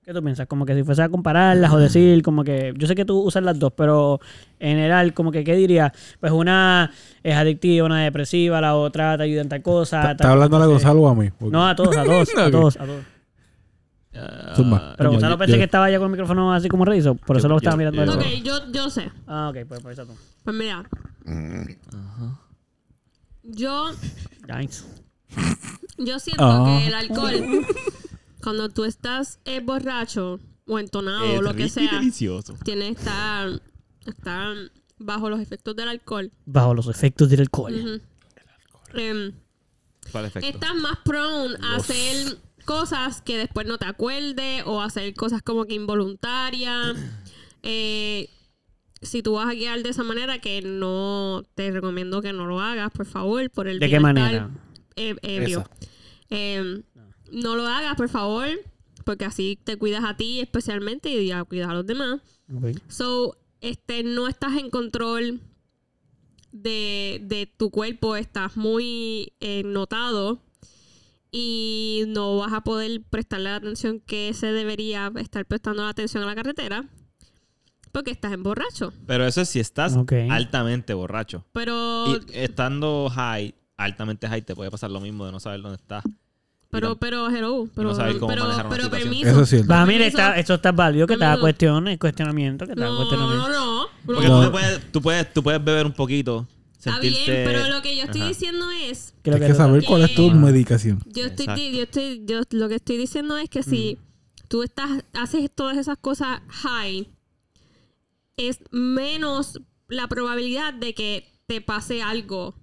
Speaker 3: ¿Qué tú piensas? Como que si fuese a compararlas o decir, como que yo sé que tú usas las dos, pero en general, como que, ¿qué dirías? Pues una es adictiva, una es depresiva, la otra te ayuda en tal cosa.
Speaker 2: Está
Speaker 3: tal-
Speaker 2: está hablando a Gonzalo o a mí. Porque-
Speaker 3: No, a todos, a todos, a
Speaker 2: Ok.
Speaker 3: todos, a todos.
Speaker 1: Ah,
Speaker 2: Zumba.
Speaker 3: Pero
Speaker 2: Yo-
Speaker 3: Gonzalo
Speaker 2: yo-
Speaker 3: pensé
Speaker 2: yo-
Speaker 3: que estaba ya con el micrófono así como reviso, por eso
Speaker 1: Yo-
Speaker 3: lo estaba
Speaker 1: yo-
Speaker 3: mirando.
Speaker 1: yo-
Speaker 3: él.
Speaker 4: Ok, yo, yo sé.
Speaker 3: Ah, ok, pues por eso tú.
Speaker 4: Pues mira. Yo,
Speaker 3: Nice.
Speaker 4: yo siento
Speaker 2: Ah.
Speaker 4: que el alcohol, cuando tú estás eh, borracho o entonado
Speaker 3: Eh,
Speaker 1: es
Speaker 4: o lo que
Speaker 1: rico y
Speaker 4: sea,
Speaker 1: delicioso.
Speaker 4: tiene estar, estar bajo los efectos del alcohol.
Speaker 3: Bajo los efectos del alcohol.
Speaker 4: Ujú. Em,
Speaker 1: ¿Cuál efecto?
Speaker 4: estás más prone a hacer cosas que después no te acuerdes o hacer cosas como que involuntarias. Eh, si tú vas a guiar de esa manera, que no te recomiendo que no lo hagas, por favor, por el
Speaker 3: ¿De qué manera?
Speaker 4: eh, ebrio. Eh, no lo hagas, por favor, porque así te cuidas a ti especialmente y ya cuidas a los demás.
Speaker 3: Ok.
Speaker 4: So, este, no estás en control de, de tu cuerpo, estás muy eh, notado y no vas a poder prestarle la atención que se debería estar prestando la atención a la carretera porque estás en borracho.
Speaker 1: Pero eso es si estás
Speaker 3: Ok.
Speaker 1: altamente borracho.
Speaker 4: Pero,
Speaker 1: Y estando high, altamente high, te puede pasar lo mismo de no saber dónde estás.
Speaker 4: pero, pero, hello, pero,
Speaker 1: saber cómo
Speaker 4: pero,
Speaker 1: manejar una
Speaker 4: pero
Speaker 1: situación.
Speaker 4: permiso.
Speaker 2: Eso es cierto.
Speaker 3: Va, Ah, mira,
Speaker 4: Eso-
Speaker 3: está, esto está válido, que está
Speaker 4: Amigo.
Speaker 3: cuestión, es cuestionamiento, que está
Speaker 4: No,
Speaker 3: cuestionamiento.
Speaker 4: no, no, no.
Speaker 1: Porque
Speaker 2: No.
Speaker 1: tú, te puedes, tú, puedes, tú puedes beber un poquito,
Speaker 4: Está
Speaker 1: sentirte...
Speaker 4: bien, pero lo que yo estoy
Speaker 1: Ajá.
Speaker 4: diciendo es
Speaker 3: Creo
Speaker 2: Hay que
Speaker 3: no-
Speaker 2: saber cuál es tu
Speaker 4: Eh.
Speaker 3: Mm.
Speaker 2: medicación.
Speaker 4: Yo estoy,
Speaker 1: Exacto. Mm.
Speaker 4: di- yo estoy, yo lo que estoy diciendo es que si tú estás, haces todas esas cosas high, es menos la probabilidad de que te pase algo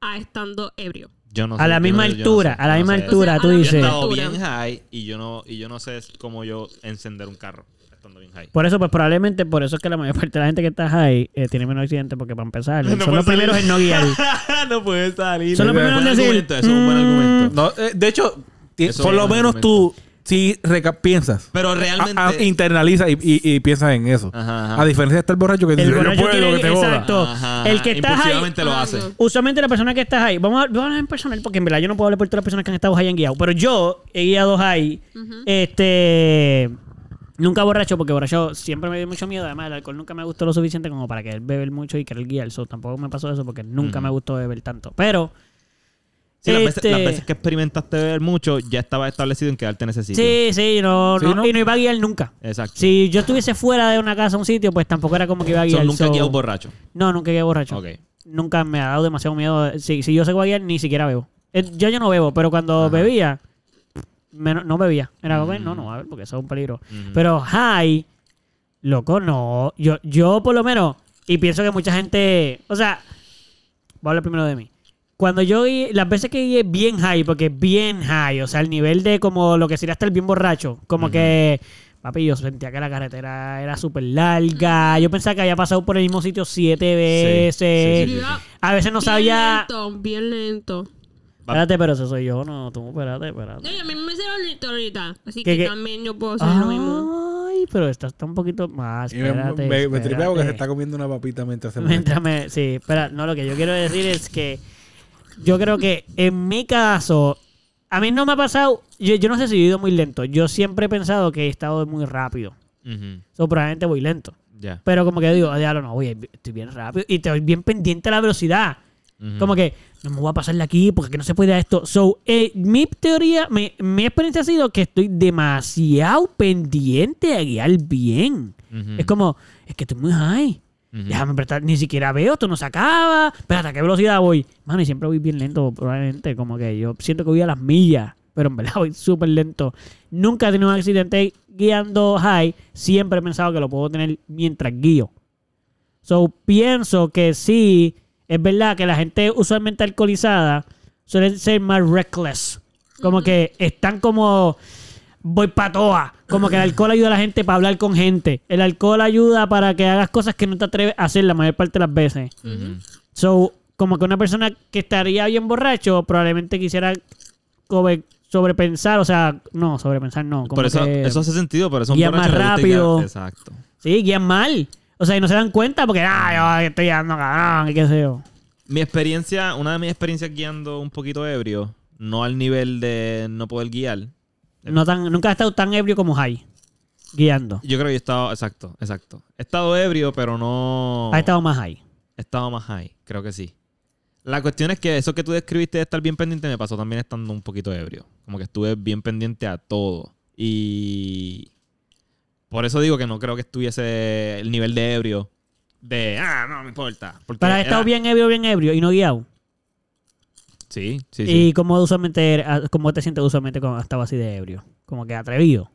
Speaker 4: a estando ebrio.
Speaker 1: Yo no
Speaker 3: A
Speaker 1: sé,
Speaker 3: la
Speaker 1: yo
Speaker 3: misma
Speaker 1: no- yo no
Speaker 3: altura,
Speaker 1: sé,
Speaker 3: a
Speaker 1: yo
Speaker 3: la
Speaker 1: no
Speaker 3: misma
Speaker 1: sé.
Speaker 3: altura, tú
Speaker 4: Ah, Yo he
Speaker 1: Yo he
Speaker 3: dices.
Speaker 1: estado
Speaker 4: Altura.
Speaker 1: bien high y yo no, y yo no sé cómo yo encender un carro estando bien high.
Speaker 3: Por eso, pues probablemente, por eso es que la mayor parte de la gente que está ahí eh, tiene menos accidentes, porque para empezar, son los primeros en no guiar.
Speaker 1: no puede salir.
Speaker 3: Son los
Speaker 1: Buen
Speaker 3: primeros en decir, "Mm,
Speaker 1: argumento, Eso es un buen argumento.
Speaker 2: No, eh, de hecho, ti-
Speaker 1: Eso
Speaker 2: por
Speaker 1: es
Speaker 2: lo
Speaker 1: un
Speaker 2: menos tú sí reca- piensas.
Speaker 3: Ah,
Speaker 1: Pero
Speaker 2: A- a-
Speaker 1: realmente...
Speaker 2: internaliza y, y- y piensas en eso.
Speaker 1: Ajá,
Speaker 2: A
Speaker 1: ajá.
Speaker 2: diferencia de estar borracho que dice,
Speaker 3: El
Speaker 2: "Yo
Speaker 3: borracho
Speaker 2: puedo,
Speaker 3: tiene-
Speaker 2: que te joda".
Speaker 3: exacto.
Speaker 1: Ajá,
Speaker 3: El que está
Speaker 1: impulsivamente
Speaker 4: high-
Speaker 1: lo hace.
Speaker 4: Algo.
Speaker 3: Usualmente la persona que está ahí, vamos a, vamos a hablar en personal, porque en verdad yo no puedo hablar por todas las personas que han estado ahí en guiado, pero yo he guiado ahí, este, nunca borracho, porque borracho siempre me dio mucho miedo, además el alcohol nunca me gustó lo suficiente como para querer beber mucho y querer guiar, so, tampoco me pasó eso, porque nunca me gustó beber tanto, pero...
Speaker 1: Sí, las, veces, las
Speaker 3: este,
Speaker 1: veces que experimentaste beber mucho, ya estaba establecido en quedarte en ese sitio.
Speaker 3: Sí, sí, no,
Speaker 2: Sí,
Speaker 3: no,
Speaker 2: ¿no?
Speaker 3: y no iba a guiar nunca.
Speaker 1: Exacto.
Speaker 3: Si yo estuviese fuera de una casa, un sitio, pues tampoco era como que iba a
Speaker 1: So,
Speaker 3: guiar.
Speaker 1: nunca
Speaker 3: so-
Speaker 1: guiado borracho.
Speaker 3: No, nunca guié borracho.
Speaker 1: Ok.
Speaker 3: Nunca me ha dado demasiado miedo. Si, si yo sé que voy a guiar, ni siquiera bebo. Eh, Yo ya no bebo, pero cuando bebía, me- no bebía. Era como,
Speaker 1: Mm.
Speaker 3: no, no, a ver, porque eso es un peligro. Pero high, loco, no. Yo, yo por lo menos, y pienso que mucha gente, o sea, voy a hablar primero de mí. Cuando yo guié, las veces que guié bien high, porque bien high, o sea, el nivel de como lo que sería hasta el bien borracho, como que Papi, yo sentía que la carretera era súper larga. Yo pensaba que había pasado por el mismo sitio siete veces.
Speaker 1: sí, sí, sí.
Speaker 4: Iba
Speaker 3: A veces no
Speaker 4: bien
Speaker 3: sabía.
Speaker 4: Lento, bien lento.
Speaker 3: Espérate, pero eso soy yo. No, tú, espérate, espérate.
Speaker 4: Oye, a mí me hicieron lento ahorita. Así
Speaker 3: ¿Qué,
Speaker 4: que
Speaker 3: qué? Ah.
Speaker 4: también yo puedo hacer lo mismo.
Speaker 3: Ay, pero esta está un poquito más.
Speaker 2: Y me,
Speaker 3: Espérate,
Speaker 2: me, me
Speaker 3: espérate.
Speaker 2: tripea porque se está comiendo una papita mientras se
Speaker 3: Mientras me- Sí, espera, no, lo que yo quiero decir es que yo creo que en mi caso, a mí no me ha pasado, yo, yo no sé si he ido muy lento, yo siempre he pensado que he estado muy rápido,
Speaker 1: Ujú,
Speaker 3: so, probablemente voy lento,
Speaker 1: Ya.
Speaker 3: pero como que yo digo, "Ah, diablo, no, oye, estoy bien rápido y estoy bien pendiente a la velocidad,
Speaker 1: Ujú.
Speaker 3: como que no me voy a pasar de aquí porque aquí no se puede a esto. So, eh, mi teoría, mi, mi experiencia ha sido que estoy demasiado pendiente a guiar bien.
Speaker 1: Ujú,
Speaker 3: Es como, es que estoy muy high.
Speaker 1: ujú.
Speaker 3: Déjame prestar, ni siquiera veo, esto no se acaba. Espérate, ¿a qué velocidad voy? Mano, y siempre voy bien lento, probablemente. Como que yo siento que voy a las millas, pero en verdad voy súper lento. Nunca he tenido un accidente guiando high. Siempre he pensado que lo puedo tener mientras guío. So, pienso que sí, es verdad que la gente usualmente alcoholizada suele ser más reckless. Como que están como voy para toa. Como que el alcohol ayuda a la gente para hablar con gente. El alcohol ayuda para que hagas cosas que no te atreves a hacer la mayor parte de las veces.
Speaker 1: Ujú.
Speaker 3: So, como que una persona que estaría bien borracho probablemente quisiera sobre- sobrepensar, o sea, no, sobrepensar no. Como
Speaker 1: Por eso,
Speaker 3: que-
Speaker 1: eso hace sentido, por eso un
Speaker 3: guía
Speaker 1: borracho
Speaker 3: más
Speaker 1: le gusta guiar-
Speaker 3: rápido.
Speaker 1: Exacto.
Speaker 3: Sí, guían mal. O sea, y no se dan cuenta porque, ah, yo estoy andando cabrón, y qué sé yo.
Speaker 1: Mi experiencia, una de mis experiencias guiando un poquito ebrio, no al nivel de no poder guiar.
Speaker 3: No tan, nunca he estado tan ebrio como Jai, guiando.
Speaker 1: Yo creo que he estado, exacto, exacto. He estado ebrio, pero no...
Speaker 3: Ha estado más Jai.
Speaker 1: He estado más high, creo que sí. La cuestión es que eso que tú describiste de estar bien pendiente me pasó también estando un poquito ebrio. Como que estuve bien pendiente a todo. Y por eso digo que no creo que estuviese el nivel de ebrio. De, ah, no me importa. Porque
Speaker 3: Pero ha estado
Speaker 1: era-
Speaker 3: bien ebrio, bien ebrio y no guiado.
Speaker 1: Sí, sí, sí.
Speaker 3: ¿Y cómo, usualmente, era- cómo te sientes usualmente cuando estaba así de ebrio? ¿Como que atrevido?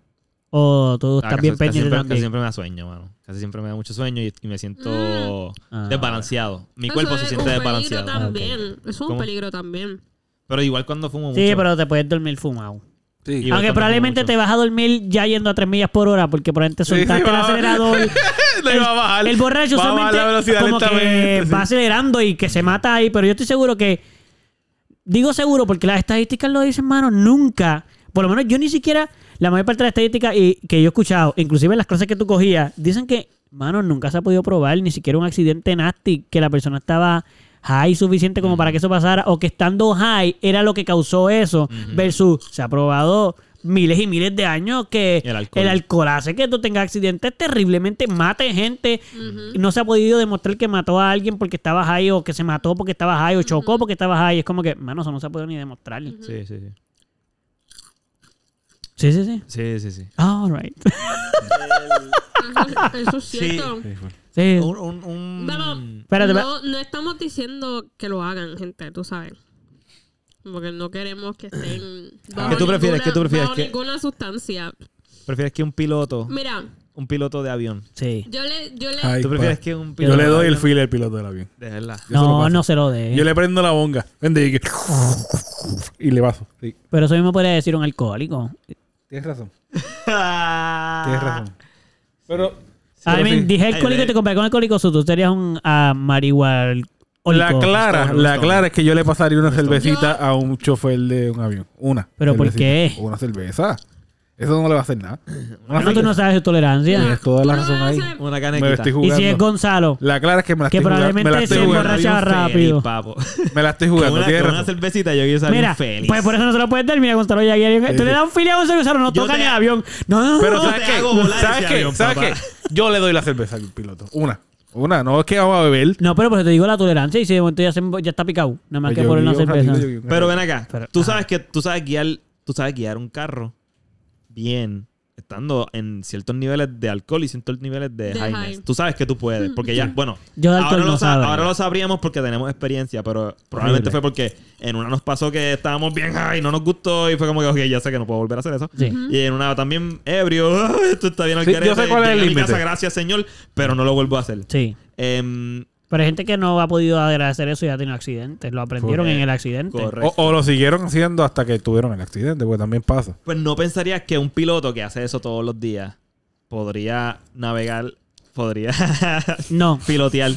Speaker 3: ¿O
Speaker 1: Ah,
Speaker 3: tú estás
Speaker 1: casi-
Speaker 3: bien
Speaker 1: casi
Speaker 3: pendiente
Speaker 1: siempre, casi
Speaker 3: también?
Speaker 1: siempre me da sueño, mano. Casi siempre me da mucho sueño y, y me siento
Speaker 3: Ah.
Speaker 1: desbalanceado. Mi cuerpo
Speaker 4: Eso
Speaker 1: se
Speaker 4: es
Speaker 1: siente
Speaker 4: un peligro
Speaker 1: desbalanceado.
Speaker 4: también. Eso es un
Speaker 1: ¿Cómo?
Speaker 4: peligro también.
Speaker 1: Pero igual cuando fumo mucho.
Speaker 3: Sí, pero te puedes dormir fumado.
Speaker 2: Sí.
Speaker 1: Igual
Speaker 3: Aunque
Speaker 1: cuando
Speaker 3: probablemente
Speaker 1: fumo
Speaker 3: te vas a dormir ya yendo a 3 millas por hora porque probablemente
Speaker 2: Sí, sí,
Speaker 3: soltaste el
Speaker 2: va.
Speaker 3: acelerador.
Speaker 2: Le
Speaker 3: el,
Speaker 2: iba a bajar.
Speaker 3: el borracho
Speaker 2: Va a bajar
Speaker 3: usualmente
Speaker 2: la velocidad
Speaker 3: como que
Speaker 2: lentamente, sí.
Speaker 3: va acelerando y que se mata ahí, pero yo estoy seguro que digo seguro porque las estadísticas lo dicen, mano, nunca, por lo menos yo ni siquiera la mayor parte de las estadísticas y, que yo he escuchado, inclusive en las clases que tú cogías, dicen que, mano, nunca se ha podido probar ni siquiera un accidente nasty que la persona estaba high suficiente como para que eso pasara o que estando high era lo que causó eso versus se ha probado miles y miles de años que
Speaker 1: El alcohol.
Speaker 3: alcohol hace que tú tengas accidentes terriblemente, mate gente. No se ha podido demostrar que mató a alguien porque estaba high o que se mató porque estaba high o chocó porque estaba high. Es como que, mano, eso no se ha podido ni demostrar.
Speaker 1: Sí, sí, sí.
Speaker 3: Sí, sí, sí.
Speaker 1: Sí, sí, sí.
Speaker 3: All right.
Speaker 4: Eso, eso es cierto.
Speaker 3: Sí.
Speaker 1: Un, un, un-
Speaker 4: Vamos.
Speaker 3: Espérate, espérate.
Speaker 4: no, no estamos diciendo que lo hagan, gente, tú sabes. Porque no queremos que estén. bajo
Speaker 1: ¿Qué tú prefieres?
Speaker 4: ninguna-
Speaker 1: ¿Qué tú prefieres?
Speaker 4: bajo
Speaker 1: ¿Qué-
Speaker 4: ninguna sustancia.
Speaker 1: ¿Prefieres que un piloto,
Speaker 4: Mira,
Speaker 1: un piloto de avión?
Speaker 3: Sí.
Speaker 4: yo le. Yo le
Speaker 2: Ay,
Speaker 1: ¿Tú prefieres
Speaker 2: pa.
Speaker 1: que un piloto
Speaker 2: Yo le
Speaker 1: de
Speaker 2: doy el
Speaker 1: avión-
Speaker 2: feel al piloto del avión.
Speaker 1: De verdad.
Speaker 2: Yo se lo
Speaker 3: No,
Speaker 2: paso.
Speaker 3: no se lo dé.
Speaker 2: Yo le prendo la bonga. Vende y que... Y le paso. Sí.
Speaker 3: Pero eso mismo podría decir un alcohólico.
Speaker 2: Tienes razón.
Speaker 3: Ah.
Speaker 2: Tienes razón. Pero...
Speaker 3: I
Speaker 2: pero
Speaker 3: mean,
Speaker 2: sí.
Speaker 3: dije
Speaker 1: Ay,
Speaker 3: alcohólico y
Speaker 1: ve.
Speaker 3: te compré con alcohólico. so tú serías un ah, marihual.
Speaker 2: La clara,
Speaker 1: Stone,
Speaker 2: la
Speaker 1: Stone.
Speaker 2: clara es que yo le pasaría una cervecita a un chofer de un avión. Una.
Speaker 3: ¿Pero por
Speaker 2: cervecita.
Speaker 3: qué?
Speaker 2: Una cerveza. Eso no le va a hacer nada. Una
Speaker 3: No, tú no
Speaker 2: cerveza.
Speaker 3: sabes su tolerancia.
Speaker 2: Tienes toda la
Speaker 4: tú lo
Speaker 2: razón
Speaker 4: vas a
Speaker 2: ahí.
Speaker 4: hacer-
Speaker 1: Una
Speaker 2: Me la
Speaker 1: canequita.
Speaker 2: estoy
Speaker 3: Y si es
Speaker 2: jugando.
Speaker 3: Gonzalo,
Speaker 2: La clara es que me la
Speaker 3: Que
Speaker 2: estoy jugando. Me la
Speaker 3: probablemente
Speaker 2: estoy
Speaker 3: se
Speaker 2: jugando.
Speaker 3: emborracha rápido.
Speaker 1: Feliz, papo.
Speaker 2: Me la estoy
Speaker 1: Con
Speaker 2: jugando.
Speaker 1: una,
Speaker 2: Tienes
Speaker 1: con una
Speaker 2: razón.
Speaker 1: cervecita yo quiero salir
Speaker 3: Mira,
Speaker 1: feliz.
Speaker 3: pues por eso no se lo puedes dar. Mira, Gonzalo ya quiere. Tú le das un filial a Gonzalo, Gonzalo no
Speaker 1: Yo
Speaker 3: toca
Speaker 1: te-
Speaker 3: ni avión. No, no, no.
Speaker 2: Pero
Speaker 1: Yo
Speaker 2: ¿sabes
Speaker 1: te
Speaker 2: qué?
Speaker 1: hago volar
Speaker 2: ¿Sabes
Speaker 1: ese
Speaker 2: qué?
Speaker 1: avión,
Speaker 2: ¿Sabes
Speaker 1: papá.
Speaker 2: qué? Yo le doy la cerveza al piloto. Una. Una. No es que vamos a beber.
Speaker 3: No, pero pues te digo la tolerancia y si de momento ya, se, ya está picado. Nada más
Speaker 2: Pues
Speaker 3: que
Speaker 2: yo
Speaker 3: por una
Speaker 2: guío un
Speaker 3: cerveza.
Speaker 2: ratito, yo guío un
Speaker 1: Pero
Speaker 2: ratito.
Speaker 1: ven acá.
Speaker 3: Pero-
Speaker 1: tú sabes que tú sabes guiar, tú sabes guiar un carro bien, estando en ciertos niveles de alcohol y ciertos niveles de,
Speaker 4: De
Speaker 1: highness.
Speaker 4: high.
Speaker 1: Tú sabes que tú puedes, porque ya, bueno,
Speaker 3: Yo de alcohol
Speaker 1: ahora,
Speaker 3: no
Speaker 1: lo sa-
Speaker 3: sabría.
Speaker 1: ahora lo sabríamos porque tenemos experiencia, pero probablemente
Speaker 3: Horrible.
Speaker 1: fue porque en una nos pasó que estábamos bien high, no nos gustó y fue como que, ok, ya sé que no puedo volver a hacer eso.
Speaker 3: Sí.
Speaker 1: Y en una también ebrio, "Ah, esto está bien al
Speaker 2: Sí, yo sé
Speaker 1: garete,
Speaker 2: cuál es el
Speaker 1: llegué a mi
Speaker 2: límite.
Speaker 1: casa, gracias señor, pero no lo vuelvo a hacer.
Speaker 3: Sí.
Speaker 1: Em,
Speaker 3: Pero hay gente que no ha podido agradecer eso y ha tenido accidentes. Lo aprendieron en el accidente.
Speaker 1: correcto.
Speaker 2: O, o lo siguieron haciendo hasta que tuvieron el accidente, porque también pasa.
Speaker 1: Pues no pensarías que un piloto que hace eso todos los días podría navegar, podría
Speaker 3: No,
Speaker 1: pilotear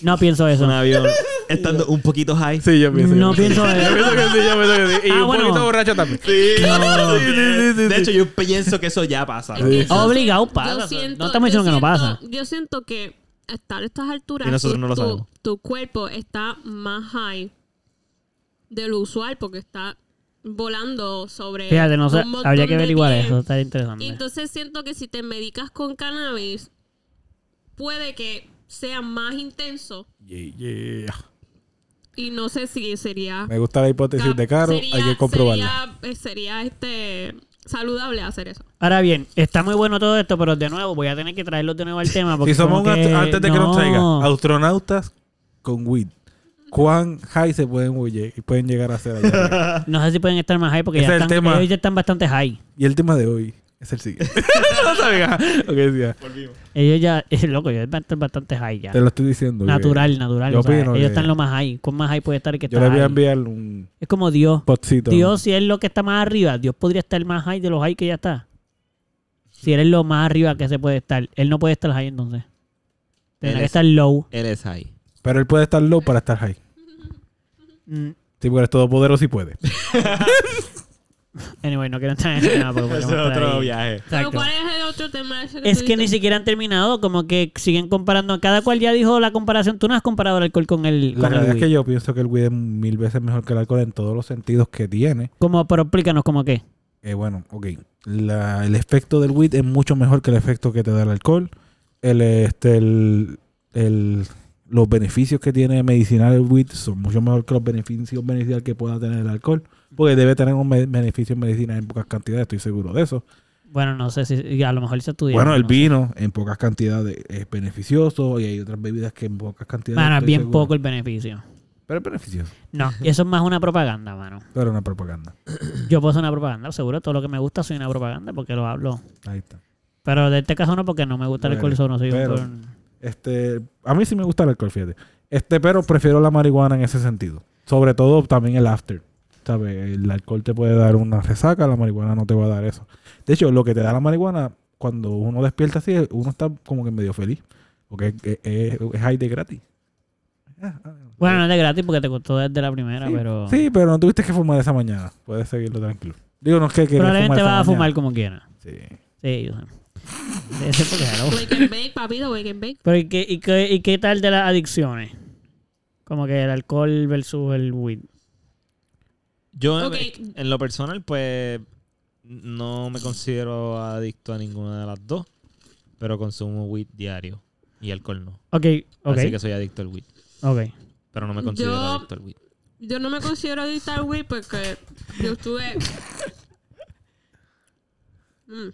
Speaker 3: no pienso eso.
Speaker 1: un avión estando un poquito high.
Speaker 2: Sí, yo pienso.
Speaker 3: No
Speaker 2: que sí.
Speaker 3: pienso
Speaker 2: Yo
Speaker 3: eso.
Speaker 2: pienso que sí, yo pienso que sí. Y
Speaker 3: Ah,
Speaker 2: un
Speaker 3: bueno.
Speaker 2: poquito borracho también.
Speaker 1: Sí.
Speaker 2: Sí, sí, sí, sí,
Speaker 1: De
Speaker 2: sí.
Speaker 1: hecho, yo pienso que eso ya pasa.
Speaker 2: Sí.
Speaker 4: Eso-
Speaker 3: Obligado
Speaker 4: yo
Speaker 3: pasa.
Speaker 4: siento-
Speaker 3: No estamos
Speaker 4: yo
Speaker 3: diciendo que no
Speaker 4: siento-
Speaker 3: pasa.
Speaker 4: Yo siento que estar a estas alturas,
Speaker 1: Y nosotros
Speaker 4: tu,
Speaker 1: no lo
Speaker 4: tu-
Speaker 1: sabemos.
Speaker 4: tu cuerpo está más high del usual porque está volando sobre.
Speaker 3: Fíjate, no sé,
Speaker 4: un montón
Speaker 3: habría que
Speaker 4: de
Speaker 3: averiguar
Speaker 4: pies.
Speaker 3: eso, estaría
Speaker 4: Y
Speaker 3: interesante.
Speaker 4: entonces siento que si te medicas con cannabis, puede que sea más intenso.
Speaker 2: Yeah, yeah.
Speaker 4: Y no sé si sería.
Speaker 2: Me gusta la hipótesis de Caro, hay que comprobarla.
Speaker 4: Sería, eh, sería, este saludable hacer eso.
Speaker 3: Ahora bien, está muy bueno todo esto, pero de nuevo voy a tener que traerlos de nuevo al tema. Porque
Speaker 2: Si somos
Speaker 3: como
Speaker 2: un astro- antes de que nos
Speaker 3: no.
Speaker 2: traiga, astronautas con weed. ¿Cuán high se pueden, huye- pueden llegar a ser allá?
Speaker 3: No sé si pueden estar más high porque
Speaker 2: Ese
Speaker 3: ya
Speaker 2: es el
Speaker 3: están,
Speaker 2: tema.
Speaker 3: ellos ya están bastante high.
Speaker 2: y el tema de hoy es el siguiente. no sabía. Ok, decía.
Speaker 3: Ellos ya, es loco, ellos van a estar bastante high ya.
Speaker 2: Te lo estoy diciendo. que
Speaker 3: Natural, natural.
Speaker 2: Yo
Speaker 3: o sea,
Speaker 2: opino que-
Speaker 3: ellos están lo más high. ¿Cuán más high puede estar el que
Speaker 2: Yo
Speaker 3: está
Speaker 2: le voy a
Speaker 3: high?
Speaker 2: enviar un
Speaker 3: Es como Dios.
Speaker 2: potcito.
Speaker 3: Dios, si es lo que está más arriba, Dios podría estar más high de los high que ya está. Si eres lo más arriba que se puede estar, él no puede estar high entonces. Tendrá
Speaker 1: Él
Speaker 3: que
Speaker 1: es-
Speaker 3: estar low.
Speaker 1: Él es high.
Speaker 2: Pero él puede estar low para estar high.
Speaker 3: Mm,
Speaker 2: Sí, porque eres todopoderoso y puede.
Speaker 3: Anyway, no quiero entrar en ese tema porque
Speaker 1: Ese
Speaker 3: podemos entrar ahí.
Speaker 1: viaje.
Speaker 4: Pero
Speaker 3: Exacto.
Speaker 4: ¿cuál es el otro tema? ese que
Speaker 3: Es
Speaker 4: tú
Speaker 3: que ni
Speaker 4: dices?
Speaker 3: siquiera han terminado, como que siguen comparando. Cada cual ya dijo la comparación. Tú no has comparado el alcohol con el.
Speaker 2: La
Speaker 3: con el
Speaker 2: realidad es
Speaker 3: weed.
Speaker 2: que yo pienso que el weed es mil veces mejor que el alcohol en todos los sentidos que tiene.
Speaker 3: Como, pero explícanos, como qué.
Speaker 2: Eh, bueno, ok. La- el efecto del weed es mucho mejor que el efecto que te da el alcohol. El, este, el, el- los beneficios que tiene medicinal el weed son mucho mejor que los beneficios medicinales que pueda tener el alcohol. Porque debe tener un me- beneficio medicinal en pocas cantidades, estoy seguro de eso.
Speaker 3: Bueno, no sé si. A lo mejor se estudia.
Speaker 2: bueno, el
Speaker 3: no sé.
Speaker 2: vino en pocas cantidades es beneficioso y hay otras bebidas que en pocas cantidades.
Speaker 3: Mano, es
Speaker 2: estoy
Speaker 3: bien
Speaker 2: seguro.
Speaker 3: poco el beneficio.
Speaker 2: Pero es beneficioso.
Speaker 3: No, y eso es más una propaganda, mano.
Speaker 2: Pero una propaganda.
Speaker 3: Yo puedo hacer una propaganda, seguro. Todo lo que me gusta soy una propaganda porque lo hablo.
Speaker 2: Ahí está.
Speaker 3: Pero de este caso no, porque no me gusta el alcohol,
Speaker 2: Bueno,
Speaker 3: eso no soy un
Speaker 2: pero-
Speaker 3: buen-
Speaker 2: Este, a mí sí me gusta el alcohol, fíjate. Este, pero prefiero la marihuana en ese sentido. Sobre todo también el after. ¿Sabes? El alcohol te puede dar una resaca, la marihuana no te va a dar eso. De hecho, lo que te da la marihuana, cuando uno despierta así, uno está como que medio feliz. Porque es, es, es high de gratis. Ah, ah,
Speaker 3: Bueno, no es de gratis porque te costó desde la primera,
Speaker 2: sí,
Speaker 3: pero.
Speaker 2: sí, pero no tuviste que fumar esa mañana. Puedes seguirlo tranquilo. Digo, no es que quería
Speaker 3: Probablemente
Speaker 2: fumar esa
Speaker 3: vas a fumar
Speaker 2: mañana.
Speaker 3: como quieras.
Speaker 2: Sí.
Speaker 3: Sí, yo sé. Ese es porque, claro.
Speaker 4: Wake and bake, papito, wake and bake.
Speaker 3: Pero ¿y qué, y, qué, ¿y qué tal de las adicciones? Como que el alcohol versus el weed.
Speaker 1: Yo,
Speaker 4: Ok.
Speaker 1: en- en lo personal, pues no me considero adicto a ninguna de las dos, pero consumo weed diario y alcohol no.
Speaker 3: Ok, ok,
Speaker 1: Así que soy adicto al weed,
Speaker 3: ok.
Speaker 1: pero no me considero
Speaker 4: Yo-
Speaker 1: adicto al weed.
Speaker 4: Yo no me considero adicta al weed porque yo estuve. Mm.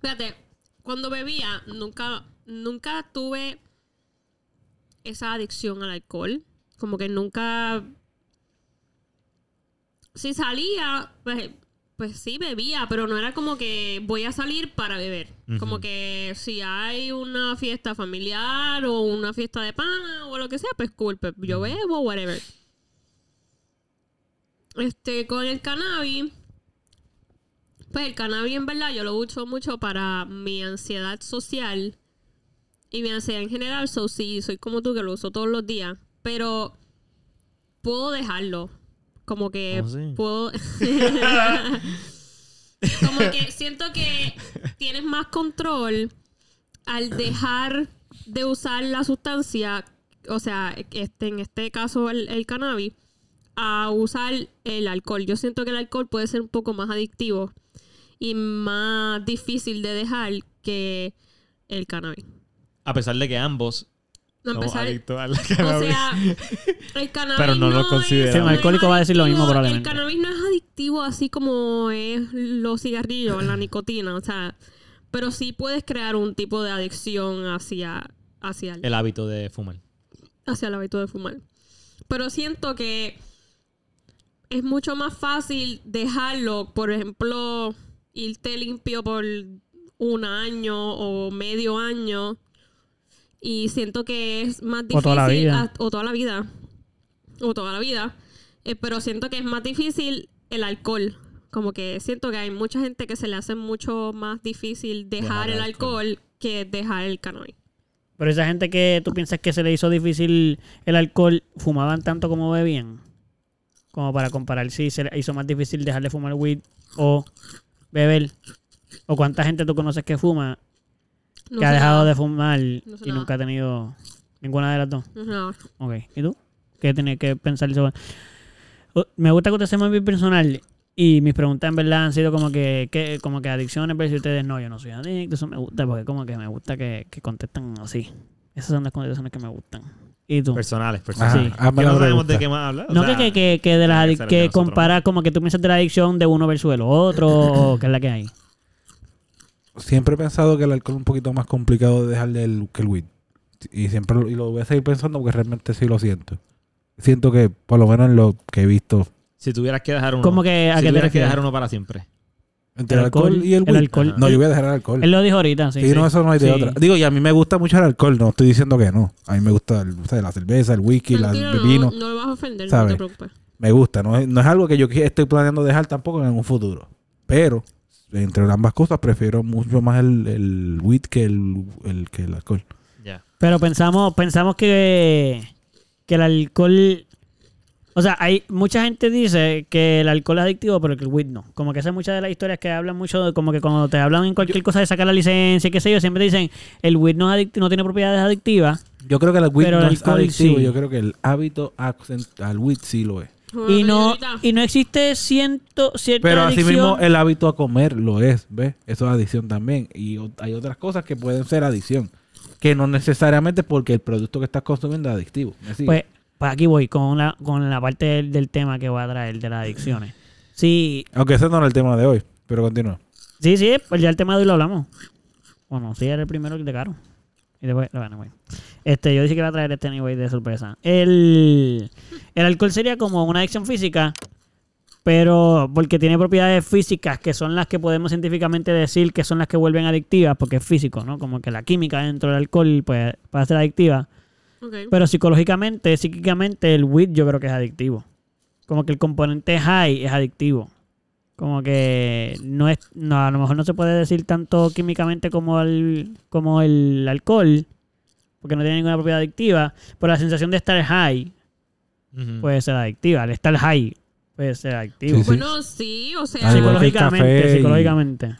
Speaker 4: Fíjate, cuando bebía, nunca, nunca tuve esa adicción al alcohol. Como que nunca. Si salía, pues, pues sí bebía, pero no era como que voy a salir para beber. Como
Speaker 1: Ujú.
Speaker 4: que si hay una fiesta familiar o una fiesta de pana o lo que sea, pues cool, pues yo bebo, whatever. Este, con el cannabis, pues el cannabis en verdad yo lo uso mucho para mi ansiedad social y mi ansiedad en general. So, sí, soy como tú que lo uso todos los días, pero puedo dejarlo. Como que
Speaker 1: Oh, sí.
Speaker 4: puedo. como que siento que tienes más control al dejar de usar la sustancia, o sea, este, en este caso el, el cannabis, a usar el alcohol. Yo siento que el alcohol puede ser un poco más adictivo y más difícil de dejar que el cannabis.
Speaker 1: A pesar de que ambos
Speaker 4: No,
Speaker 1: somos
Speaker 4: empezar-
Speaker 1: adictos al
Speaker 4: o
Speaker 1: cannabis.
Speaker 4: sea, el cannabis
Speaker 1: Pero no lo
Speaker 4: es-
Speaker 1: consideramos.
Speaker 3: Sí, un alcohólico va a decir lo mismo
Speaker 4: adictivo,
Speaker 3: probablemente.
Speaker 4: El cannabis no es adictivo así como es los cigarrillos, la nicotina, o sea, pero sí puedes crear un tipo de adicción hacia hacia el,
Speaker 1: el hábito de fumar.
Speaker 4: hacia el hábito de fumar. Pero siento que es mucho más fácil dejarlo, por ejemplo, irte limpio por un año o medio año. Y siento que es más difícil.
Speaker 3: O toda la vida.
Speaker 4: a- o toda la vida. O toda la vida. Eh, pero siento que es más difícil el alcohol. Como que siento que hay mucha gente que se le hace mucho más difícil dejar
Speaker 1: Dejar
Speaker 4: el
Speaker 1: el
Speaker 4: alcohol, que dejar el cannabis.
Speaker 3: Pero esa gente que tú piensas que se le hizo difícil el alcohol, ¿fumaban tanto como bebían? Como para comparar si se le hizo más difícil dejar de fumar weed o beber. ¿O cuánta gente tú conoces que fuma,
Speaker 4: No
Speaker 3: que ha
Speaker 4: sé
Speaker 3: dejado
Speaker 4: nada.
Speaker 3: de fumar
Speaker 4: No sé
Speaker 3: y
Speaker 4: nada.
Speaker 3: nunca ha tenido ninguna de las dos?
Speaker 4: No,
Speaker 3: Ok, ¿y tú? ¿Qué tienes que pensar sobre? Oh, Me gusta que ustedes sean muy personal y mis preguntas en verdad han sido como que, que- como que adicciones, pero si ustedes no, yo no soy adicto, eso me gusta porque como que me gusta que, que contestan así. Esas son las contestaciones que me gustan. ¿Y tú?
Speaker 1: Personales,
Speaker 2: Ajá,
Speaker 1: personales.
Speaker 3: Sí. Ah,
Speaker 2: hazme
Speaker 1: Que
Speaker 2: la
Speaker 1: no sabemos
Speaker 2: pregunta.
Speaker 1: de qué más hablar. Pues, o
Speaker 3: no
Speaker 1: sea,
Speaker 3: que, que, que de las
Speaker 1: tiene que
Speaker 3: adic-
Speaker 1: ser el de
Speaker 3: que
Speaker 1: nosotros.
Speaker 3: comparar como que tú piensas de la adicción de uno versus el otro o que es la que hay.
Speaker 2: Siempre he pensado que el alcohol es un poquito más complicado de dejar del, que el weed. Y siempre lo, y lo voy a seguir pensando porque realmente sí lo siento. Siento que, por lo menos en lo que he visto,
Speaker 1: Si tuvieras que dejar uno.
Speaker 3: ¿Cómo que- a
Speaker 1: si
Speaker 3: qué te
Speaker 1: tuvieras que
Speaker 3: refieres?
Speaker 1: dejar uno para siempre.
Speaker 2: entre el,
Speaker 3: El
Speaker 2: alcohol,
Speaker 3: alcohol,
Speaker 2: y el
Speaker 3: el
Speaker 2: weed.
Speaker 3: alcohol.
Speaker 2: No, yo voy a dejar el alcohol.
Speaker 3: Él lo dijo ahorita, sí.
Speaker 2: sí, no, eso no hay de
Speaker 3: Sí.
Speaker 2: otra. Digo, y a mí me gusta mucho el alcohol, no estoy diciendo que no. A mí me gusta el- o sea, la cerveza, el whisky, la-
Speaker 4: Tranquilo,
Speaker 2: el
Speaker 4: no-
Speaker 2: vino.
Speaker 4: no, lo vas a ofender, no
Speaker 2: ¿Sabes?
Speaker 4: te preocupes.
Speaker 2: Me gusta, no es, no es algo que yo que- estoy planeando dejar tampoco en un futuro. Pero, entre ambas cosas, prefiero mucho más el, el weed que el, el- que el alcohol.
Speaker 1: Ya.
Speaker 3: Pero pensamos, pensamos que, que el alcohol. O sea, hay mucha gente dice que el alcohol es adictivo, pero que el weed no. Como que esas muchas de las historias que hablan mucho, de- como que cuando te hablan en cualquier cosa de sacar la licencia, y qué sé yo, siempre dicen el weed no, es adic- no tiene propiedades adictivas.
Speaker 2: Yo creo que el weed
Speaker 3: Pero
Speaker 2: no
Speaker 3: el
Speaker 2: es
Speaker 3: alcohol
Speaker 2: adictivo,
Speaker 3: sí.
Speaker 2: yo creo que el hábito accent- al weed sí lo es.
Speaker 3: Y no,
Speaker 4: Ahorita.
Speaker 3: y no existe ciento, cierta
Speaker 2: Pero
Speaker 3: adicción.
Speaker 2: asimismo el hábito a comer lo es, ¿ves? Eso es adicción también. Y o- hay otras cosas que pueden ser adicción, que no necesariamente porque el producto que estás consumiendo es adictivo. ¿me sigues?
Speaker 3: Pues, pues aquí voy con la, con la parte del, del tema que voy a traer de las adicciones. Sí,
Speaker 2: Aunque ese no era el tema de hoy, pero continúa. Ah,
Speaker 3: Sí, sí, pues ya el tema de hoy lo hablamos. Bueno, sí, era el primero de Caro. Y después, bueno, bueno. Este, yo dije que iba a traer este anyway de sorpresa. El, el alcohol sería como una adicción física, pero porque tiene propiedades físicas que son las que podemos científicamente decir que son las que vuelven adictivas, porque es físico, ¿no? Como que la química dentro del alcohol pues, va a ser adictiva.
Speaker 4: Ok.
Speaker 3: Pero psicológicamente, psíquicamente, el weed yo creo que es adictivo. Como que el componente high es adictivo. Como que no es, no, a lo mejor no se puede decir tanto químicamente como el, como el alcohol, porque no tiene ninguna propiedad adictiva, pero la sensación de estar high
Speaker 1: Ujú.
Speaker 3: puede ser adictiva. El estar high puede ser adictivo.
Speaker 2: Sí, sí.
Speaker 4: Bueno, sí, o sea,
Speaker 2: Al igual que el
Speaker 3: Psicológicamente,
Speaker 2: café y-
Speaker 3: psicológicamente.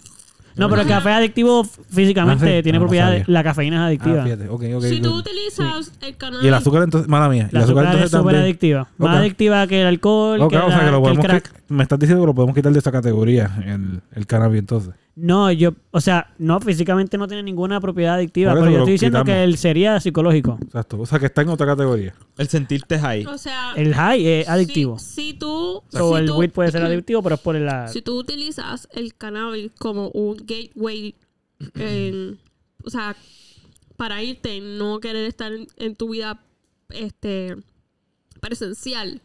Speaker 3: No, pero el café es adictivo físicamente,
Speaker 2: Ah, sí.
Speaker 3: tiene
Speaker 2: Ah, no
Speaker 3: propiedades,
Speaker 2: sabía.
Speaker 3: la cafeína es adictiva.
Speaker 2: Ah, fíjate. Ok, ok.
Speaker 4: si tú
Speaker 2: ok.
Speaker 4: utilizas el cannabis...
Speaker 2: Y el azúcar entonces, mala mía.
Speaker 3: La
Speaker 2: el azúcar,
Speaker 3: azúcar, es
Speaker 2: entonces
Speaker 3: súper
Speaker 2: también.
Speaker 3: adictiva. Más
Speaker 2: Ok.
Speaker 3: adictiva que el alcohol,
Speaker 2: Ok,
Speaker 3: que,
Speaker 2: o sea,
Speaker 3: la-
Speaker 2: que lo
Speaker 3: que el
Speaker 2: podemos
Speaker 3: crack.
Speaker 2: qui- me estás diciendo que lo podemos quitar de esa categoría, el, el cannabis entonces.
Speaker 3: No, yo, o sea, no, físicamente no tiene ninguna propiedad adictiva,
Speaker 2: Por eso
Speaker 3: pero yo
Speaker 2: lo
Speaker 3: estoy diciendo
Speaker 2: quitamos.
Speaker 3: que el sería psicológico.
Speaker 2: Exacto. O sea, que está en otra categoría.
Speaker 1: El sentirte high.
Speaker 4: O sea,
Speaker 3: El high es adictivo.
Speaker 4: Si, si tú...
Speaker 3: So,
Speaker 4: si
Speaker 3: el
Speaker 4: tú-
Speaker 3: weed puede ser adictivo, pero es por la...
Speaker 4: Si tú utilizas el cannabis como un gateway, en- o sea, para irte, no querer estar en, en tu vida este presencial,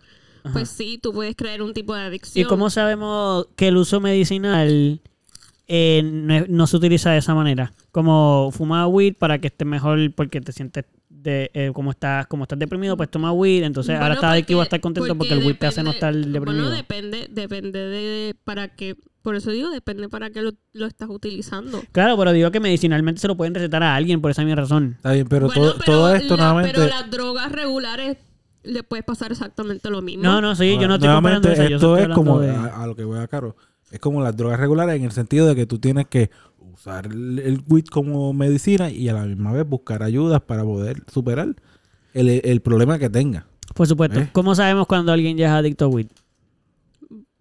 Speaker 4: pues sí, tú puedes crear un tipo de
Speaker 3: ¿Y
Speaker 4: adicción.
Speaker 3: cómo sabemos que el uso medicinal eh, no, es- no se utiliza de esa manera? Como fuma weed para que estés mejor porque te sientes... De, eh, como estás como estás deprimido pues toma weed entonces ahora
Speaker 4: Bueno,
Speaker 3: estás adictivo a
Speaker 4: porque-
Speaker 3: estar contento porque, el weed te hace no estar
Speaker 4: depende-
Speaker 3: deprimido
Speaker 4: Bueno, depende, depende de para qué, por eso digo, depende para qué lo, lo estás utilizando.
Speaker 3: claro pero digo que medicinalmente se lo pueden recetar a alguien por esa misma razón
Speaker 2: Está bien, pero,
Speaker 4: Bueno,
Speaker 2: todo, todo esto
Speaker 4: la-
Speaker 2: nuevamente.
Speaker 4: Pero las drogas regulares le puede pasar exactamente lo mismo.
Speaker 3: No, no, sí, yo no estoy
Speaker 2: nuevamente,
Speaker 3: comparando eso. Yo
Speaker 2: esto
Speaker 3: estoy
Speaker 2: es como ah,
Speaker 3: hablando de-
Speaker 2: a, a lo que voy a caro. Es como las drogas regulares en el sentido de que tú tienes que usar el, el weed como medicina y a la misma vez buscar ayudas para poder superar el, el problema que tenga.
Speaker 3: Por supuesto.
Speaker 2: ¿Eh?
Speaker 3: ¿Cómo sabemos cuando alguien ya es adicto a weed?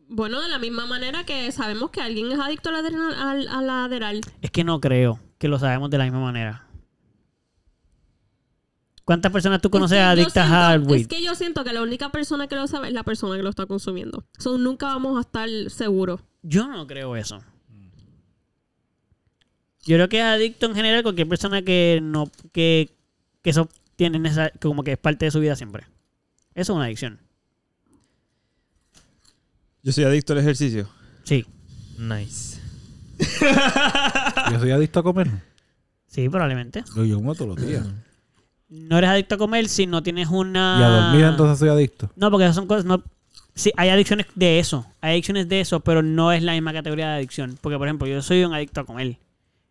Speaker 4: Bueno, de la misma manera que sabemos que alguien es adicto a la adrenal, al- a la adrenal.
Speaker 3: Es que no creo que lo sabemos de la misma manera. ¿Cuántas personas tú conoces
Speaker 4: Es que yo
Speaker 3: adictas
Speaker 4: siento-
Speaker 3: al weed?
Speaker 4: Es que yo siento que la única persona que lo sabe es la persona que lo está consumiendo. So, nunca vamos a estar seguros.
Speaker 3: Yo no creo eso. Yo creo que es adicto en general cualquier persona que no que, que eso tiene nece- como que es parte de su vida siempre. Eso es una adicción.
Speaker 1: Yo soy adicto al ejercicio.
Speaker 3: Sí.
Speaker 1: Nice.
Speaker 2: Yo soy adicto a comer.
Speaker 3: Sí, probablemente.
Speaker 2: Yo, yo como todos los días.
Speaker 3: No eres adicto a comer si no tienes una Ah.
Speaker 2: Y a dormir entonces soy adicto.
Speaker 3: No, porque esas son cosas. No, Sí, hay adicciones de eso. Hay adicciones de eso, pero no es la misma categoría de adicción. Porque, por ejemplo, yo soy un adicto a comer.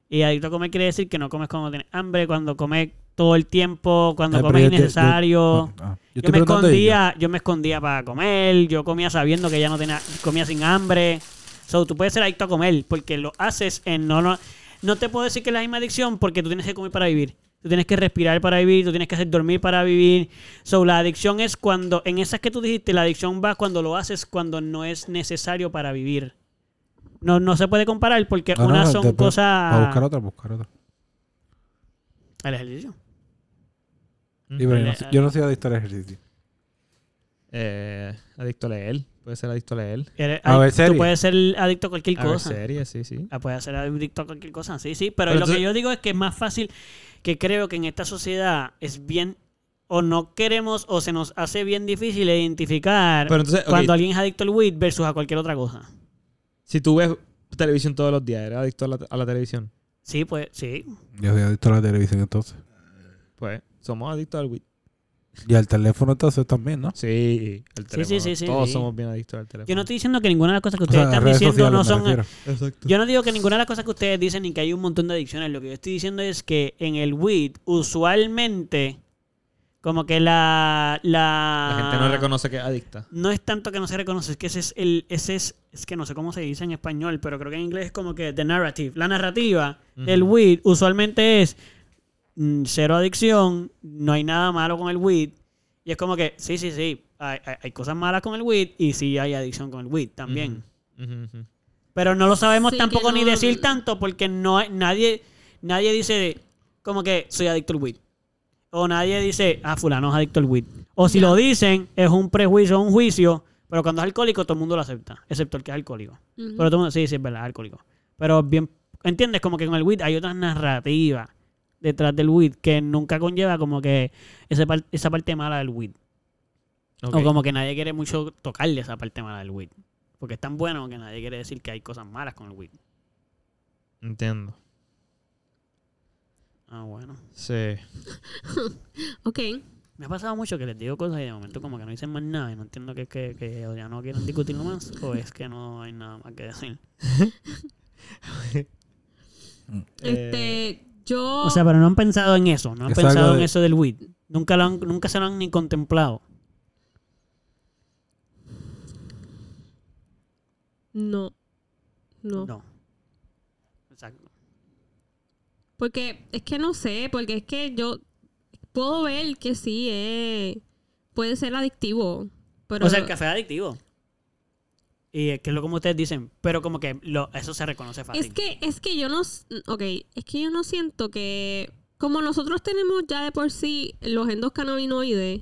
Speaker 3: Y adicto a comer quiere decir que no comes cuando tienes hambre, cuando comes todo el tiempo, cuando
Speaker 2: Ah, pero
Speaker 3: comes
Speaker 2: yo te- yo-
Speaker 3: innecesario.
Speaker 2: ah, ah.
Speaker 3: Yo,
Speaker 2: estoy
Speaker 3: me
Speaker 2: preguntando de ella.
Speaker 3: escondía, yo me escondía para comer, yo comía sabiendo que ya no tenía, comía sin hambre. So, tú puedes ser adicto a comer porque lo haces en no no no te puedo decir que es la misma adicción porque tú tienes que comer para vivir. Tú tienes que respirar para vivir, tú tienes que hacer dormir para vivir. So, la adicción es cuando en esas que tú dijiste, la adicción va cuando lo haces cuando no es necesario para vivir. No no se puede comparar porque
Speaker 2: Ah, No, no,
Speaker 3: unas
Speaker 2: no,
Speaker 3: son
Speaker 2: te- te- Para buscar
Speaker 3: cosas
Speaker 2: otra, buscar otra.
Speaker 3: el ejercicio.
Speaker 2: Sí, pero yo, no,
Speaker 3: Dale,
Speaker 2: soy-
Speaker 3: dale.
Speaker 2: yo no soy adicto al ejercicio.
Speaker 1: Eh, adicto a leer. Puede ser adicto a leer.
Speaker 3: Eres-
Speaker 2: A ver,
Speaker 3: tú
Speaker 2: serie.
Speaker 3: puedes ser adicto a cualquier
Speaker 1: A ver
Speaker 3: cosa.
Speaker 1: series, sí, sí.
Speaker 3: Ah, puede hacer adicto a cualquier cosa, sí, sí. Pero,
Speaker 1: Pero
Speaker 3: lo que
Speaker 1: entonces-
Speaker 3: yo digo es que es más fácil que creo que en esta sociedad es bien o no queremos o se nos hace bien difícil identificar
Speaker 1: Pero entonces, ok,
Speaker 3: cuando alguien es adicto al weed versus a cualquier otra cosa.
Speaker 1: si tú ves televisión todos los días, ¿eres adicto a la, a la televisión?
Speaker 3: Sí, pues, sí.
Speaker 2: Yo soy adicto a la televisión entonces.
Speaker 1: Pues somos adictos al Wii.
Speaker 2: Y al teléfono entonces también, ¿no?
Speaker 1: Sí, el
Speaker 3: Sí, sí,
Speaker 1: teléfono.
Speaker 3: sí, sí,
Speaker 1: Todos
Speaker 3: sí.
Speaker 1: somos bien adictos al teléfono.
Speaker 3: Yo no estoy diciendo que ninguna de las cosas que
Speaker 2: O
Speaker 3: ustedes
Speaker 2: sea,
Speaker 3: están
Speaker 2: redes
Speaker 3: diciendo
Speaker 2: sociales
Speaker 3: no
Speaker 2: me
Speaker 3: son...
Speaker 2: refiero.
Speaker 1: Exacto.
Speaker 3: Yo no digo que ninguna de las cosas que ustedes dicen ni que hay un montón de adicciones. Lo que yo estoy diciendo es que en el weed, usualmente, como que la... La,
Speaker 1: La gente
Speaker 3: Ah.
Speaker 1: no reconoce que es adicta.
Speaker 3: No es tanto que no se reconoce, es que ese es el. Ese es, es que no sé cómo se dice en español, pero creo que en inglés es como que the narrative. La narrativa del
Speaker 1: Ujú.
Speaker 3: weed usualmente es mm, cero adicción, no hay nada malo con el weed. Y es como que, sí, sí, sí, hay, hay- hay cosas malas con el weed y sí hay adicción con el weed también.
Speaker 1: Ujú, ujú.
Speaker 3: Pero no lo sabemos
Speaker 4: Sí, que
Speaker 3: tampoco ni
Speaker 4: no-
Speaker 3: decir tanto porque no hay- nadie, nadie dice como que soy adicto al weed. O nadie dice, ah, fulano es adicto al weed. O si lo dicen, es un prejuicio, un juicio. Pero cuando es alcohólico, todo el mundo lo acepta, excepto el que es alcohólico.
Speaker 4: Ujú.
Speaker 3: Pero todo el mundo, sí, sí, es verdad, es alcohólico. Pero bien, ¿entiendes? Como que con el weed hay otras narrativas detrás del weed que nunca conlleva como que ese par- esa parte mala del weed.
Speaker 1: Ok.
Speaker 3: O como que nadie quiere mucho tocarle esa parte mala del weed. Porque es tan bueno que nadie quiere decir que hay cosas malas con el weed.
Speaker 1: Entiendo.
Speaker 3: Ah, bueno.
Speaker 1: Sí.
Speaker 4: Ok.
Speaker 3: Eh, Me ha pasado mucho que les digo cosas y de momento como que no dicen más nada y no entiendo que, que, que o ya no quieren discutirlo más o es que no hay nada más que decir.
Speaker 1: Eh,
Speaker 4: Este, yo...
Speaker 3: O sea, pero no han pensado en eso, no han
Speaker 2: Es
Speaker 3: pensado
Speaker 2: algo
Speaker 3: en
Speaker 2: de-
Speaker 3: eso del weed. Nunca, lo han, nunca se lo han ni contemplado.
Speaker 4: no. No.
Speaker 3: No. Exacto.
Speaker 4: Porque es que no sé, porque es que yo puedo ver que sí, eh, puede ser adictivo. Pero
Speaker 3: o sea, el café es adictivo. Y es que es lo como ustedes dicen, pero como que lo, eso se reconoce fácil.
Speaker 4: es que, es que yo no, s- ok, es que yo no siento que, como nosotros tenemos ya de por sí los endocannabinoides,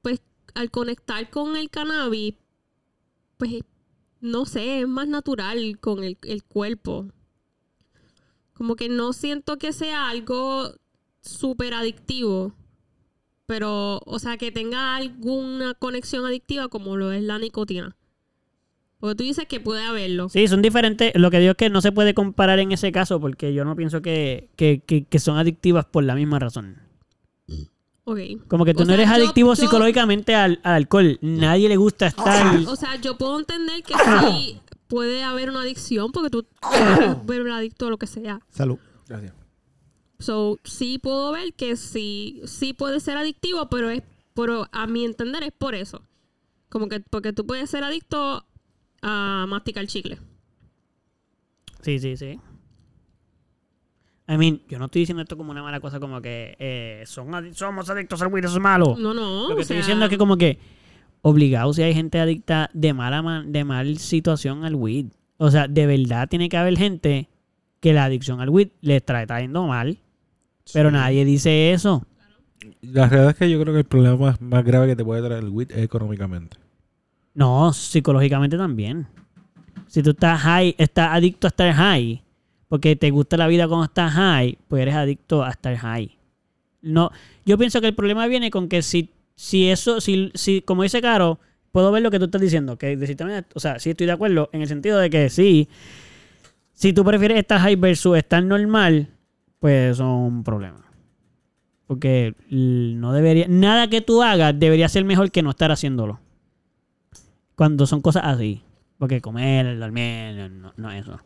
Speaker 4: pues al conectar con el cannabis, pues no sé, es más natural con el, el cuerpo. Como que no siento que sea algo súper adictivo. Pero, o sea, que tenga alguna conexión adictiva como lo es la nicotina. Porque tú dices que puede haberlo.
Speaker 3: Sí, son diferentes. Lo que digo es que no se puede comparar en ese caso porque yo no pienso que, que, que, que son adictivas por la misma razón.
Speaker 4: Ok.
Speaker 3: Como que tú
Speaker 4: O
Speaker 3: no
Speaker 4: sea,
Speaker 3: eres
Speaker 4: yo-
Speaker 3: adictivo
Speaker 4: yo-
Speaker 3: psicológicamente al, al alcohol. Nadie le gusta estar.
Speaker 4: O sea, yo puedo entender que sí puede haber una adicción porque tú puedes ver un adicto a lo que sea.
Speaker 1: Salud.
Speaker 2: Gracias.
Speaker 4: So, sí puedo ver que sí, sí puede ser adictivo, pero es pero a mi entender es por eso. Como que porque tú puedes ser adicto a masticar chicle.
Speaker 3: Sí, sí, sí. I mean, yo no estoy diciendo esto como una mala cosa, como que eh, son adi- somos adictos al weed, eso es malo.
Speaker 4: No, no.
Speaker 3: Oh. Lo
Speaker 4: o
Speaker 3: que estoy
Speaker 4: sea,
Speaker 3: diciendo es que como que obligado si hay gente adicta de mala ma- de mal situación al weed. O sea, de verdad tiene que haber gente que la adicción al weed le está trayendo mal, pero nadie dice eso.
Speaker 2: La realidad es que yo creo que el problema más, más grave que te puede traer el WIT es económicamente.
Speaker 3: No, psicológicamente también. Si tú estás high, estás adicto a estar high, porque te gusta la vida cuando estás high, pues eres adicto a estar high. No, yo pienso que el problema viene con que si, si eso, si, si, como dice Caro, puedo ver lo que tú estás diciendo, que de cierta manera, o sea, sí estoy de acuerdo en el sentido de que sí, si tú prefieres estar high versus estar normal, pues eso es un problema. Porque l- no debería, nada que tú hagas debería ser mejor que no estar haciéndolo. Cuando son cosas así. Porque comer, dormir, no, no es eso.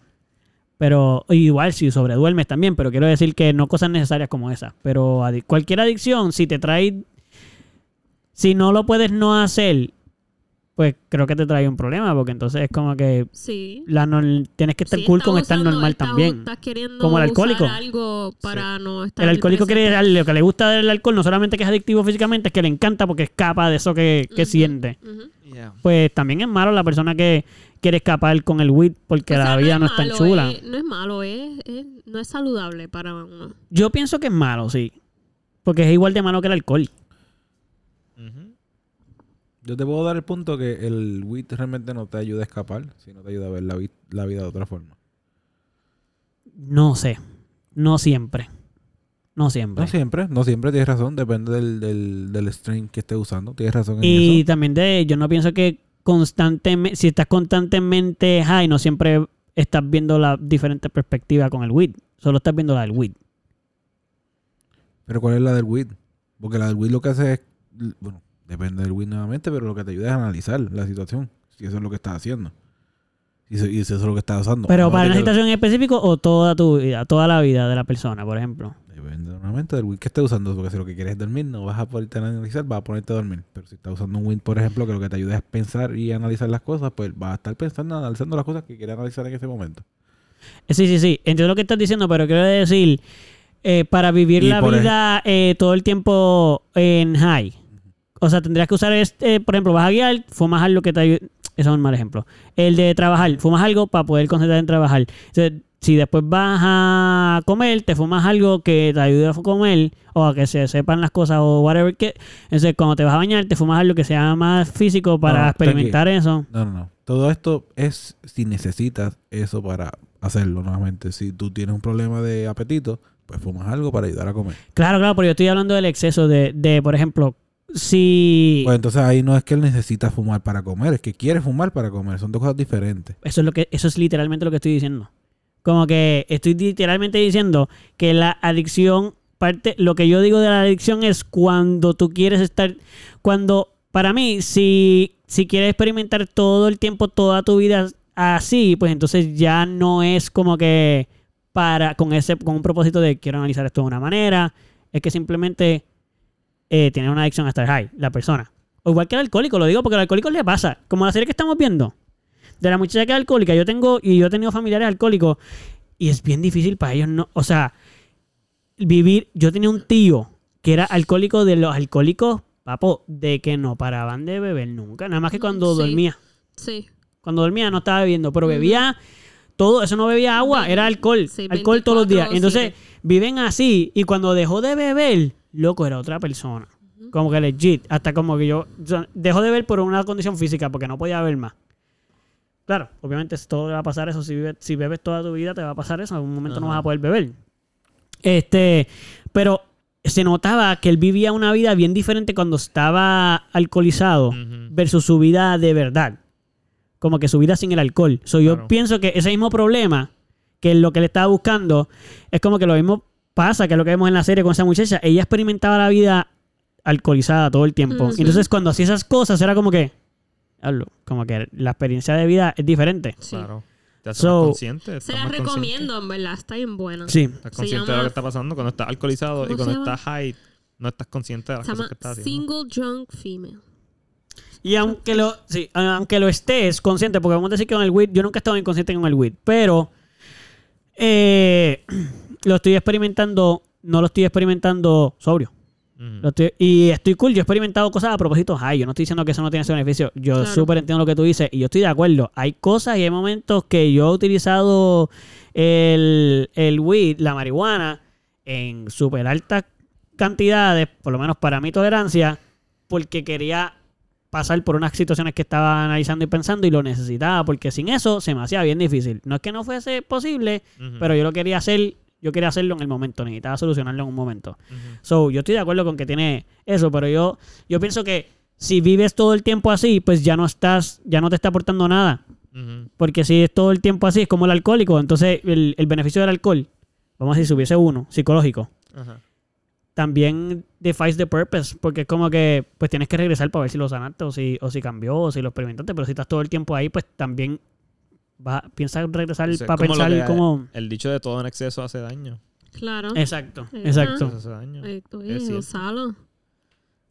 Speaker 3: Pero igual si sobreduermes también, pero quiero decir que no cosas necesarias como esa. Pero adic- cualquier adicción, si te trae... Si no lo puedes no hacer, pues creo que te trae un problema, porque entonces es como que
Speaker 4: Sí.
Speaker 3: la nor- tienes que estar
Speaker 4: Sí,
Speaker 3: cool
Speaker 4: estás
Speaker 3: con estar
Speaker 4: usando-
Speaker 3: normal
Speaker 4: estás-
Speaker 3: también.
Speaker 4: estás queriendo
Speaker 3: Como el
Speaker 4: usar
Speaker 3: alcohólico.
Speaker 4: algo para no estar
Speaker 3: El alcohólico quiere
Speaker 4: presente.
Speaker 3: darle- lo que le gusta del alcohol, no solamente que es adictivo físicamente, es que le encanta porque escapa de eso que, que
Speaker 4: Ujú,
Speaker 3: siente.
Speaker 4: ujú.
Speaker 1: Yeah.
Speaker 3: Pues también es malo la persona que quiere escapar con el weed porque
Speaker 4: O sea,
Speaker 3: la vida no,
Speaker 4: es
Speaker 3: es tan
Speaker 4: malo,
Speaker 3: chula.
Speaker 4: eh, no es malo, eh, eh, no es saludable para uno.
Speaker 3: Yo pienso que es malo, sí. Porque es igual de malo que el alcohol.
Speaker 2: Yo te puedo dar el punto que el weed realmente no te ayuda a escapar, sino te ayuda a ver la, vi- la vida de otra forma.
Speaker 3: No sé. No siempre. No siempre.
Speaker 2: No siempre, no siempre tienes razón, depende del, del, del strain que estés usando. Tienes razón en
Speaker 3: Y
Speaker 2: eso.
Speaker 3: también de, yo no pienso que constantemente, si estás constantemente high, no siempre estás viendo la diferente perspectiva con el weed. Solo estás viendo la del weed.
Speaker 2: Pero ¿cuál es la del weed? Porque la del weed lo que hace es, bueno, depende del weed nuevamente, pero lo que te ayuda es a analizar la situación, si eso es lo que estás haciendo. Y si, y si eso es lo que estás usando.
Speaker 3: Pero para
Speaker 2: Acuérdate
Speaker 3: una
Speaker 2: que-
Speaker 3: situación en específico o toda tu vida, toda la vida de la persona, por ejemplo.
Speaker 2: Depende nuevamente del weed que estés usando, porque si lo que quieres es dormir, no vas a poderte analizar, vas a ponerte a dormir. Pero si estás usando un weed, por ejemplo, que lo que te ayuda es pensar y analizar las cosas, pues vas a estar pensando, analizando las cosas que quieres analizar en ese momento.
Speaker 3: Eh, Sí, sí, sí. Entiendo lo que estás diciendo, pero quiero decir, eh, para vivir
Speaker 2: Y
Speaker 3: la
Speaker 2: por ej-
Speaker 3: vida eh, todo el tiempo en high. O sea, tendrías que usar este, por ejemplo, vas a guiar, fumas algo que te ayude. Eso es un mal ejemplo. El de trabajar, fumas algo para poder concentrarte en trabajar. O sea, si después vas a comer, te fumas algo que te ayude a comer o a que se sepan las cosas o whatever. Que... Entonces, cuando te vas a bañar, te fumas algo que sea más físico para
Speaker 2: No,
Speaker 3: experimentar eso.
Speaker 2: No, no, no. Todo esto es si necesitas eso para hacerlo nuevamente. Si tú tienes un problema de apetito, pues fumas algo para ayudar a comer.
Speaker 3: Claro, claro, pero yo estoy hablando del exceso de, de por ejemplo, si...
Speaker 2: Pues entonces ahí no es que él necesita fumar para comer, es que quiere fumar para comer. Son dos cosas diferentes.
Speaker 3: Eso es lo que, eso es literalmente lo que estoy diciendo. Como que estoy literalmente diciendo que la adicción, parte, lo que yo digo de la adicción es cuando tú quieres estar, cuando, para mí, si, si quieres experimentar todo el tiempo, toda tu vida así, pues entonces ya no es como que para, con ese, con un propósito de quiero analizar esto de una manera, es que simplemente eh, tiene una adicción a estar high, la persona. O igual que el alcohólico, lo digo porque al alcohólico le pasa, como la serie que estamos viendo de la muchacha que es alcohólica, yo tengo, y yo he tenido familiares alcohólicos, y es bien difícil para ellos no, o sea, vivir, yo tenía un tío que era alcohólico de los alcohólicos, papo, de que no paraban de beber nunca, nada más que cuando
Speaker 4: Sí.
Speaker 3: dormía,
Speaker 4: Sí.
Speaker 3: cuando dormía no estaba bebiendo, pero bebía todo, eso no bebía agua,
Speaker 4: Ve-
Speaker 3: era alcohol,
Speaker 4: sí,
Speaker 3: alcohol todos los días,
Speaker 4: 24/7.
Speaker 3: entonces viven así, y cuando dejó de beber, loco, era otra persona. Como que legit, hasta como que yo yo dejó de ver por una condición física, porque no podía ver más. Claro, obviamente si todo le va a pasar eso. Si, vive- si bebes toda tu vida, te va a pasar eso. En algún momento no vas a poder beber. Este, pero se notaba que él vivía una vida bien diferente cuando estaba alcoholizado
Speaker 1: Ujú.
Speaker 3: versus su vida de verdad. Como que su vida sin el alcohol. So, yo
Speaker 1: Claro.
Speaker 3: pienso que ese mismo problema, que lo que le estaba buscando, es como que lo mismo pasa que es lo que vemos en la serie con esa muchacha. Ella experimentaba la vida alcoholizada todo el tiempo.
Speaker 4: Ujú.
Speaker 3: Entonces, cuando hacía esas cosas, era como que. "Diablo", Como que la experiencia de vida es diferente.
Speaker 4: sí.
Speaker 1: Claro. Te hace
Speaker 3: So-
Speaker 1: más consciente.
Speaker 4: Se
Speaker 1: estás
Speaker 4: la
Speaker 1: más consciente.
Speaker 4: recomiendo, en verdad, está bien buena.
Speaker 3: Sí.
Speaker 1: Estás
Speaker 4: Se
Speaker 1: consciente de
Speaker 4: llama-
Speaker 1: lo que está pasando. Cuando estás alcoholizado y
Speaker 4: ¿Cómo
Speaker 1: cuando
Speaker 4: se llama?
Speaker 1: estás high, no estás consciente de las
Speaker 4: Se
Speaker 1: cosas
Speaker 4: llama
Speaker 1: que estás haciendo.
Speaker 4: Single Drunk Female.
Speaker 3: Y aunque lo, sí, aunque lo estés consciente, porque vamos a decir que con el weed, yo nunca he estado inconsciente con el weed, pero eh, lo estoy experimentando, no lo estoy experimentando sobrio.
Speaker 1: Ujú.
Speaker 3: Lo estoy- y estoy cool, yo he experimentado cosas a propósito high. Yo no estoy diciendo que eso no tiene su beneficio. Yo
Speaker 4: Claro.
Speaker 3: súper entiendo lo que tú dices y yo estoy de acuerdo. Hay cosas y hay momentos que yo he utilizado el, el weed, la marihuana, en súper altas cantidades, por lo menos para mi tolerancia, porque quería pasar por unas situaciones que estaba analizando y pensando y lo necesitaba, porque sin eso se me hacía bien difícil. No es que no fuese posible,
Speaker 1: Ujú.
Speaker 3: pero yo lo quería hacer, yo quería hacerlo en el momento, necesitaba solucionarlo en un momento.
Speaker 1: Ujú.
Speaker 3: So, yo estoy de acuerdo con que tiene eso, pero yo, yo pienso que si vives todo el tiempo así, pues ya no estás, ya no te está aportando nada.
Speaker 1: Ujú.
Speaker 3: Porque si es todo el tiempo así, es como el alcohólico. Entonces, el, el beneficio del alcohol, vamos a decir, si hubiese uno, psicológico,
Speaker 1: Ajá.
Speaker 3: también defies the purpose, porque es como que pues tienes que regresar para ver si lo sanaste o si, o si cambió o si lo experimentaste, pero si estás todo el tiempo ahí, pues también vas, a- piensas regresar
Speaker 1: O sea, es
Speaker 3: para
Speaker 1: como lo
Speaker 3: pensar
Speaker 1: que-
Speaker 3: cómo...
Speaker 1: El dicho de todo en exceso hace daño.
Speaker 4: Claro.
Speaker 3: Exacto,
Speaker 4: Ajá.
Speaker 3: exacto.
Speaker 1: Eso hace daño.
Speaker 4: Eh,
Speaker 1: Es
Speaker 4: Oye,
Speaker 1: cierto.
Speaker 4: Gonzalo.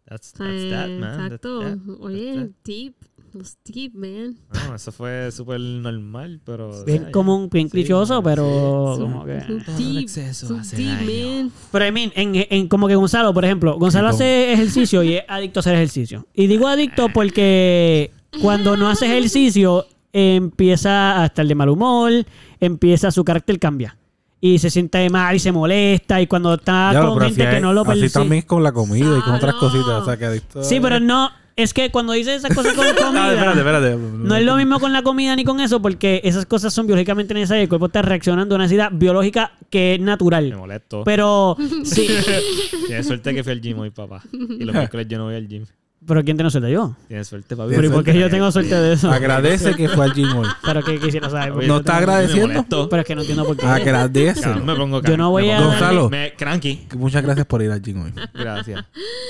Speaker 1: That's,
Speaker 4: O sea,
Speaker 1: that's that, man. That's
Speaker 4: pues, Exacto.
Speaker 1: that.
Speaker 4: Oye,
Speaker 1: that's
Speaker 4: deep. Los deep, man.
Speaker 1: No, eso fue súper normal, pero.
Speaker 3: Bien común, bien
Speaker 1: Sí,
Speaker 3: clichoso,
Speaker 1: sí.
Speaker 3: pero
Speaker 4: Sí.
Speaker 3: como que...
Speaker 1: Oh, Todo en
Speaker 4: Deep.
Speaker 1: exceso
Speaker 4: So
Speaker 1: hace
Speaker 4: deep,
Speaker 1: daño.
Speaker 4: man.
Speaker 3: Pero I mean, en, en- como que Gonzalo, por ejemplo, Gonzalo hace ejercicio y es adicto a hacer ejercicio. Y digo adicto porque cuando no hace ejercicio empieza a estar de mal humor, empieza su carácter cambia. Y se siente mal y se molesta y cuando está
Speaker 2: Ya,
Speaker 3: Ah, con
Speaker 2: pero
Speaker 3: gente
Speaker 2: así
Speaker 3: que
Speaker 2: es-
Speaker 3: no lo
Speaker 2: Así
Speaker 3: percibe. Ah,
Speaker 2: también es con la comida y con otras
Speaker 4: Claro.
Speaker 2: cositas. O sea, que adicto.
Speaker 3: Sí, pero no, es que cuando dice esas cosas con
Speaker 2: Ah, espérate,
Speaker 3: comida,
Speaker 2: espérate.
Speaker 3: no es lo mismo con la comida ni con eso porque esas cosas son biológicamente necesarias. El cuerpo está reaccionando a una necesidad biológica que es
Speaker 1: Me
Speaker 3: natural.
Speaker 1: molesto.
Speaker 3: Pero sí,
Speaker 1: Tienes suerte que fui al gym hoy, papá. Y los miércoles yo no voy al gym.
Speaker 3: pero ¿quién te no suelta yo?
Speaker 1: Tienes suerte, papi.
Speaker 3: Pero ¿y por qué yo tengo suerte de eso?
Speaker 2: Agradece que fue al gym hoy.
Speaker 3: Pero que quisiera saber.
Speaker 1: Papi, yo
Speaker 2: ¿No
Speaker 3: porque yo
Speaker 2: está
Speaker 1: tengo-
Speaker 2: agradeciendo?
Speaker 1: Me molesto.
Speaker 3: Pero es que no entiendo por qué.
Speaker 2: Agradece.
Speaker 1: Cabrón, me pongo
Speaker 3: Yo no voy
Speaker 1: me
Speaker 3: a-
Speaker 1: pongo-
Speaker 2: Gonzalo.
Speaker 1: Me, cranky.
Speaker 2: Muchas gracias por ir al gym hoy.
Speaker 1: Gracias.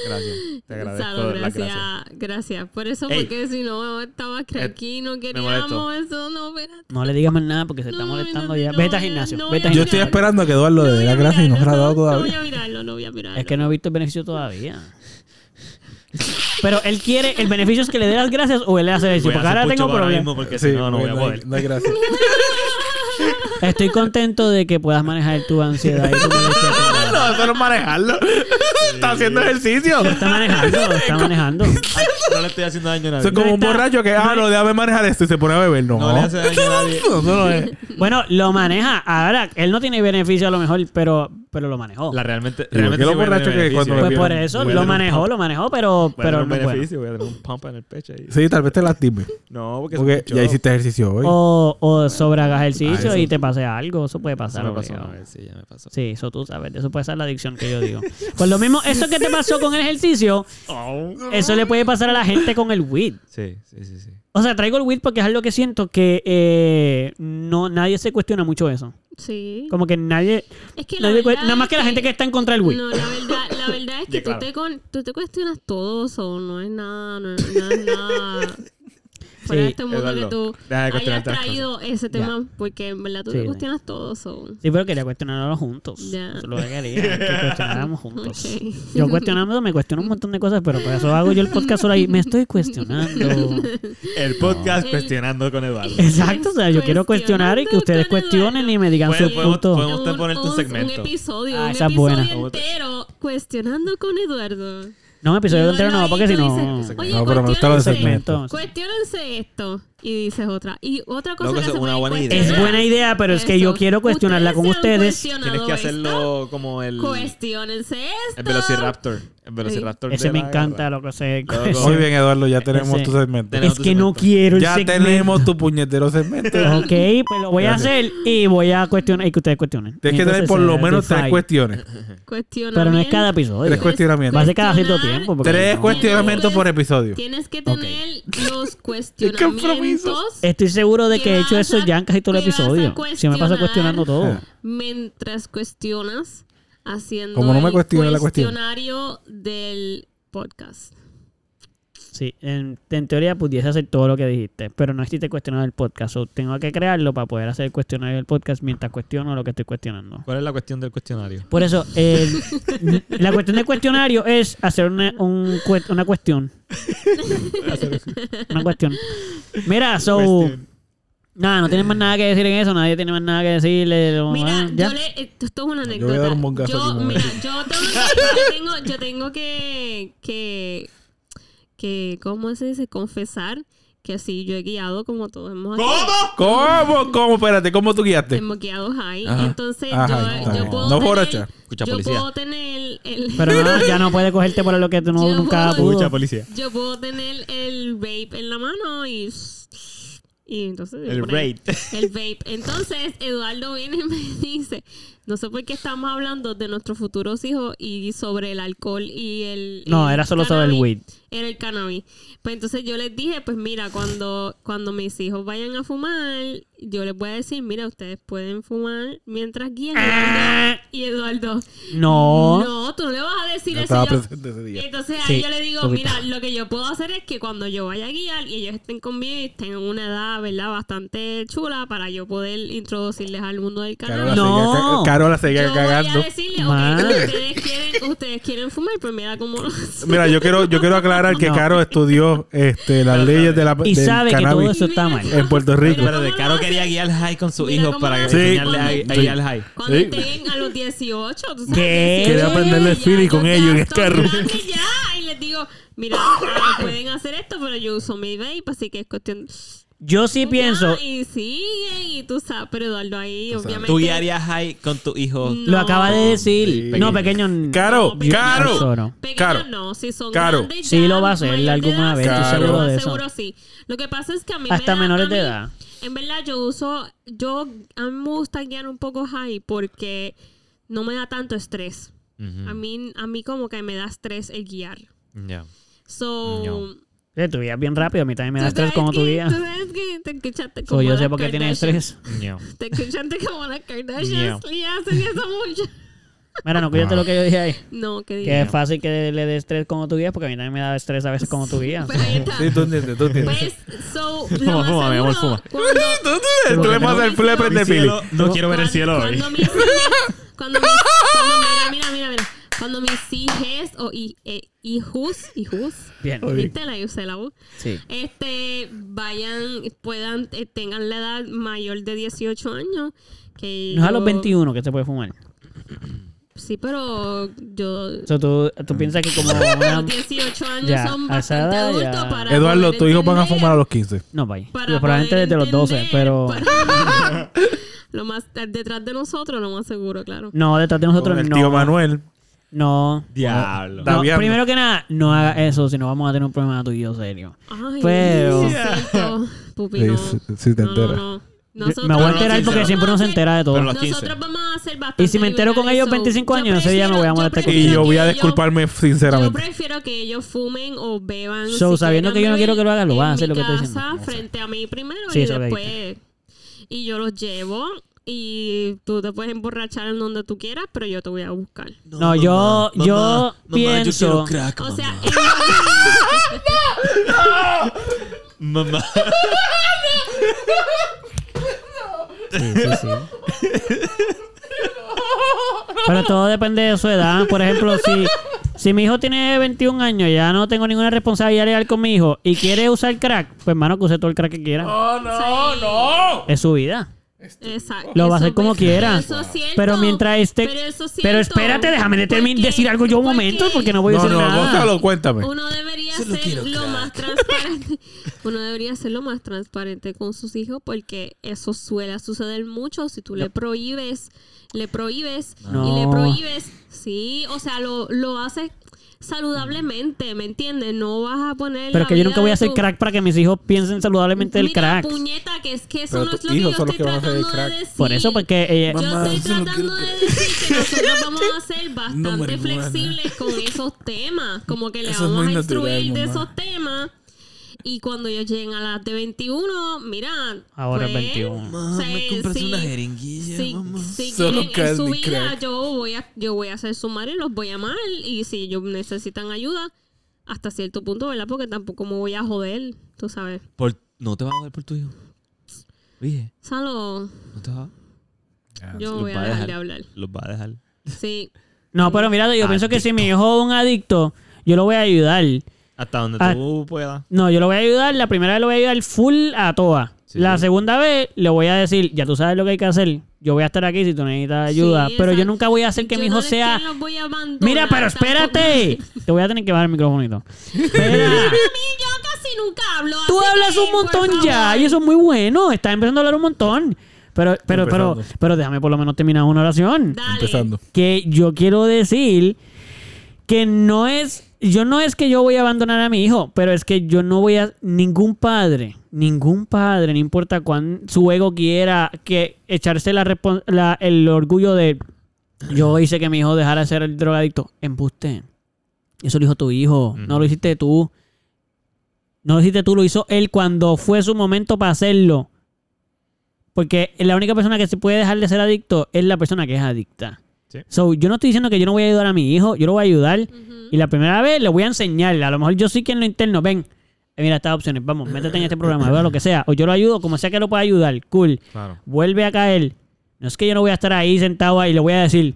Speaker 1: Gracias. Te agradezco
Speaker 4: Gonzalo,
Speaker 1: las gracias.
Speaker 4: gracias. Gracias. Por eso,
Speaker 1: Ey. Eh,
Speaker 4: porque si no estaba cranky, no
Speaker 1: molesto.
Speaker 4: queríamos eso, no, espérate.
Speaker 3: No le digas más nada porque se está
Speaker 4: No,
Speaker 3: molestando
Speaker 4: no,
Speaker 3: ya.
Speaker 4: no,
Speaker 3: Vete al
Speaker 4: no,
Speaker 3: gimnasio.
Speaker 4: no,
Speaker 3: vete al
Speaker 4: ya,
Speaker 2: Yo estoy
Speaker 3: gimnasio.
Speaker 2: esperando que Eduardo le dé las gracias y no se la ha dado
Speaker 4: No voy
Speaker 2: todavía.
Speaker 4: a mirarlo, no voy a mirarlo.
Speaker 3: Es que no he visto el beneficio todavía. Pero él quiere, el beneficio es que le dé las gracias o él le hace eso.
Speaker 1: Voy a
Speaker 3: Porque
Speaker 1: hacer
Speaker 3: ahora
Speaker 1: pucho
Speaker 3: tengo
Speaker 1: ahora
Speaker 3: problemas.
Speaker 1: mismo porque
Speaker 2: Sí,
Speaker 1: si no, no voy a
Speaker 2: porque hay-
Speaker 1: poder.
Speaker 2: no hay gracias.
Speaker 3: Estoy contento de que puedas manejar tu ansiedad y tu molestia.
Speaker 2: No, eso no es manejarlo. Está haciendo ejercicio.
Speaker 3: Está manejando, está manejando.
Speaker 1: Ay, No le estoy haciendo daño a nadie.
Speaker 2: Eso es como un
Speaker 3: está-
Speaker 2: borracho que, ah, no, déjame manejar esto y se pone a beber. No,
Speaker 1: No le hace daño a nadie.
Speaker 2: Eso no es.
Speaker 3: Bueno, lo maneja. Ahora, él no tiene beneficio a lo mejor, pero, pero lo manejó.
Speaker 1: La realmente.
Speaker 2: Digo,
Speaker 1: realmente
Speaker 2: que lo
Speaker 1: sí voy a tener
Speaker 2: borracho que
Speaker 1: beneficio.
Speaker 2: cuando me
Speaker 1: Voy
Speaker 3: Pues
Speaker 1: a
Speaker 3: por
Speaker 2: vieron.
Speaker 3: eso,
Speaker 1: Voy a
Speaker 3: lo
Speaker 1: tener un
Speaker 3: manejó, lo manejó, pero,
Speaker 1: tener
Speaker 3: pero
Speaker 1: un
Speaker 3: no es bueno.
Speaker 1: beneficio, voy a tener un pump en el pecho ahí.
Speaker 2: Sí, tal vez te lastime.
Speaker 1: No, porque,
Speaker 2: Porque
Speaker 1: se
Speaker 2: ya hiciste ejercicio hoy.
Speaker 3: O, o sobrehagas ejercicio
Speaker 2: Ah, eso-
Speaker 3: y te pase algo. Eso puede
Speaker 1: Eso
Speaker 3: pasar.
Speaker 1: me pasó
Speaker 3: obligado.
Speaker 1: una vez, sí, ya me pasó.
Speaker 3: Sí, eso tú sabes. Eso puede ser la adicción que yo digo. Pues lo mismo, eso que te pasó con el ejercicio, eso le puede pasar a la gente con el weed.
Speaker 1: Sí, sí, sí, sí.
Speaker 3: O sea, traigo el weed porque es algo que siento que eh, no nadie se cuestiona mucho eso.
Speaker 4: Sí.
Speaker 3: Como que nadie...
Speaker 4: Es que la
Speaker 3: nadie cue-
Speaker 4: verdad
Speaker 3: nada más
Speaker 4: es
Speaker 3: que la gente que está en contra del weed.
Speaker 4: No, la verdad, la verdad es que
Speaker 1: Ya, claro.
Speaker 4: tú, te con- tú te cuestionas todo, eso no es nada, no es, no es nada. Fuera
Speaker 3: Sí.
Speaker 4: de este mundo
Speaker 1: Eduardo,
Speaker 4: que tú
Speaker 1: deja de
Speaker 4: hayas
Speaker 1: cuestionarte las
Speaker 4: traído ese tema, porque en verdad tú
Speaker 3: Sí,
Speaker 4: te
Speaker 3: sí.
Speaker 4: cuestionas todo, eso
Speaker 3: Sí, pero quería cuestionarlo juntos.
Speaker 4: Ya.
Speaker 3: Eso es lo que quería, que cuestionáramos juntos.
Speaker 4: Ok.
Speaker 3: Yo cuestionando me cuestiono un montón de cosas, pero por eso hago yo el podcast solo ahí. Me estoy cuestionando.
Speaker 1: El podcast cuestionando con Eduardo.
Speaker 3: Exacto, o sea, yo quiero cuestionar y que ustedes cuestionen y me digan
Speaker 1: Bueno,
Speaker 3: su
Speaker 1: podemos-
Speaker 3: punto.
Speaker 1: podemos- gusta ponerte un
Speaker 4: un
Speaker 1: segmento.
Speaker 4: episodio,
Speaker 3: Ah,
Speaker 4: un
Speaker 3: esa es
Speaker 4: episodio
Speaker 3: buena.
Speaker 4: entero cuestionando con Eduardo.
Speaker 3: No, un episodio
Speaker 4: Eduardo
Speaker 3: entero no,
Speaker 4: ahí,
Speaker 3: porque
Speaker 4: tú
Speaker 3: si no.
Speaker 4: dices, Oye,
Speaker 2: No, pero me gusta el
Speaker 4: cuestiónense-
Speaker 2: segmento.
Speaker 4: Cuestiónense esto y dices otra. Y otra cosa
Speaker 1: Loco,
Speaker 4: que
Speaker 1: eso
Speaker 4: se
Speaker 1: es una
Speaker 4: pueden
Speaker 1: buena idea.
Speaker 4: cuestionar.
Speaker 3: Es buena idea, pero es que yo quiero cuestionarla con
Speaker 4: se han
Speaker 3: ustedes.
Speaker 4: cuestionado
Speaker 1: Tienes que hacerlo como el.
Speaker 4: esto? Cuestiónense esto.
Speaker 1: El Velociraptor. El Velociraptor.
Speaker 3: Ese
Speaker 1: de
Speaker 3: me
Speaker 1: la
Speaker 3: encanta,
Speaker 1: guerra.
Speaker 3: lo que sé.
Speaker 1: Loco.
Speaker 2: Muy bien, Eduardo, ya tenemos
Speaker 3: Ese-
Speaker 2: tu segmento.
Speaker 1: Tenemos
Speaker 3: Es
Speaker 1: tu
Speaker 3: que no
Speaker 1: segmento.
Speaker 3: quiero el
Speaker 2: Ya
Speaker 3: segmento.
Speaker 2: tenemos tu puñetero segmento.
Speaker 3: Ok, pues lo voy a hacer y voy a cuestionar y que ustedes cuestionen.
Speaker 2: Tienes que tener
Speaker 3: Entonces,
Speaker 2: por lo
Speaker 3: eh,
Speaker 2: menos tres
Speaker 3: define.
Speaker 2: cuestiones.
Speaker 4: Cuestionamiento.
Speaker 3: Pero no es cada episodio.
Speaker 2: Tres cuestionamientos.
Speaker 3: Va a ser cada cierto
Speaker 4: Cuestionar-
Speaker 3: tiempo. porque
Speaker 2: Tres
Speaker 3: no.
Speaker 2: cuestionamientos por episodio.
Speaker 4: Tienes que tener los
Speaker 2: compromisos.
Speaker 4: cuestionamientos
Speaker 3: Estoy seguro de que he
Speaker 4: ¿Qué
Speaker 3: hecho
Speaker 4: vas
Speaker 3: eso
Speaker 4: a-
Speaker 3: ya en casi todo el
Speaker 4: qué vas a
Speaker 3: episodio. Si me paso
Speaker 4: cuestionar?
Speaker 3: cuestionando todo.
Speaker 2: Ah.
Speaker 4: mientras cuestionas haciendo
Speaker 2: Como no me
Speaker 4: el
Speaker 2: cuestiona la cuestión.
Speaker 4: cuestionario del podcast.
Speaker 3: Sí, en, en teoría pudiese hacer todo lo que dijiste, pero no existe cuestionario del podcast. o tengo que crearlo para poder hacer el cuestionario del podcast mientras cuestiono lo que estoy cuestionando.
Speaker 1: ¿Cuál es la cuestión del cuestionario?
Speaker 3: Por eso, el- la cuestión del cuestionario es hacer una, un cue- una cuestión. una cuestión. Mira, so.
Speaker 1: Cuestión.
Speaker 3: Nada, no tienes más nada que decir en eso. Nadie tiene más nada que decirle. lo-
Speaker 4: Mira,
Speaker 3: ah, ya.
Speaker 4: yo le. Esto, esto es una
Speaker 2: voy a
Speaker 4: anécdota.
Speaker 2: dar un bongazo
Speaker 4: Yo-
Speaker 2: aquí un
Speaker 4: mira,
Speaker 2: momentito.
Speaker 4: yo tengo, que- yo tengo, yo tengo que, que, que. ¿Cómo se dice? Confesar que sí, yo he guiado como todos hemos
Speaker 2: ¿Cómo? ¿Cómo? Espérate, ¿cómo tú guiaste?
Speaker 4: Hemos guiado high.
Speaker 1: Ajá.
Speaker 4: Entonces,
Speaker 2: Ajá,
Speaker 4: yo,
Speaker 2: está
Speaker 4: yo
Speaker 2: bien.
Speaker 4: puedo.
Speaker 2: No
Speaker 4: tener-
Speaker 2: borracha.
Speaker 1: Escucha,
Speaker 4: yo
Speaker 1: policía.
Speaker 4: puedo tener el.
Speaker 3: Pero no, ya no puede cogerte por lo que tú no-
Speaker 4: Yo
Speaker 3: nunca
Speaker 4: puedo-
Speaker 3: pudo.
Speaker 1: policía.
Speaker 4: Yo puedo tener el vape en la mano y. Y entonces.
Speaker 1: El
Speaker 4: por ahí-
Speaker 1: vape.
Speaker 4: El vape. Entonces, Eduardo viene y me dice: No sé por qué estamos hablando de nuestros futuros hijos y sobre el alcohol y el.
Speaker 3: No,
Speaker 4: el
Speaker 3: era solo sobre el
Speaker 4: cannabis.
Speaker 3: weed.
Speaker 4: Era el cannabis. Pues entonces yo les dije: Pues mira, cuando, cuando mis hijos vayan a fumar, yo les voy a decir: Mira, ustedes pueden fumar mientras guían.
Speaker 3: Ah,
Speaker 4: y Eduardo.
Speaker 3: No.
Speaker 4: No, tú no le vas a decir
Speaker 2: Yo
Speaker 4: eso.
Speaker 2: estaba
Speaker 4: Yo-
Speaker 2: presente ese
Speaker 4: Y
Speaker 2: día.
Speaker 4: entonces
Speaker 3: Sí,
Speaker 4: ahí yo le digo,
Speaker 3: poquito.
Speaker 4: mira, lo que yo puedo hacer es que cuando yo vaya a guiar y ellos estén conmigo, y estén en una edad, ¿verdad? Bastante chula para yo poder introducirles al mundo del
Speaker 2: Carola
Speaker 4: cannabis.
Speaker 3: No.
Speaker 2: seguía ca- Carola
Speaker 4: Yo
Speaker 2: seguía
Speaker 4: voy
Speaker 2: cagando.
Speaker 4: a decirle,
Speaker 3: Mal.
Speaker 4: ok, ustedes quieren, ustedes quieren fumar, pues mira cómo lo hacen.
Speaker 2: Mira, yo quiero, yo quiero aclarar que
Speaker 3: No.
Speaker 2: Caro estudió este, las leyes de la
Speaker 3: Y
Speaker 2: del
Speaker 3: sabe que todo
Speaker 2: cannabis.
Speaker 3: eso está mal.
Speaker 2: en Puerto Rico.
Speaker 4: Mira cómo
Speaker 1: Espérate,
Speaker 4: lo
Speaker 1: Caro
Speaker 4: hacen.
Speaker 1: quería guiar high con su
Speaker 4: Mira
Speaker 1: hijo
Speaker 4: cómo
Speaker 1: para
Speaker 4: lo
Speaker 1: que
Speaker 4: hacen
Speaker 1: enseñarle a,
Speaker 4: cuando-
Speaker 1: a guiar high.
Speaker 4: Cuando
Speaker 2: Sí.
Speaker 4: estén a los 18, tú sabes.
Speaker 3: ¿Qué?
Speaker 4: que sí,
Speaker 2: Quería aprenderle
Speaker 4: ya,
Speaker 2: Philly
Speaker 4: yo
Speaker 2: con
Speaker 4: ya
Speaker 2: ellos en el
Speaker 4: estoy
Speaker 2: carro.
Speaker 4: grande ya, y les digo, mira, ah, pueden hacer esto, pero yo uso mi vape, así que es cuestión...
Speaker 3: Yo sí
Speaker 4: Ya,
Speaker 3: pienso,
Speaker 4: Y siguen, y tú sabes, pero Eduardo ahí,
Speaker 2: Tú sabes.
Speaker 4: obviamente...
Speaker 1: Tú guiarías high con tu hijo.
Speaker 4: No.
Speaker 3: lo acaba de decir.
Speaker 2: Sí.
Speaker 3: No, pequeño. n-
Speaker 2: Caro,
Speaker 4: Yo-
Speaker 2: caro.
Speaker 3: eso no.
Speaker 4: Pequeños
Speaker 2: Caro.
Speaker 4: no, si son
Speaker 2: Caro.
Speaker 4: grandes ya,
Speaker 3: Sí lo va a hacer
Speaker 4: mayores de
Speaker 3: alguna
Speaker 4: edad,
Speaker 3: vez,
Speaker 2: estoy
Speaker 4: sí,
Speaker 2: seguro
Speaker 3: de
Speaker 4: seguro sí. Lo que pasa es que a mí me
Speaker 3: Hasta
Speaker 4: da-
Speaker 3: menores
Speaker 4: a
Speaker 3: de
Speaker 4: mí-
Speaker 3: edad.
Speaker 4: En verdad yo uso, yo a mí me gusta guiar un poco high porque no me da tanto estrés.
Speaker 1: Ujú.
Speaker 4: Mm. A
Speaker 2: Mm.
Speaker 4: mí, a mí como que me da estrés el guiar.
Speaker 1: Ya.
Speaker 4: So,
Speaker 1: No.
Speaker 3: Eh, Tú guías bien rápido, a mí también me da
Speaker 4: tú
Speaker 3: estrés
Speaker 4: sabes
Speaker 3: como tú
Speaker 4: que-
Speaker 3: guías.
Speaker 4: tú sabes que te escuchaste
Speaker 3: So,
Speaker 4: como
Speaker 3: yo
Speaker 4: las
Speaker 3: sé por qué tienes
Speaker 4: Kardashians.
Speaker 3: estrés.
Speaker 1: No.
Speaker 4: Te escuchaste como las Kardashians
Speaker 1: No.
Speaker 4: y hacen eso mucho.
Speaker 3: Mira, no cuídate lo que yo dije ahí.
Speaker 4: No, que
Speaker 3: Que
Speaker 4: diga.
Speaker 3: es fácil que le dé estrés como tú guías, porque a mí también me da estrés a veces como tú guías.
Speaker 4: Pero Pues ahí está.
Speaker 2: Sí, tú entiendes, tú entiendes.
Speaker 4: Pues, so,
Speaker 1: Fuma,
Speaker 4: lo más
Speaker 1: fuma, mi amor,
Speaker 4: seguro,
Speaker 1: fuma.
Speaker 4: cuando-
Speaker 2: Tú- tú- tú le pasas el tú le
Speaker 1: Mi
Speaker 2: prendes Philly.
Speaker 1: cielo, no quiero ver el
Speaker 4: Cuando-
Speaker 1: cielo hoy.
Speaker 4: Cuando mis, cuando mis, cuando mira, mira, mira, mira. Cuando mis hijes o hi- eh, hijos, hijos,
Speaker 3: Bien.
Speaker 4: viste la usé la voz.
Speaker 3: Sí.
Speaker 4: Este, vayan, puedan, eh, tengan la edad mayor de 18 años. Que
Speaker 3: No es a los
Speaker 4: yo-
Speaker 3: 21 que se puede fumar.
Speaker 4: Sí, pero yo.
Speaker 3: O sea, tú,
Speaker 2: Mm.
Speaker 3: tú piensas que como una...
Speaker 4: Los 18 años
Speaker 3: Ya,
Speaker 4: son
Speaker 3: a esa
Speaker 4: bastante
Speaker 3: edad ya.
Speaker 4: adultos para.
Speaker 2: Eduardo,
Speaker 4: poder
Speaker 2: tus hijos van a
Speaker 4: entender-
Speaker 2: fumar a los 15.
Speaker 3: No, vaya.
Speaker 4: para
Speaker 3: Yo Probablemente
Speaker 4: poder
Speaker 3: desde los 12,
Speaker 4: entender,
Speaker 3: pero...
Speaker 4: para- lo más eh, detrás de nosotros, lo más seguro, claro.
Speaker 3: No, detrás de nosotros
Speaker 2: Con el
Speaker 3: no.
Speaker 2: tío Manuel.
Speaker 3: No.
Speaker 1: Diablo.
Speaker 2: Da-
Speaker 3: No,
Speaker 2: Daviando.
Speaker 3: primero que nada, no haga eso, si no vamos a tener un problema tú y yo serio.
Speaker 4: Ay,
Speaker 3: Pero-
Speaker 4: sí, es cierto, Pupi, no.
Speaker 2: Sí, sí, sí, te
Speaker 4: No, no,
Speaker 2: enteras.
Speaker 4: no.
Speaker 3: me voy a
Speaker 4: Nosotros-
Speaker 3: enterar porque
Speaker 4: nosotros
Speaker 3: siempre uno se
Speaker 4: vamos a
Speaker 3: entera de todo.
Speaker 1: Pero los
Speaker 4: Nosotros
Speaker 1: 15.
Speaker 4: vamos a ser bastante.
Speaker 3: Y si me entero con
Speaker 4: liberales,
Speaker 3: ellos
Speaker 4: so
Speaker 3: 25
Speaker 4: yo
Speaker 3: años, ese día me voy a
Speaker 4: prefiero-
Speaker 3: molestar
Speaker 4: yo
Speaker 3: con
Speaker 2: Y
Speaker 4: prefiero
Speaker 2: yo voy a
Speaker 4: que
Speaker 2: disculparme
Speaker 4: ellos- Yo
Speaker 2: sinceramente.
Speaker 4: prefiero que ellos fumen o beban.
Speaker 3: So, sabiendo que yo no quiero que lo hagan, lo
Speaker 4: van
Speaker 3: vas a hacer, lo que estoy diciendo. No sé.
Speaker 4: frente a mí primero
Speaker 3: Sí,
Speaker 4: y
Speaker 3: eso es lo que
Speaker 4: después. Y yo los llevo y tú te puedes emborrachar en donde tú quieras, pero yo te voy a buscar.
Speaker 3: No, yo, yo pienso...
Speaker 4: O sea,
Speaker 1: Mamá.
Speaker 3: Sí, sí, sí. Pero todo depende de su edad. Por ejemplo, si, si mi hijo tiene 21 años, ya no tengo ninguna responsabilidad legal con mi hijo y quiere usar crack, pues hermano, que use todo el crack que quiera.
Speaker 4: Oh. no, no.
Speaker 3: Es su vida.
Speaker 4: Exacto.
Speaker 3: Lo va a
Speaker 4: Eso
Speaker 3: hacer como
Speaker 4: es-
Speaker 3: quiera.
Speaker 4: eso es cierto.
Speaker 3: Pero mientras esté.
Speaker 4: Pero, eso es
Speaker 3: Pero
Speaker 4: cierto.
Speaker 3: espérate, déjame de termi-
Speaker 4: Porque-
Speaker 3: decir algo yo un momento porque no voy a
Speaker 2: No,
Speaker 3: decir
Speaker 2: no,
Speaker 3: nada.
Speaker 2: Gonzalo, cuéntame.
Speaker 4: Uno debería ser lo más transparente. Uno debería ser lo más transparente con sus hijos porque eso suele suceder mucho si tú le prohíbes, le prohíbes y le
Speaker 3: No.
Speaker 4: prohíbes. Sí, o sea, lo, lo haces saludablemente, ¿me entiendes? No vas a poner
Speaker 3: Pero
Speaker 4: la
Speaker 3: es que yo
Speaker 4: vida
Speaker 3: nunca voy
Speaker 4: de
Speaker 3: a hacer
Speaker 4: tu-
Speaker 3: crack para que mis hijos piensen saludablemente del
Speaker 4: Mira,
Speaker 3: crack.
Speaker 4: puñeta, que es que eso
Speaker 2: Pero
Speaker 4: no es
Speaker 2: tus
Speaker 4: lo que yo
Speaker 2: hijos son los
Speaker 4: estoy
Speaker 2: que van a hacer el
Speaker 4: tratando de
Speaker 2: crack.
Speaker 4: decir.
Speaker 3: Por eso, porque eh, ella-
Speaker 4: Yo
Speaker 2: Mamá,
Speaker 4: estoy
Speaker 2: eso no
Speaker 4: tratando de decir que nosotros vamos a ser bastante flexibles con esos temas. Como que le
Speaker 2: Eso es
Speaker 4: vamos
Speaker 2: muy
Speaker 4: a
Speaker 2: natural,
Speaker 4: instruir de
Speaker 2: mamá.
Speaker 4: esos temas. Y cuando ellos lleguen a las de 21, mira.
Speaker 3: Ahora es
Speaker 4: pues,
Speaker 3: 21.
Speaker 4: o sea, si-
Speaker 1: jeringuilla,
Speaker 4: si, si
Speaker 2: Solo
Speaker 4: quieren en su
Speaker 2: Candy
Speaker 4: vida,
Speaker 2: Crush.
Speaker 4: yo voy a, yo voy a hacer su madre, los voy a amar. Y si ellos necesitan ayuda, hasta cierto punto, ¿verdad? Porque tampoco me voy a joder, tú sabes.
Speaker 1: Por- no te vas a ver por tu hijo. Dije,
Speaker 4: Salo,
Speaker 1: no te vas
Speaker 4: yo
Speaker 1: los
Speaker 4: voy
Speaker 1: va a
Speaker 4: a dejar
Speaker 1: dejar.
Speaker 4: de hablar.
Speaker 1: Los va a dejar.
Speaker 4: Sí.
Speaker 3: No, pero mira, yo pienso que si mi hijo es un adicto, yo lo voy a ayudar.
Speaker 1: Hasta donde
Speaker 3: Ah.
Speaker 1: tú puedas.
Speaker 3: No, yo lo voy a ayudar. La primera vez lo voy a ayudar full a toa.
Speaker 1: Sí,
Speaker 3: la
Speaker 1: sí.
Speaker 3: segunda vez le voy a decir, ya tú sabes lo que hay que hacer. Yo voy a estar aquí si tú necesitas ayuda.
Speaker 4: Sí,
Speaker 3: pero yo
Speaker 4: exacto.
Speaker 3: nunca voy a hacer que
Speaker 4: Yo
Speaker 3: mi hijo
Speaker 4: no les-
Speaker 3: sea.
Speaker 4: yo los voy a abandonar
Speaker 3: Mira, pero
Speaker 4: tampoco.
Speaker 3: espérate. Te voy a tener que bajar el microfonito. Mira,
Speaker 4: A mí yo casi nunca hablo.
Speaker 3: tú
Speaker 4: así
Speaker 3: hablas
Speaker 4: que,
Speaker 3: un
Speaker 4: por
Speaker 3: montón ya
Speaker 4: favor.
Speaker 3: y eso es muy bueno. Estás empezando a hablar un montón. Pero, pero, pero,
Speaker 2: Empezando.
Speaker 3: pero déjame por lo menos terminar una oración.
Speaker 4: Dale.
Speaker 2: Empezando.
Speaker 3: que yo quiero decir que no es yo no es que yo voy a abandonar a mi hijo, pero es que yo no voy a ningún padre, ningún padre, no importa cuán su ego quiera que echarse la, respon- la- el orgullo de yo hice que mi hijo dejara de ser el drogadicto, embuste. Eso lo hizo tu hijo, no lo hiciste tú. No lo hiciste tú, lo hizo él cuando fue su momento para hacerlo. Porque la única persona que se puede dejar de ser adicto es la persona que es adicta.
Speaker 1: Sí.
Speaker 3: So, yo no estoy diciendo que yo no voy a ayudar a mi hijo, yo lo voy a ayudar. Y la primera vez le voy a enseñar. A lo mejor yo sí que en lo interno, ven, eh, mira estas opciones, vamos, métete en este programa, vea lo que sea. O yo lo ayudo, como sea que lo pueda ayudar, cool.
Speaker 1: Claro.
Speaker 3: Vuelve a caer. No es que yo no voy a estar ahí sentado ahí y le voy a decir,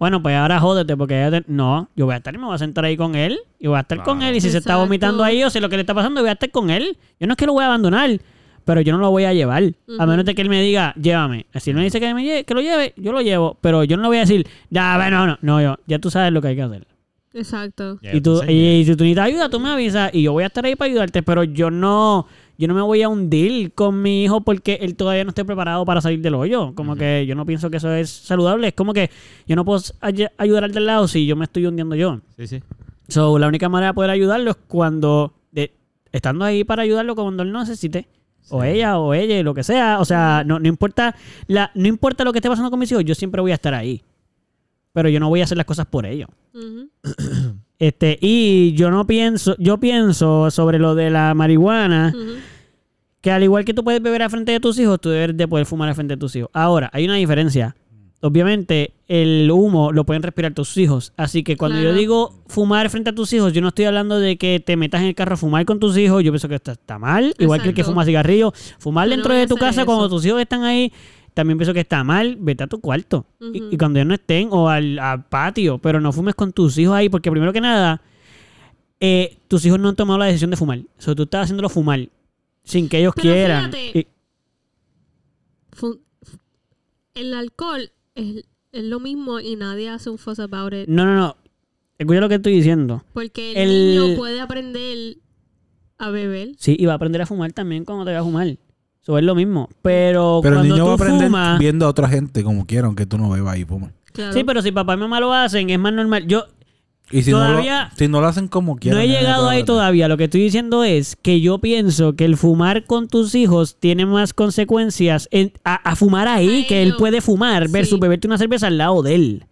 Speaker 3: bueno, pues ahora jódete, porque ya te- no, yo voy a estar y me voy a sentar ahí con él, y voy a estar con él, y si se está
Speaker 4: Exacto.
Speaker 3: vomitando ahí o si lo que le está pasando, voy a estar con él. Yo no es que lo voy a abandonar, pero yo no lo voy a llevar, a menos de que él me diga, llévame. Si él me dice que, me lle- que lo lleve, yo lo llevo, pero yo no le voy a decir, ya, bueno, no, no, yo, ya tú sabes lo que hay que hacer.
Speaker 4: Exacto.
Speaker 1: Ya,
Speaker 3: Y, tú,
Speaker 1: te
Speaker 3: y,
Speaker 1: enseñé.
Speaker 3: y si tú necesitas ayuda, tú me avisas y yo voy a estar ahí para ayudarte, pero yo no yo no me voy a hundir con mi hijo porque él todavía no esté preparado para salir del hoyo. Como que yo no pienso que eso es saludable. Es como que yo no puedo ay- ayudar al del lado si yo me estoy hundiendo yo.
Speaker 1: Sí, sí.
Speaker 4: Mm.
Speaker 3: So, la única manera de poder ayudarlo es cuando de- estando ahí para ayudarlo cuando él no necesite. O ella, o ella, y lo que sea. O sea, no, no importa la, no importa lo que esté pasando con mis hijos, yo siempre voy a estar ahí. Pero yo no voy a hacer las cosas por ellos.
Speaker 4: Ujú.
Speaker 3: Este, y yo no pienso, yo pienso sobre lo de la marihuana,
Speaker 4: Ujú.
Speaker 3: que al igual que tú puedes beber al frente de tus hijos, tú debes de poder fumar al frente de tus hijos. Ahora, hay una diferencia. Obviamente, el humo lo pueden respirar tus hijos. Así que cuando yo
Speaker 4: Claro.
Speaker 3: digo fumar frente a tus hijos, yo no estoy hablando de que te metas en el carro a fumar con tus hijos. Yo pienso que está, está mal. Igual que el que
Speaker 4: Exacto.
Speaker 3: fuma cigarrillo. Fumar
Speaker 4: Yo no
Speaker 3: dentro
Speaker 4: voy
Speaker 3: de
Speaker 4: a
Speaker 3: tu
Speaker 4: hacer
Speaker 3: casa
Speaker 4: eso.
Speaker 3: cuando tus hijos están ahí, también pienso que está mal. Vete a tu cuarto. Y-
Speaker 4: Ujú.
Speaker 3: y, cuando ellos no estén, o al, al patio. Pero no fumes con tus hijos ahí, porque primero que nada, eh, tus hijos no han tomado la decisión de fumar. O sea, tú estás haciéndolo fumar sin que ellos
Speaker 4: Pero
Speaker 3: quieran.
Speaker 4: fíjate,
Speaker 3: Y-
Speaker 4: Fu- El alcohol es, es lo mismo y nadie hace un fuss about it.
Speaker 3: no, no, no. Escucha lo que estoy diciendo.
Speaker 4: Porque el,
Speaker 3: El-
Speaker 4: niño puede aprender a beber.
Speaker 3: Sí, y va a aprender a fumar también cuando te va a fumar. Eso es lo mismo. Pero,
Speaker 2: Pero el
Speaker 3: cuando
Speaker 2: niño va a
Speaker 3: tú
Speaker 2: aprender
Speaker 3: fumas-
Speaker 2: viendo a otra gente como quiera, aunque tú no bebas y fumes.
Speaker 4: Claro.
Speaker 3: Sí, pero si papá y mamá lo hacen, es más normal. Yo
Speaker 2: Y si, no
Speaker 3: Todavía
Speaker 2: lo, si no lo hacen como quieran.
Speaker 3: no he
Speaker 2: nena,
Speaker 3: llegado ahí
Speaker 2: acuérdate.
Speaker 3: todavía. Lo que estoy diciendo es que yo pienso que el fumar con tus hijos tiene más consecuencias en- a, a fumar ahí,
Speaker 4: A
Speaker 3: que él
Speaker 4: ellos.
Speaker 3: puede fumar,
Speaker 4: Sí.
Speaker 3: versus beberte una cerveza al lado de él.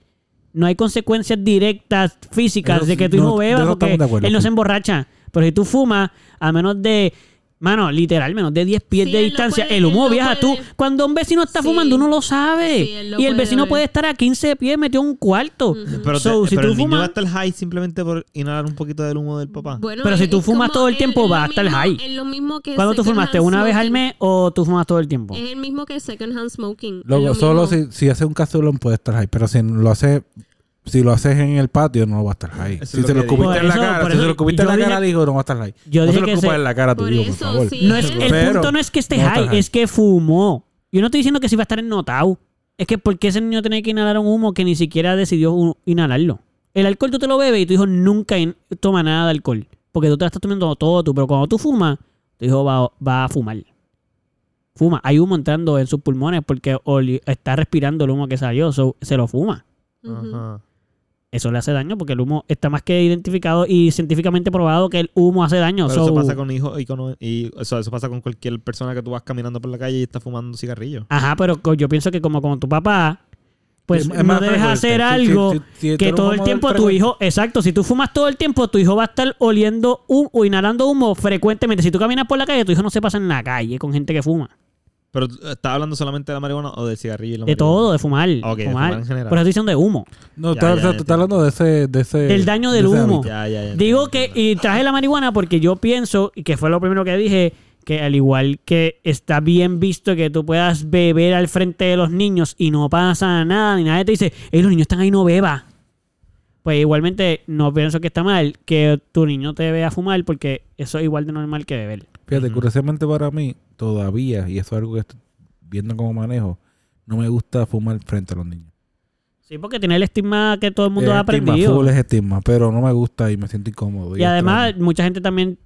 Speaker 3: No hay consecuencias directas físicas
Speaker 2: Eso
Speaker 3: de que tu
Speaker 2: no-
Speaker 3: hijo
Speaker 2: de
Speaker 3: beba
Speaker 2: eso
Speaker 3: porque
Speaker 2: estamos de acuerdo,
Speaker 3: él no se
Speaker 2: sí.
Speaker 3: emborracha. Pero si tú fumas, a menos de... Mano, literal, menos de 10 pies
Speaker 4: Sí,
Speaker 3: de
Speaker 4: él no
Speaker 3: distancia.
Speaker 4: puede-
Speaker 3: el
Speaker 4: él
Speaker 3: humo
Speaker 4: no
Speaker 3: viaja
Speaker 4: puede.
Speaker 3: tú. Cuando un vecino está
Speaker 4: Sí.
Speaker 3: fumando, uno lo sabe.
Speaker 4: Sí, él lo
Speaker 3: y el
Speaker 4: puede
Speaker 3: vecino
Speaker 4: ver.
Speaker 3: puede estar a 15 pies metido en un cuarto.
Speaker 1: Pero,
Speaker 3: So,
Speaker 1: te-
Speaker 3: si
Speaker 1: pero
Speaker 3: tú
Speaker 1: el niño va a
Speaker 3: fumas...
Speaker 1: estar high simplemente por inhalar un poquito del humo del papá.
Speaker 4: Bueno,
Speaker 3: Pero si
Speaker 4: es-
Speaker 3: tú
Speaker 4: es
Speaker 3: fumas
Speaker 4: como-
Speaker 3: todo el
Speaker 4: es-
Speaker 3: tiempo,
Speaker 4: es lo
Speaker 3: va a estar
Speaker 4: mismo-
Speaker 3: high.
Speaker 4: Es lo mismo que
Speaker 3: ¿Cuándo tú
Speaker 4: second
Speaker 3: fumaste?
Speaker 4: hand
Speaker 3: ¿Una vez al
Speaker 4: smoking.
Speaker 3: mes o tú fumas todo el tiempo?
Speaker 4: Es el mismo que second hand smoking. es
Speaker 2: Luego,
Speaker 4: lo
Speaker 2: solo
Speaker 4: mismo.
Speaker 2: si, si hace un casulón puede estar high, pero si lo hace si lo haces en el patio no va a estar high.
Speaker 1: Eso
Speaker 2: si
Speaker 1: es lo
Speaker 2: se lo
Speaker 1: que digo.
Speaker 2: escupiste en la
Speaker 3: Por eso-
Speaker 2: cara,
Speaker 3: por
Speaker 2: si se
Speaker 3: eso
Speaker 2: lo escupiste en
Speaker 3: yo
Speaker 2: la
Speaker 3: dije-
Speaker 2: cara al hijo no va a estar high.
Speaker 3: yo
Speaker 2: no
Speaker 3: dije
Speaker 2: se lo
Speaker 3: que
Speaker 2: escupas
Speaker 3: se-
Speaker 2: en la cara a tu
Speaker 4: Por
Speaker 2: hijo, por
Speaker 4: eso,
Speaker 2: favor.
Speaker 4: sí.
Speaker 3: No es,
Speaker 4: Pero-
Speaker 3: el punto no es que esté
Speaker 2: no va a
Speaker 3: high,
Speaker 2: estar high.
Speaker 3: es que fumó. Yo no estoy diciendo que si va a estar en notado. Es que porque ese niño tenía que inhalar un humo que ni siquiera decidió u- inhalarlo. El alcohol tú te lo bebes y tu hijo nunca in- toma nada de alcohol. Porque tú te lo estás tomando todo tú. Pero cuando tú fumas, tu hijo va, va a fumar. Fuma. Hay humo entrando en sus pulmones porque oli- está respirando el humo que salió. so, se lo fuma.
Speaker 4: Ujú.
Speaker 1: Ajá.
Speaker 3: Eso le hace daño porque el humo está más que identificado y científicamente probado que el humo hace daño.
Speaker 1: Pero
Speaker 3: so-
Speaker 1: eso pasa con hijos y con y eso, eso pasa con cualquier persona que tú vas caminando por la calle y está fumando cigarrillo.
Speaker 3: Ajá, pero co- yo pienso que como con tu papá, pues
Speaker 2: Es- es
Speaker 3: no
Speaker 2: más
Speaker 3: debes
Speaker 2: frecuente.
Speaker 3: hacer
Speaker 2: Si-
Speaker 3: algo
Speaker 2: si- si- si
Speaker 3: que
Speaker 2: tú
Speaker 3: todo
Speaker 2: fumas
Speaker 3: el
Speaker 2: del
Speaker 3: tiempo tu
Speaker 2: frecuente.
Speaker 3: hijo, exacto, si tú fumas todo el tiempo, tu hijo va a estar oliendo humo o inhalando humo frecuentemente. Si tú caminas por la calle, tu hijo no se pasa en la calle con gente que fuma.
Speaker 1: Pero ¿tú- ¿estás hablando solamente de la marihuana o del cigarrillo y la
Speaker 3: De
Speaker 1: marihuana?
Speaker 3: todo, de fumar.
Speaker 1: Ok, de
Speaker 3: fumar.
Speaker 1: fumar en general.
Speaker 3: Por eso dicen de humo.
Speaker 2: No,
Speaker 1: Ya, ya,
Speaker 2: está- está-
Speaker 1: ya
Speaker 2: está
Speaker 1: entiendo.
Speaker 2: hablando de ese, de ese
Speaker 3: Del daño
Speaker 2: de
Speaker 3: del
Speaker 2: ese
Speaker 3: humo.
Speaker 2: hábito.
Speaker 1: Ya, ya, ya.
Speaker 3: Digo
Speaker 1: entiendo,
Speaker 3: que,
Speaker 1: entiendo.
Speaker 3: y traje la marihuana porque yo pienso, y que fue lo primero que dije, que al igual que está bien visto que tú puedas beber al frente de los niños y no pasa nada, ni nadie te dice, hey, los niños están ahí, no beba. Pues igualmente no pienso que está mal que tu niño te vea fumar porque eso es igual de normal que beber.
Speaker 2: Fíjate, curiosamente para mí todavía y eso es algo que estoy viendo como manejo, no me gusta fumar frente a los niños.
Speaker 3: Sí, porque tiene el estigma que todo el mundo
Speaker 2: Es
Speaker 3: ha
Speaker 2: Eh, estigma,
Speaker 3: aprendido.
Speaker 2: full es estigma, pero no me gusta y me siento incómodo.
Speaker 3: Y además, mucha gente también,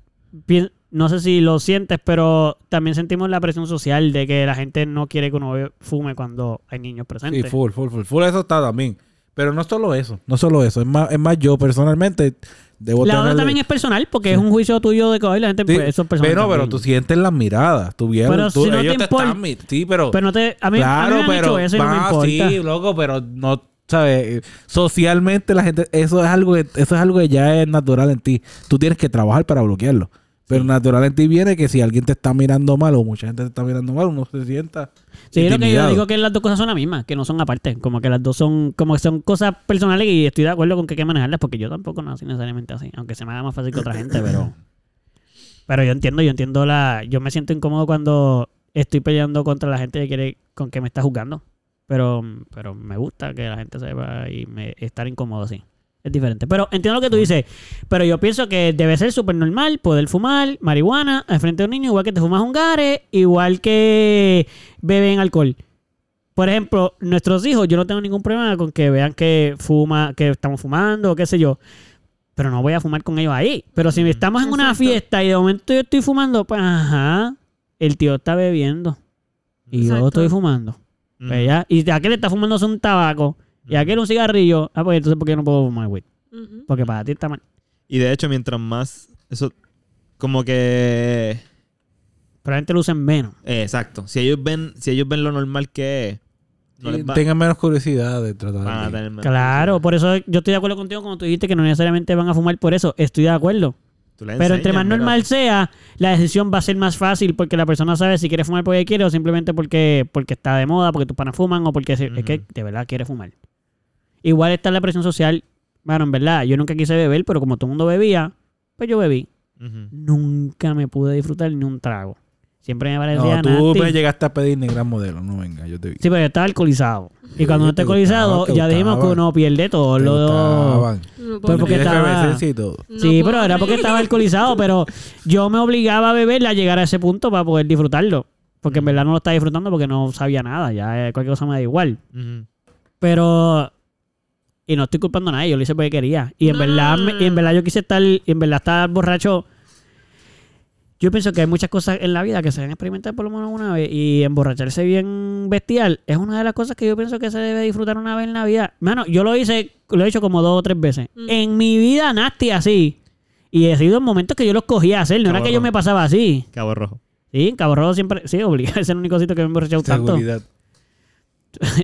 Speaker 3: pien- no sé si lo sientes, pero también sentimos la presión social de que la gente no quiere que uno be- fume cuando hay niños
Speaker 2: Sí,
Speaker 3: presentes.
Speaker 2: full, full, full. Full eso está también. Pero no solo eso, no solo eso. Es más, es más yo personalmente debo
Speaker 3: la otra
Speaker 2: tenerle-
Speaker 3: también es personal, porque es un juicio tuyo de que hoy la gente,
Speaker 2: Sí,
Speaker 3: pues, eso es personal.
Speaker 2: pero, pero
Speaker 3: también.
Speaker 2: tú sientes las miradas. Tú vienes,
Speaker 3: Pero
Speaker 2: tú-
Speaker 3: si no te
Speaker 2: ellos te,
Speaker 3: import-
Speaker 2: están mi- Sí, pero...
Speaker 3: Pero no te, a mí,
Speaker 2: claro,
Speaker 3: a mí me han
Speaker 2: pero...
Speaker 3: hecho eso y no me
Speaker 2: va,
Speaker 3: importa.
Speaker 2: sí, loco, pero no... ¿Sabes? Socialmente la gente... Eso es algo que, eso es algo que ya es natural en ti. Tú tienes que trabajar para bloquearlo. Pero natural en ti viene que si alguien te está mirando mal o mucha gente te está mirando mal, uno se sienta.
Speaker 3: Sí, es lo que yo
Speaker 2: intimidado.
Speaker 3: digo que las dos cosas son las mismas, que no son aparte. Como que las dos son, como que son cosas personales y estoy de acuerdo con que hay que manejarlas, porque yo tampoco no soy necesariamente así, aunque se me haga más fácil que otra gente, pero. Pero yo entiendo, yo entiendo la. Yo me siento incómodo cuando estoy peleando contra la gente que quiere, con que me está juzgando. Pero, pero me gusta que la gente sepa y me, estar incómodo así. Es diferente. Pero entiendo lo que tú dices. Pero yo pienso que debe ser súper normal poder fumar marihuana al frente de un niño, igual que te fumas un gare, igual que beben alcohol. Por ejemplo, nuestros hijos, yo no tengo ningún problema con que vean que fuma, que estamos fumando, o qué sé yo. Pero no voy a fumar con ellos ahí. Pero si estamos en una
Speaker 4: Exacto.
Speaker 3: fiesta y de momento yo estoy fumando, pues ajá, el tío está bebiendo. Y yo
Speaker 4: Exacto.
Speaker 3: estoy fumando. Pues ya, y aquel está fumándose un tabaco y aquel un cigarrillo. Ah, pues entonces, ¿por qué yo no puedo fumar, güey?
Speaker 4: Ujú.
Speaker 3: Porque para ti está mal.
Speaker 1: Y de hecho, mientras más. Eso. Como que.
Speaker 3: Pero la gente lo usa en menos.
Speaker 1: eh, exacto. Si ellos ven, si ellos ven lo normal que es, no Ah, les va,
Speaker 2: Tengan menos curiosidad de tratar.
Speaker 1: van a
Speaker 2: de-
Speaker 1: tener menos
Speaker 3: Claro, por eso yo estoy de acuerdo contigo cuando tú dijiste que no necesariamente van a fumar por eso. Estoy de acuerdo.
Speaker 1: Tú les
Speaker 3: Pero
Speaker 1: enseñas,
Speaker 3: entre más
Speaker 1: mira,
Speaker 3: normal sea, la decisión va a ser más fácil porque la persona sabe si quiere fumar porque quiere o simplemente porque, porque está de moda, porque tus panas fuman o porque se- es que
Speaker 1: Ujú.
Speaker 3: de verdad quiere fumar. Igual está la presión social. Bueno, en verdad, yo nunca quise beber, pero como todo el mundo bebía, pues yo bebí.
Speaker 1: ujú.
Speaker 3: Nunca me pude disfrutar ni un trago. Siempre me parecía
Speaker 2: No, tú
Speaker 3: nasty.
Speaker 2: me llegaste a pedir ni gran modelo. No venga, yo te vi.
Speaker 3: Sí, pero yo estaba alcoholizado. Y cuando no
Speaker 2: te
Speaker 3: está alcoholizado,
Speaker 2: gustaba, te
Speaker 3: ya dijimos que
Speaker 2: gustaba.
Speaker 3: uno pierde todo
Speaker 2: Te
Speaker 3: lo...
Speaker 2: gustaban.
Speaker 4: No
Speaker 3: Pero
Speaker 4: puedo
Speaker 3: porque
Speaker 2: Tenías
Speaker 4: creer.
Speaker 3: estaba-
Speaker 2: efervescencia y todo.
Speaker 4: No pues,
Speaker 3: sí,
Speaker 4: puedo
Speaker 3: pero era porque
Speaker 4: creer.
Speaker 3: estaba alcoholizado, pero yo me obligaba a beberla a llegar a ese punto para poder disfrutarlo. Porque
Speaker 2: Mm.
Speaker 3: en verdad no lo estaba disfrutando porque no sabía nada. Ya eh, cualquier cosa me da igual.
Speaker 1: Ujú.
Speaker 3: Pero... Y no estoy culpando a nadie, yo lo hice porque quería. Y en,
Speaker 4: No,
Speaker 3: verdad,
Speaker 4: no, no,
Speaker 3: me- y en verdad yo quise estar... y en verdad estar borracho... Yo pienso que hay muchas cosas en la vida que se deben experimentar por lo menos una vez. Y emborracharse bien bestial es una de las cosas que yo pienso que se debe disfrutar una vez en la vida. Mano, yo lo hice, lo he hecho como dos o tres veces.
Speaker 4: Mm.
Speaker 3: En mi vida nasty así. Y he sido en momentos que yo los cogía a hacer. No era que yo
Speaker 1: Cabrón.
Speaker 3: me pasaba así.
Speaker 1: Cabo Rojo.
Speaker 3: Sí, en Cabo Rojo siempre... Sí, obligado. Ese es el único sitio que me he emborrachado tanto.
Speaker 2: Seguridad.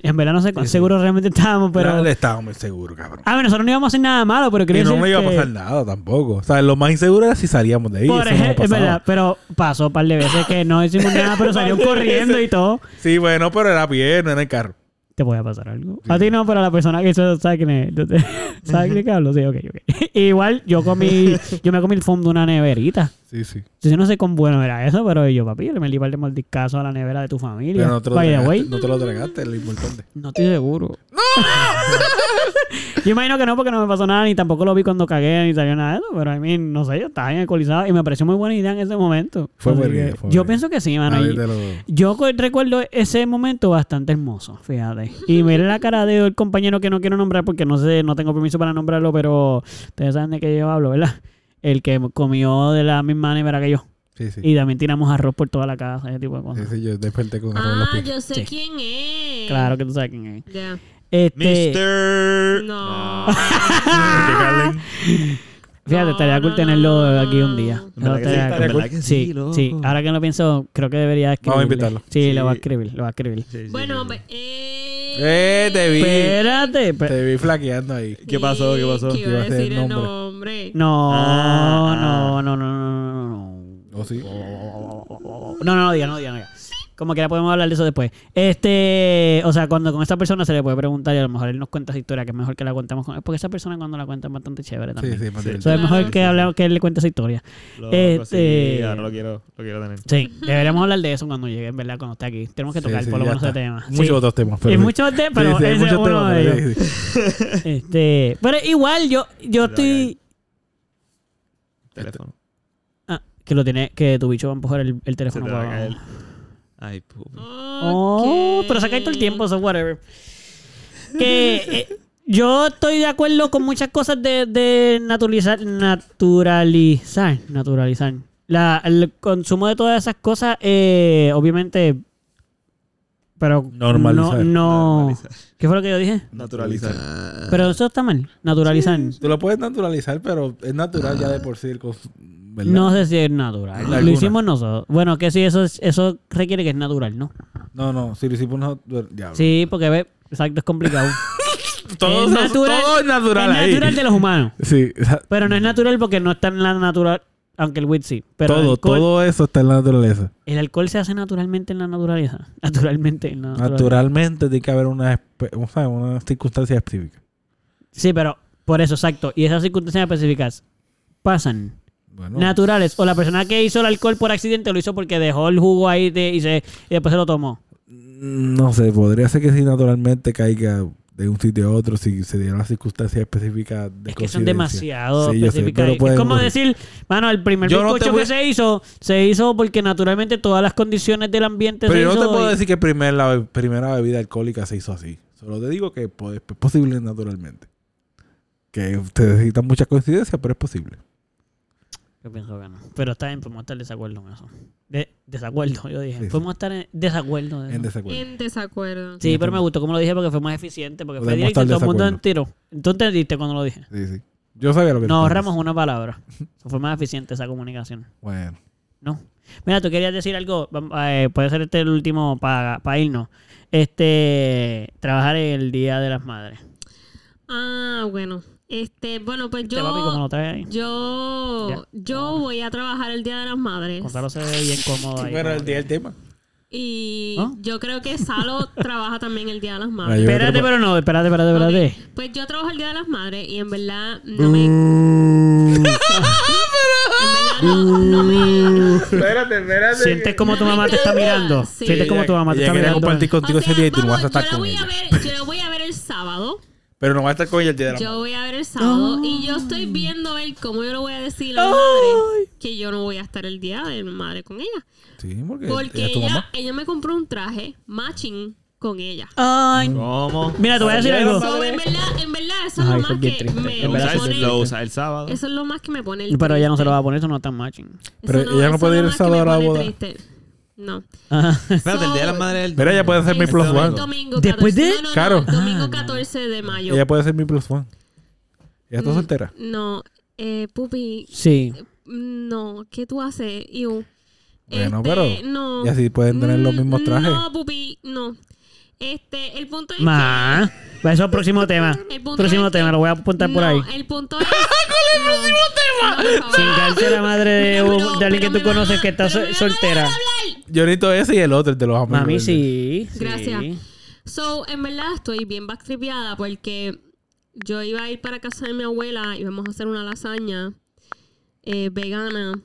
Speaker 3: En verdad no sé cuán
Speaker 2: Sí, sí.
Speaker 3: seguro realmente estábamos, pero...
Speaker 2: Pero... estaba muy seguro, cabrón.
Speaker 3: Ah, bueno, nosotros no íbamos a hacer nada malo, pero
Speaker 2: Y
Speaker 3: creo
Speaker 2: no me iba a pasar nada tampoco. O sea, lo más inseguro era si salíamos de ahí.
Speaker 3: Por
Speaker 2: eso no me
Speaker 3: ejemplo, es
Speaker 2: pasaba.
Speaker 3: verdad, pero pasó un par de veces que no hicimos nada, pero salieron corriendo y todo.
Speaker 2: Sí, bueno, pero era bien, no era el carro.
Speaker 3: ¿Te puede pasar algo? A ti no, pero a la persona que hizo, ¿sabes quién es? Entonces, ¿Sabes de qué hablo? Sí, ok, ok. Igual yo comí, yo me comí el fondo de una neverita.
Speaker 2: Sí, sí.
Speaker 3: Yo no sé cuán bueno era eso, pero yo, papi, yo me libra de mordiscazo a la nevera de tu familia.
Speaker 2: Pero no te lo
Speaker 3: By the
Speaker 2: tragaste,
Speaker 3: way,
Speaker 2: no te lo tragaste, lo importante.
Speaker 3: No estoy seguro. yo imagino que no, porque no me pasó nada, ni tampoco lo vi cuando cagué, ni salió nada de eso, pero a mí, no sé, yo estaba bien alcoholizado y me pareció muy buena idea en ese momento.
Speaker 2: Fue
Speaker 3: Así
Speaker 2: buena idea,
Speaker 3: que
Speaker 2: fue
Speaker 3: Yo
Speaker 2: buena
Speaker 3: pienso que sí, mano.
Speaker 2: Nadie
Speaker 3: y-
Speaker 2: te lo-
Speaker 3: Yo co- recuerdo ese momento bastante hermoso, fíjate. Y mira la cara de el compañero que no quiero nombrar porque no sé, no tengo permiso para nombrarlo, pero ustedes saben de qué yo hablo, ¿verdad? El que comió de la misma nevera que yo.
Speaker 2: Sí, sí.
Speaker 3: Y también tiramos arroz por toda la casa, ese tipo de
Speaker 2: Sí,
Speaker 3: cosas.
Speaker 2: sí, yo desperté con arroz en los
Speaker 4: Ah,
Speaker 2: pies.
Speaker 4: yo sé
Speaker 3: Sí.
Speaker 4: quién es.
Speaker 3: Claro que tú sabes quién es.
Speaker 4: Ya.
Speaker 3: Este,
Speaker 1: Mister.
Speaker 4: No.
Speaker 3: Fíjate, estaría
Speaker 4: No,
Speaker 3: cool
Speaker 4: no,
Speaker 3: tenerlo
Speaker 4: no, no,
Speaker 3: aquí un
Speaker 4: no.
Speaker 3: día.
Speaker 1: En verdad que
Speaker 3: Eso
Speaker 1: sí,
Speaker 3: estaría
Speaker 1: en
Speaker 3: cool.
Speaker 1: verdad que sí,
Speaker 3: sí,
Speaker 1: loco.
Speaker 3: sí. Ahora que lo pienso, creo que debería escribirle.
Speaker 2: Vamos a invitarlo.
Speaker 3: Sí, lo va a
Speaker 1: Sí.
Speaker 3: escribir, lo va a escribir.
Speaker 1: Sí, sí,
Speaker 4: Bueno,
Speaker 1: sí, sí.
Speaker 4: pues, eh,
Speaker 2: Eh, te vi.
Speaker 3: Espérate. pe-
Speaker 2: Te vi flaqueando ahí.
Speaker 1: ¿Qué pasó? ¿Qué pasó?
Speaker 4: Que iba
Speaker 2: Iba
Speaker 4: a
Speaker 2: a ser
Speaker 4: decir el
Speaker 2: el
Speaker 4: nombre.
Speaker 3: No,
Speaker 1: Ah,
Speaker 3: no, no, no, no, no, no.
Speaker 2: ¿O Oh, sí?
Speaker 3: Oh, No, no, no diga, no diga, no diga. Como que ya podemos hablar de eso después. Este, o sea, cuando con esta persona se le puede preguntar y a lo mejor él nos cuenta esa historia, que es mejor que la contamos con él, porque esa persona cuando la cuenta es bastante chévere también.
Speaker 2: Sí, sí, más
Speaker 1: Sí.
Speaker 3: O sea, es
Speaker 2: divertido.
Speaker 4: Claro.
Speaker 3: mejor que, hablemos, que él le cuente esa historia.
Speaker 1: Loco,
Speaker 3: Este-
Speaker 1: sí, ahora lo quiero, lo quiero tener.
Speaker 3: Sí, deberíamos hablar de eso cuando llegue, en verdad, cuando esté aquí. Tenemos que
Speaker 2: Sí,
Speaker 3: tocar
Speaker 2: sí,
Speaker 3: por lo
Speaker 2: ya
Speaker 3: menos ese
Speaker 2: está.
Speaker 3: tema.
Speaker 2: Muchos
Speaker 3: Sí.
Speaker 2: otros temas.
Speaker 3: Y
Speaker 2: pero sí.
Speaker 3: muchos temas, pero
Speaker 2: Sí, sí, hay
Speaker 3: ese es
Speaker 2: muchos
Speaker 3: uno
Speaker 2: temas,
Speaker 3: de
Speaker 2: pero
Speaker 3: ellos.
Speaker 2: sí, sí.
Speaker 3: Este, pero igual yo, yo estoy...
Speaker 1: Teléfono.
Speaker 3: Ah, que lo tiene, que tu bicho va a empujar el, el
Speaker 1: Se
Speaker 3: teléfono
Speaker 1: te va a
Speaker 3: para abajo.
Speaker 1: caer. Ay, pupi.
Speaker 3: Oh, pero se cae todo el tiempo, so whatever. Que eh, yo estoy de acuerdo con muchas cosas de, de naturalizar, naturalizar, naturalizar. La, el consumo de todas esas cosas, eh, obviamente, pero
Speaker 2: Normalizar.
Speaker 3: No, no.
Speaker 1: Normalizar.
Speaker 3: ¿Qué fue lo que yo dije?
Speaker 1: Naturalizar.
Speaker 3: Pero eso está mal, naturalizar.
Speaker 2: Tú lo puedes naturalizar, pero es natural ya de por sí. el cons- ¿verdad?
Speaker 3: No sé si es natural.
Speaker 2: Alguna.
Speaker 3: Lo hicimos nosotros. Bueno, que sí, eso, es- eso requiere que es natural, ¿no?
Speaker 2: No, no, si lo hicimos nosotros. diablo.
Speaker 3: Sí, porque ve, exacto, es complicado.
Speaker 2: Todo
Speaker 3: es
Speaker 2: es natural, todo es natural
Speaker 3: es
Speaker 2: ahí.
Speaker 3: natural de los humanos.
Speaker 2: Sí,
Speaker 3: Pero no es natural porque no está en la natural. aunque el weed sí. Pero el
Speaker 2: todo,
Speaker 3: alcohol,
Speaker 2: todo eso está en la naturaleza.
Speaker 3: el alcohol se hace naturalmente en la naturaleza. Naturalmente en la naturaleza.
Speaker 2: Naturalmente tiene que haber una, espe- o sea, una circunstancia específica.
Speaker 3: Sí, pero por eso, exacto. Y esas circunstancias específicas pasan.
Speaker 2: Bueno,
Speaker 3: Naturales. O la persona que hizo el alcohol por accidente lo hizo porque dejó el jugo ahí de- y, se, y después se lo tomó.
Speaker 2: mm, no sé, podría ser que si naturalmente caiga de un sitio a otro si se dieran las circunstancias específicas de
Speaker 3: Es que son
Speaker 2: coincidencia.
Speaker 3: demasiado
Speaker 2: Sí, yo sé,
Speaker 3: específicas.
Speaker 2: pero
Speaker 3: es
Speaker 2: pueden
Speaker 3: como
Speaker 2: ocurrir.
Speaker 3: decir, mano, el primer
Speaker 2: Yo no te
Speaker 3: bizcocho
Speaker 2: voy a-
Speaker 3: que se hizo, se hizo porque naturalmente todas las condiciones del ambiente
Speaker 2: Pero
Speaker 3: se
Speaker 2: yo no
Speaker 3: hizo
Speaker 2: te puedo
Speaker 3: y-
Speaker 2: decir que primer- la primera bebida alcohólica se hizo así. Solo te digo que es po- es posible naturalmente. Que te necesitan muchas coincidencias, pero es posible.
Speaker 3: Yo pienso que no. Pero está bien, podemos estar en desacuerdo en eso. De- desacuerdo, yo dije.
Speaker 2: Sí, sí.
Speaker 3: Podemos estar en desacuerdo. de
Speaker 2: En
Speaker 3: eso.
Speaker 2: desacuerdo.
Speaker 4: En desacuerdo.
Speaker 3: Sí, pero me gustó como lo dije porque fue más eficiente, porque fue
Speaker 2: Podemos
Speaker 3: directo
Speaker 2: estar
Speaker 3: y
Speaker 2: en
Speaker 3: todo el mundo
Speaker 2: desacuerdo.
Speaker 3: entero. Tú entendiste cuando lo dije.
Speaker 2: Sí, sí. Yo sabía lo que
Speaker 3: Nos
Speaker 2: tú
Speaker 3: ahorramos una palabra. Eso fue más eficiente esa comunicación.
Speaker 2: pensabas. Bueno.
Speaker 3: ¿No? Mira, tú querías decir algo. Vam- eh, puede ser este el último para irnos. Este. Trabajar el Día de las Madres.
Speaker 4: Ah, bueno. Este, bueno, pues
Speaker 3: Este papi, como
Speaker 4: yo.
Speaker 3: lo trae ahí.
Speaker 4: Yo.
Speaker 3: Ya.
Speaker 4: Yo voy a trabajar el Día de las Madres.
Speaker 3: Gonzalo se ve bien cómodo ahí. como que-
Speaker 2: tema.
Speaker 4: Y
Speaker 3: ¿No?
Speaker 4: yo creo que Salo trabaja también el Día de las
Speaker 2: Ay,
Speaker 4: Madres.
Speaker 2: yo
Speaker 3: Espérate,
Speaker 2: creo-
Speaker 3: pero no, espérate, espérate, espérate.
Speaker 4: Ok, Pues yo trabajo el Día de las Madres y en verdad no me. En
Speaker 2: Mm.
Speaker 4: verdad no, no me.
Speaker 2: espérate, espérate.
Speaker 3: Sientes como tu mamá te está mirando.
Speaker 4: Sí.
Speaker 3: Sientes como tu mamá te
Speaker 2: Ella
Speaker 3: está
Speaker 2: quería
Speaker 3: mirando.
Speaker 2: compartir contigo
Speaker 4: O sea,
Speaker 2: ese día y tú no
Speaker 4: vamos,
Speaker 2: vas a estar
Speaker 4: yo la
Speaker 2: con
Speaker 4: voy a
Speaker 2: ella.
Speaker 4: ver, yo la voy a ver el sábado.
Speaker 2: Pero no vas a estar con ella el día de la
Speaker 4: Yo voy a ver el sábado y yo estoy viendo ver cómo yo le voy a decir a mi madre que yo no voy a estar el día de mi madre con ella.
Speaker 2: Sí, porque,
Speaker 4: Porque
Speaker 2: Eh, ella es tu
Speaker 4: ella,
Speaker 2: mamá.
Speaker 4: ella me compró un traje matching con ella.
Speaker 3: Ay.
Speaker 1: ¿Cómo?
Speaker 3: Mira, te voy a decir algo.
Speaker 4: So, en verdad, en verdad, eso
Speaker 3: Ay,
Speaker 4: es lo
Speaker 3: soy
Speaker 4: más
Speaker 3: bien
Speaker 4: que
Speaker 3: triste.
Speaker 4: me,
Speaker 1: Lo
Speaker 3: En verdad,
Speaker 1: usa,
Speaker 4: me
Speaker 3: sí,
Speaker 1: el-
Speaker 4: pone-
Speaker 1: lo usa el sábado.
Speaker 4: Eso es lo más que me pone el
Speaker 3: Pero ella no se lo va
Speaker 4: triste.
Speaker 3: a poner, eso no está matching.
Speaker 2: Pero
Speaker 4: Eso
Speaker 2: ella no
Speaker 4: eso
Speaker 2: puede
Speaker 4: es
Speaker 2: ir el
Speaker 4: lo más que me
Speaker 2: sábado a la
Speaker 4: pone
Speaker 2: boda.
Speaker 4: triste. No.
Speaker 3: Ajá.
Speaker 1: Espérate, el día de las
Speaker 4: So,
Speaker 1: madres. es el-
Speaker 2: Mira, ella puede ser mi
Speaker 1: Este
Speaker 2: plus
Speaker 1: domingo.
Speaker 2: one.
Speaker 4: Domingo
Speaker 3: Después
Speaker 4: 14.
Speaker 3: de-
Speaker 4: No, no, no,
Speaker 2: Claro.
Speaker 4: domingo 14 de mayo.
Speaker 2: Ella puede ser mi plus one. Ella
Speaker 3: Mm.
Speaker 2: está soltera.
Speaker 4: No, eh, Pupi,
Speaker 3: Sí.
Speaker 4: no, ¿qué tú haces? Iu.
Speaker 2: Bueno,
Speaker 4: Este,
Speaker 2: pero-
Speaker 4: No.
Speaker 2: Y así pueden tener los
Speaker 4: Mm,
Speaker 2: mismos trajes.
Speaker 4: No, Pupi, no. Este, el punto es.
Speaker 3: Ma. Eso es el próximo tema.
Speaker 4: El punto
Speaker 3: Próximo
Speaker 4: es que-
Speaker 3: tema, lo voy a apuntar por
Speaker 4: No, eh,
Speaker 3: ahí.
Speaker 4: El punto es. ¿Cuál es el próximo tema?
Speaker 3: Chingarse la madre de, un- de alguien que tú conoces que está sol- soltera.
Speaker 2: Yo necesito ese y el otro, el de los amigos.
Speaker 3: Mami,
Speaker 2: del-
Speaker 3: sí. sí.
Speaker 4: Gracias. So, en verdad estoy bien backtripeada porque yo iba a ir para casa de mi abuela y vamos a hacer una lasaña eh, vegana.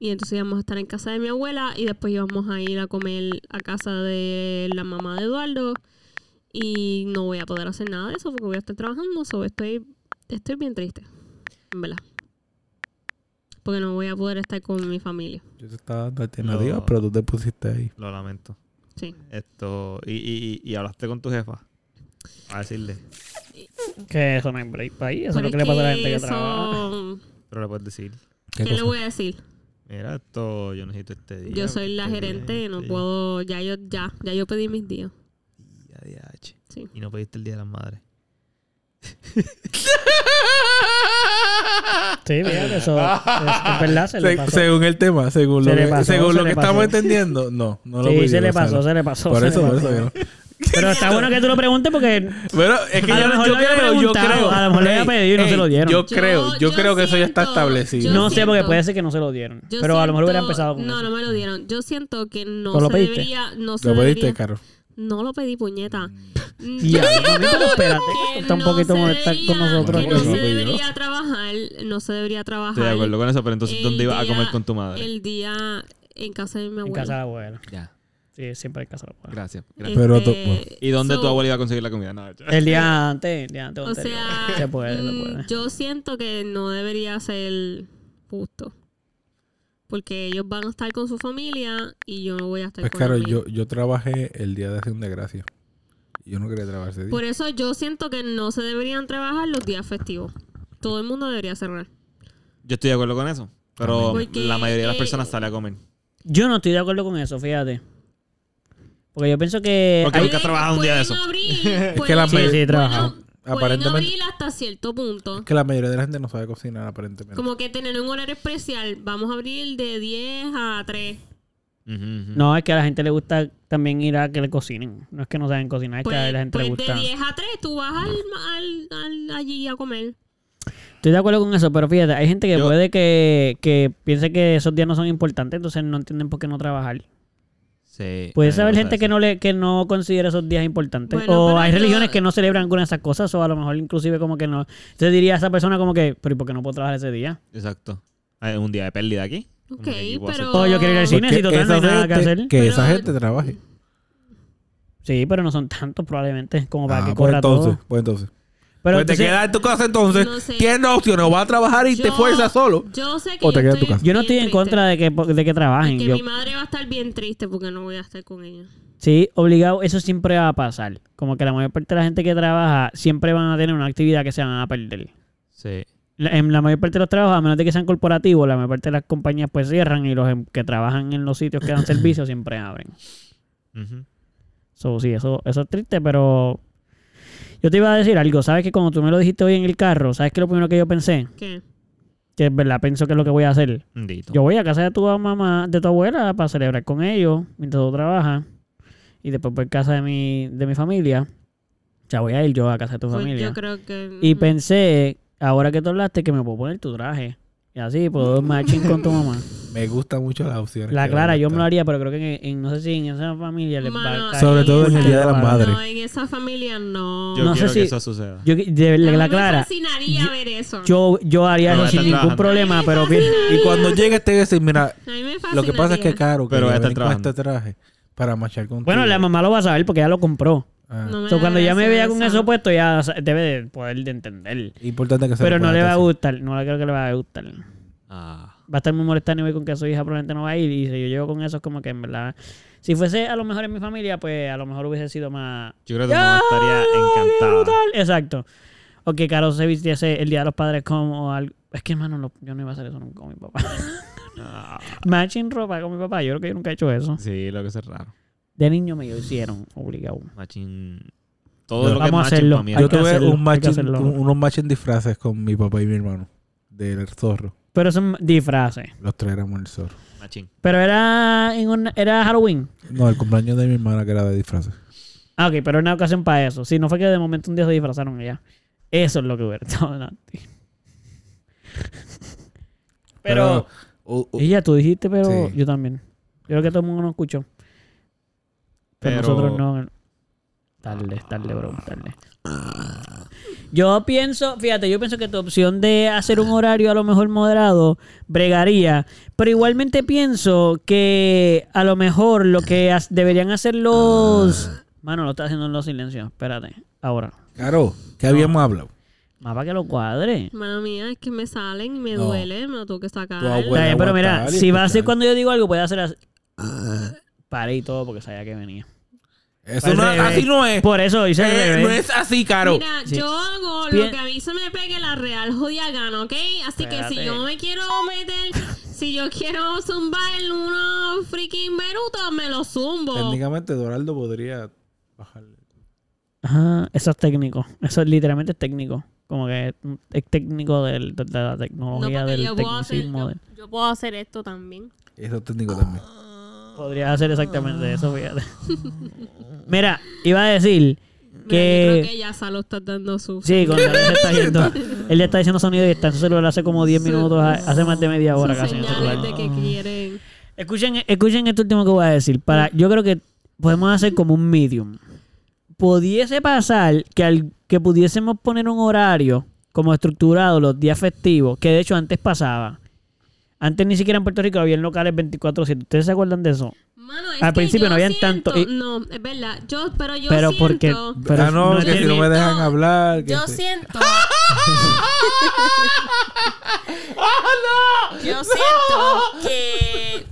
Speaker 4: Y entonces íbamos a estar en casa de mi abuela y después íbamos a ir a comer a casa de la mamá de Eduardo. Y no voy a poder hacer nada de eso porque voy a estar trabajando. So, estoy, estoy bien triste, en verdad. Porque no voy a poder estar con mi familia.
Speaker 2: Yo te estaba dando alternativas,
Speaker 1: No.
Speaker 2: pero tú te pusiste ahí.
Speaker 1: Lo lamento.
Speaker 4: Sí.
Speaker 1: Esto. Y, y, y- y hablaste con tu jefa. A decirle.
Speaker 3: Que eso no hay break para ahí. Eso es
Speaker 4: Pero
Speaker 3: lo que
Speaker 4: es
Speaker 3: le pasa a la
Speaker 4: que
Speaker 3: gente que
Speaker 4: eso-
Speaker 3: trabaja.
Speaker 1: Pero le puedes decir.
Speaker 4: ¿Qué le voy a decir?
Speaker 1: Mira, esto yo necesito este día.
Speaker 4: Yo soy la
Speaker 1: este día,
Speaker 4: gerente, no
Speaker 1: este
Speaker 4: puedo, ya yo, ya, ya yo pedí mis días.
Speaker 1: día, DH.
Speaker 4: Sí.
Speaker 1: Y no pediste el día de las madres.
Speaker 3: Sí, fíjate, eso. Es, es verdad, se le
Speaker 2: Se-
Speaker 3: pasó.
Speaker 2: según el tema, según
Speaker 3: Se
Speaker 2: lo
Speaker 3: le
Speaker 2: que,
Speaker 3: pasó,
Speaker 2: según
Speaker 3: se
Speaker 2: lo
Speaker 3: le
Speaker 2: que
Speaker 3: pasó.
Speaker 2: estamos entendiendo, no, no lo
Speaker 3: sí, se
Speaker 2: pidieron,
Speaker 3: le
Speaker 2: o sea,
Speaker 3: pasó,
Speaker 2: no.
Speaker 3: se le pasó.
Speaker 2: Por
Speaker 3: se
Speaker 2: eso,
Speaker 3: le
Speaker 2: por eso.
Speaker 3: pasó.
Speaker 2: que no.
Speaker 3: Pero está bueno que tú lo preguntes porque
Speaker 2: Bueno, es que
Speaker 3: A
Speaker 2: yo,
Speaker 3: lo mejor
Speaker 2: yo
Speaker 3: lo había
Speaker 2: creo, yo
Speaker 3: preguntado,
Speaker 2: creo.
Speaker 3: a lo mejor lo había pedido y no se lo dieron.
Speaker 2: Yo creo, yo,
Speaker 4: Yo- yo
Speaker 2: creo que eso ya está
Speaker 4: siento-
Speaker 2: establecido.
Speaker 4: yo
Speaker 3: no sé,
Speaker 4: siento-
Speaker 3: porque puede ser que no se lo dieron.
Speaker 4: Yo
Speaker 3: pero a lo mejor
Speaker 4: siento-
Speaker 3: hubiera empezado con
Speaker 4: No,
Speaker 3: eso.
Speaker 4: no me lo dieron. Yo siento que no
Speaker 3: ¿Pero lo
Speaker 4: se
Speaker 3: pediste?
Speaker 4: debería, no se
Speaker 2: Lo pediste,
Speaker 4: debería-
Speaker 2: Caro.
Speaker 4: No lo pedí, puñeta. Mm,
Speaker 3: Y ahí,
Speaker 4: siento
Speaker 3: pero espérate,
Speaker 4: que
Speaker 3: está un
Speaker 4: no
Speaker 3: poquito
Speaker 4: se
Speaker 3: molesta con
Speaker 4: debería-
Speaker 3: nosotros,
Speaker 4: que
Speaker 2: pero-
Speaker 4: No se
Speaker 2: Lo pedí yo.
Speaker 4: debería trabajar, no se debería trabajar.
Speaker 1: Estoy de acuerdo con eso, pero entonces,
Speaker 4: el
Speaker 1: ¿dónde ibas a
Speaker 4: día-
Speaker 1: comer con tu madre?
Speaker 4: El día en casa de mi
Speaker 3: En
Speaker 4: abuela.
Speaker 3: casa de la abuela.
Speaker 1: Ya,
Speaker 3: Sí, siempre en casa de la abuela.
Speaker 1: gracias. gracias.
Speaker 4: Este,
Speaker 2: Pero tú- bueno.
Speaker 1: ¿Y dónde
Speaker 4: so,
Speaker 1: tu abuela iba a conseguir la comida? No, ya.
Speaker 3: El día antes, el día antes. o
Speaker 4: O
Speaker 3: anterior.
Speaker 4: sea,
Speaker 3: se puede, se
Speaker 4: mm,
Speaker 3: puede.
Speaker 4: yo siento que no debería ser justo. Porque ellos van a estar con su familia y yo no voy a estar
Speaker 2: Pues
Speaker 4: con
Speaker 2: Caro,
Speaker 4: la mía.
Speaker 2: yo, yo trabajé el día de acción de gracia. Yo no quería trabajar ese día.
Speaker 4: Por eso yo siento que no se deberían trabajar los días festivos. Todo el mundo debería cerrar.
Speaker 1: Yo estoy de acuerdo con eso. Pero
Speaker 4: Porque,
Speaker 1: la mayoría de las
Speaker 4: eh,
Speaker 1: personas sale a comer.
Speaker 3: Yo no estoy de acuerdo con eso, fíjate. Porque yo pienso que.
Speaker 1: Porque
Speaker 3: hay-
Speaker 1: nunca has trabajado un día de eso.
Speaker 4: Es
Speaker 2: que la mayoría-
Speaker 3: Sí, sí, trabajan.
Speaker 2: Aparentemente-
Speaker 4: Pueden abrir hasta cierto punto.
Speaker 2: Es que la mayoría de la gente no sabe cocinar, aparentemente.
Speaker 4: Como que tener un horario especial. Vamos a abrir de 10 a 3.
Speaker 1: Ujú, ujú.
Speaker 3: No, es que a la gente le gusta también ir a que le cocinen. No es que no saben cocinar, es que a
Speaker 4: Pues,
Speaker 3: la gente
Speaker 4: pues
Speaker 3: le
Speaker 4: de
Speaker 3: gusta.
Speaker 4: 10 a 3 tú vas al, al- al- allí a comer.
Speaker 3: Estoy de acuerdo con eso, pero fíjate, hay gente que
Speaker 1: Yo-
Speaker 3: puede que, que piense que esos días no son importantes, entonces no entienden por qué no trabajar.
Speaker 1: Sí, a
Speaker 3: Puede
Speaker 1: mí me
Speaker 3: saber
Speaker 1: gusta
Speaker 3: gente que
Speaker 1: eso.
Speaker 3: no le que no considera esos días importantes.
Speaker 4: Bueno,
Speaker 3: o
Speaker 4: pero
Speaker 3: hay
Speaker 4: yo-
Speaker 3: religiones que no celebran alguna de esas cosas, o a lo mejor inclusive como que no. Se diría a esa persona como que, pero ¿y por qué no puedo trabajar ese día?
Speaker 1: Exacto. Hay un día de pérdida aquí. Como
Speaker 4: Ok,
Speaker 1: que aquí puedo
Speaker 4: pero-
Speaker 1: hacer-
Speaker 3: O Oh, yo quiero ir al cine,
Speaker 2: Porque
Speaker 3: si total no hay
Speaker 2: esa
Speaker 3: nada que
Speaker 2: gente-
Speaker 3: hacer.
Speaker 2: Que esa
Speaker 4: Pero-
Speaker 2: gente trabaje.
Speaker 3: Sí, pero no son tantos probablemente como para
Speaker 2: Ah,
Speaker 3: que
Speaker 2: pues
Speaker 3: corra
Speaker 2: entonces,
Speaker 3: todo.
Speaker 2: pues entonces.
Speaker 3: Pero
Speaker 2: pues te
Speaker 3: entonces,
Speaker 2: quedas en tu casa entonces.
Speaker 4: No sé.
Speaker 2: Tienes dos opciones, o vas a trabajar y te
Speaker 4: Yo-
Speaker 2: fuerzas solo.
Speaker 4: Yo sé que
Speaker 2: O te
Speaker 4: yo
Speaker 2: quedas en tu casa.
Speaker 3: yo no estoy en
Speaker 4: bien
Speaker 3: contra de que, de que
Speaker 4: triste.
Speaker 3: trabajen.
Speaker 4: Que
Speaker 3: yo-
Speaker 4: mi madre va a estar bien triste porque no voy a estar con ella.
Speaker 3: Sí, obligado, eso siempre va a pasar. Como que la mayor parte de la gente que trabaja siempre van a tener una actividad que se van a perder.
Speaker 1: Sí.
Speaker 3: La- En la mayor parte de los trabajos, a menos de que sean corporativos, la mayor parte de las compañías pues cierran y los em- que trabajan en los sitios que dan servicio siempre abren.
Speaker 1: Ujú.
Speaker 3: So, sí, eso, eso es triste, pero yo te iba a decir algo. Sabes que cuando tú me lo dijiste hoy en el carro, ¿sabes qué es lo primero que yo pensé?
Speaker 4: ¿Qué?
Speaker 3: Que es verdad, pienso que es lo que voy a hacer.
Speaker 1: Bendito.
Speaker 3: Yo voy a casa de tu mamá, de tu abuela, para celebrar con ellos mientras tú trabajas. Y después voy a casa de mi, de mi familia. Ya voy a ir yo a casa de tu
Speaker 4: Pues
Speaker 3: familia.
Speaker 4: yo creo que.
Speaker 3: Y
Speaker 4: mm,
Speaker 3: pensé, ahora que tú hablaste, que me puedo poner tu traje. Y así puedo matching con tu mamá.
Speaker 2: Me gusta mucho las opciones.
Speaker 3: La
Speaker 2: que
Speaker 3: Clara,
Speaker 2: van a
Speaker 3: yo me lo
Speaker 2: estar.
Speaker 3: haría, pero creo que en, en- no sé si en esa familia les va
Speaker 4: Mano,
Speaker 3: a caer.
Speaker 2: Sobre todo en el Día de las
Speaker 3: No,
Speaker 2: Madres.
Speaker 4: No, en esa familia no.
Speaker 1: Yo
Speaker 3: No sé
Speaker 1: quiero
Speaker 3: si-
Speaker 1: que eso suceda.
Speaker 3: Yo, de- de-
Speaker 4: A mí
Speaker 3: la
Speaker 4: me
Speaker 3: Clara,
Speaker 4: fascinaría
Speaker 3: yo-
Speaker 4: ver eso.
Speaker 3: yo, yo haría
Speaker 1: Pero
Speaker 3: eso sin
Speaker 1: está
Speaker 3: ningún
Speaker 1: trabajando.
Speaker 3: problema, pero que...
Speaker 2: Y cuando llegue te decir, mira,
Speaker 4: A mí me fascinaría.
Speaker 2: lo que pasa es que Caro, que
Speaker 1: Pero
Speaker 2: yo
Speaker 1: ella está
Speaker 2: vengo con
Speaker 1: trabajando.
Speaker 2: este traje para marchar Ah. con
Speaker 3: Bueno, la mamá lo va a saber porque ya lo compró.
Speaker 4: No me
Speaker 3: So, cuando ya me
Speaker 4: agradece
Speaker 3: vea con
Speaker 4: esa.
Speaker 3: eso pues- puesto, ya sa- debe de poder de entender.
Speaker 2: Importante que se
Speaker 3: Pero
Speaker 2: lo
Speaker 3: no
Speaker 2: puedas
Speaker 3: le va a
Speaker 2: decir.
Speaker 3: gustar, no creo que le va a gustar.
Speaker 1: Ah.
Speaker 3: va a estar muy molestando y voy con que su hija probablemente no va a ir. Y si yo llego con eso, es como que en verdad. Si fuese a lo mejor en mi familia, pues a lo mejor hubiese sido más.
Speaker 1: Yo creo que tu mamá estaría
Speaker 3: ¡Ay,
Speaker 1: encantada.
Speaker 3: brutal! Exacto. O que Carlos se vistiese el día de los padres como algo. Es que, hermano, no- yo no iba a hacer eso nunca con mi papá.
Speaker 1: Ah.
Speaker 3: Matching ropa con mi papá. Yo creo que yo nunca he hecho eso.
Speaker 1: Sí, lo que es raro.
Speaker 3: De niño me lo hicieron, obligado.
Speaker 1: Machín. Todo lo
Speaker 2: Yo-
Speaker 1: que
Speaker 3: Vamos a
Speaker 1: es machín
Speaker 3: hacerlo.
Speaker 1: pa' mí es
Speaker 3: Hay
Speaker 2: Yo
Speaker 1: raro.
Speaker 3: que
Speaker 2: tuve
Speaker 3: hacerlo,
Speaker 2: un
Speaker 3: hay que
Speaker 2: matching,
Speaker 3: hacerlo.
Speaker 2: un- unos matching disfraces con mi papá y mi hermano del zorro.
Speaker 3: Pero son disfraces.
Speaker 2: Los tres éramos el zorro.
Speaker 1: Machín.
Speaker 3: Pero era en una- era Halloween.
Speaker 2: No, el cumpleaños de mi hermana que era de disfraces.
Speaker 3: Ah, ok, pero era una ocasión para eso. Si no fue que de momento un día se disfrazaron y ya. Eso es lo que hubiera estado delante. Pero.
Speaker 2: u- u-
Speaker 3: Ella, tú dijiste, pero
Speaker 2: Sí.
Speaker 3: yo también. Yo creo que todo el mundo nos escuchó. Pero,
Speaker 1: Pero-
Speaker 3: nosotros no. Tarde, tarde, bro, tarde. Yo pienso, fíjate, yo pienso que tu opción de hacer un horario a lo mejor moderado bregaría, pero igualmente pienso que a lo mejor lo que has- deberían hacer los... Mano, lo está haciendo en los silencios, espérate, ahora.
Speaker 2: Caro, ¿qué habíamos hablado?
Speaker 3: Más para que lo cuadre.
Speaker 4: Mano mía, es que me salen, me
Speaker 2: No.
Speaker 4: duele, me lo tengo que sacar.
Speaker 2: Tu abuela-
Speaker 3: Está bien, pero mira,
Speaker 2: aguantar y
Speaker 3: si va a ser
Speaker 2: escuchar.
Speaker 3: cuando yo digo algo, puede hacer así. Paré y todo porque sabía que venía.
Speaker 2: Eso no,
Speaker 3: Parece-
Speaker 2: así no es.
Speaker 3: Por eso hice
Speaker 2: Eh,
Speaker 3: el
Speaker 2: no
Speaker 3: revés.
Speaker 2: es así, Caro.
Speaker 4: Mira,
Speaker 3: Sí.
Speaker 4: yo hago
Speaker 3: Bien.
Speaker 4: lo que a mí se me pegue la real jodida gana, ¿ok? Así que
Speaker 3: Espérate.
Speaker 4: si yo me quiero meter, si yo quiero zumbar unos freaking verutos, me lo zumbo.
Speaker 2: Técnicamente Doraldo podría bajar.
Speaker 3: Ajá, eso es técnico. Eso es literalmente es técnico. Como que es- es técnico del- de, la
Speaker 4: No,
Speaker 3: tecnología,
Speaker 4: porque
Speaker 3: del
Speaker 4: yo puedo, hacer,
Speaker 3: tecnicismo. eh.
Speaker 4: yo,
Speaker 3: del-
Speaker 4: yo puedo hacer esto también.
Speaker 2: Eso es
Speaker 4: Ah,
Speaker 2: técnico también.
Speaker 3: Podría hacer exactamente eso, fíjate. Mira, iba a decir
Speaker 4: Mira, yo creo
Speaker 3: que...
Speaker 4: que ya Salo está dando su...
Speaker 3: Sí, con la se está yendo. Él le está diciendo sonido y está en su celular hace como 10 minutos, hace más de media hora
Speaker 4: sus
Speaker 3: casi. en el
Speaker 4: señales
Speaker 3: celular.
Speaker 4: de que quieren.
Speaker 3: Escuchen, escuchen esto último que voy a decir. Para, yo creo que podemos hacer como un medium. Pudiese pasar que, al, que pudiésemos poner un horario como estructurado los días festivos, que de hecho antes pasaba. Antes ni siquiera en Puerto Rico había locales 24-7. ¿Ustedes se acuerdan de eso?
Speaker 4: Mano, es
Speaker 3: Al
Speaker 4: que
Speaker 3: principio
Speaker 4: yo
Speaker 3: no habían
Speaker 4: siento-
Speaker 3: tanto- y-
Speaker 4: No, es verdad. Yo, pero yo
Speaker 3: pero
Speaker 4: siento...
Speaker 3: porque... Pero
Speaker 2: ah, no,
Speaker 3: no
Speaker 2: que si
Speaker 3: tiene-
Speaker 2: no me dejan
Speaker 4: No,
Speaker 2: hablar. que
Speaker 4: Yo
Speaker 2: si-
Speaker 4: siento. Yo siento que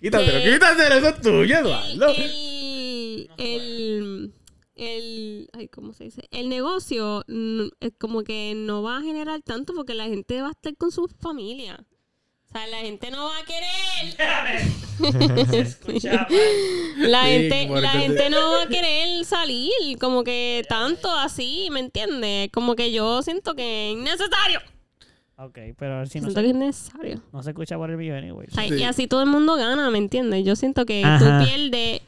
Speaker 2: Quítatelo,
Speaker 3: Eh.
Speaker 2: quítatelo, eso es tuyo, Eduardo.
Speaker 4: el, el, el- ay, ¿cómo se dice? El negocio mm, es como que no va a generar tanto porque la gente va a estar con su familia. O sea, la gente no va a querer. la
Speaker 2: Sí,
Speaker 4: gente,
Speaker 2: como
Speaker 4: la
Speaker 2: que-
Speaker 4: gente no va a querer salir como que tanto así, ¿me entiendes? Como que yo siento que es innecesario.
Speaker 3: Ok, pero si no
Speaker 4: Siento
Speaker 3: se,
Speaker 4: que es necesario.
Speaker 3: no se escucha por el video, anyways.
Speaker 4: Ay, Y así todo el mundo gana, ¿me entiendes? Yo siento que
Speaker 3: Ajá.
Speaker 4: tú pierdes,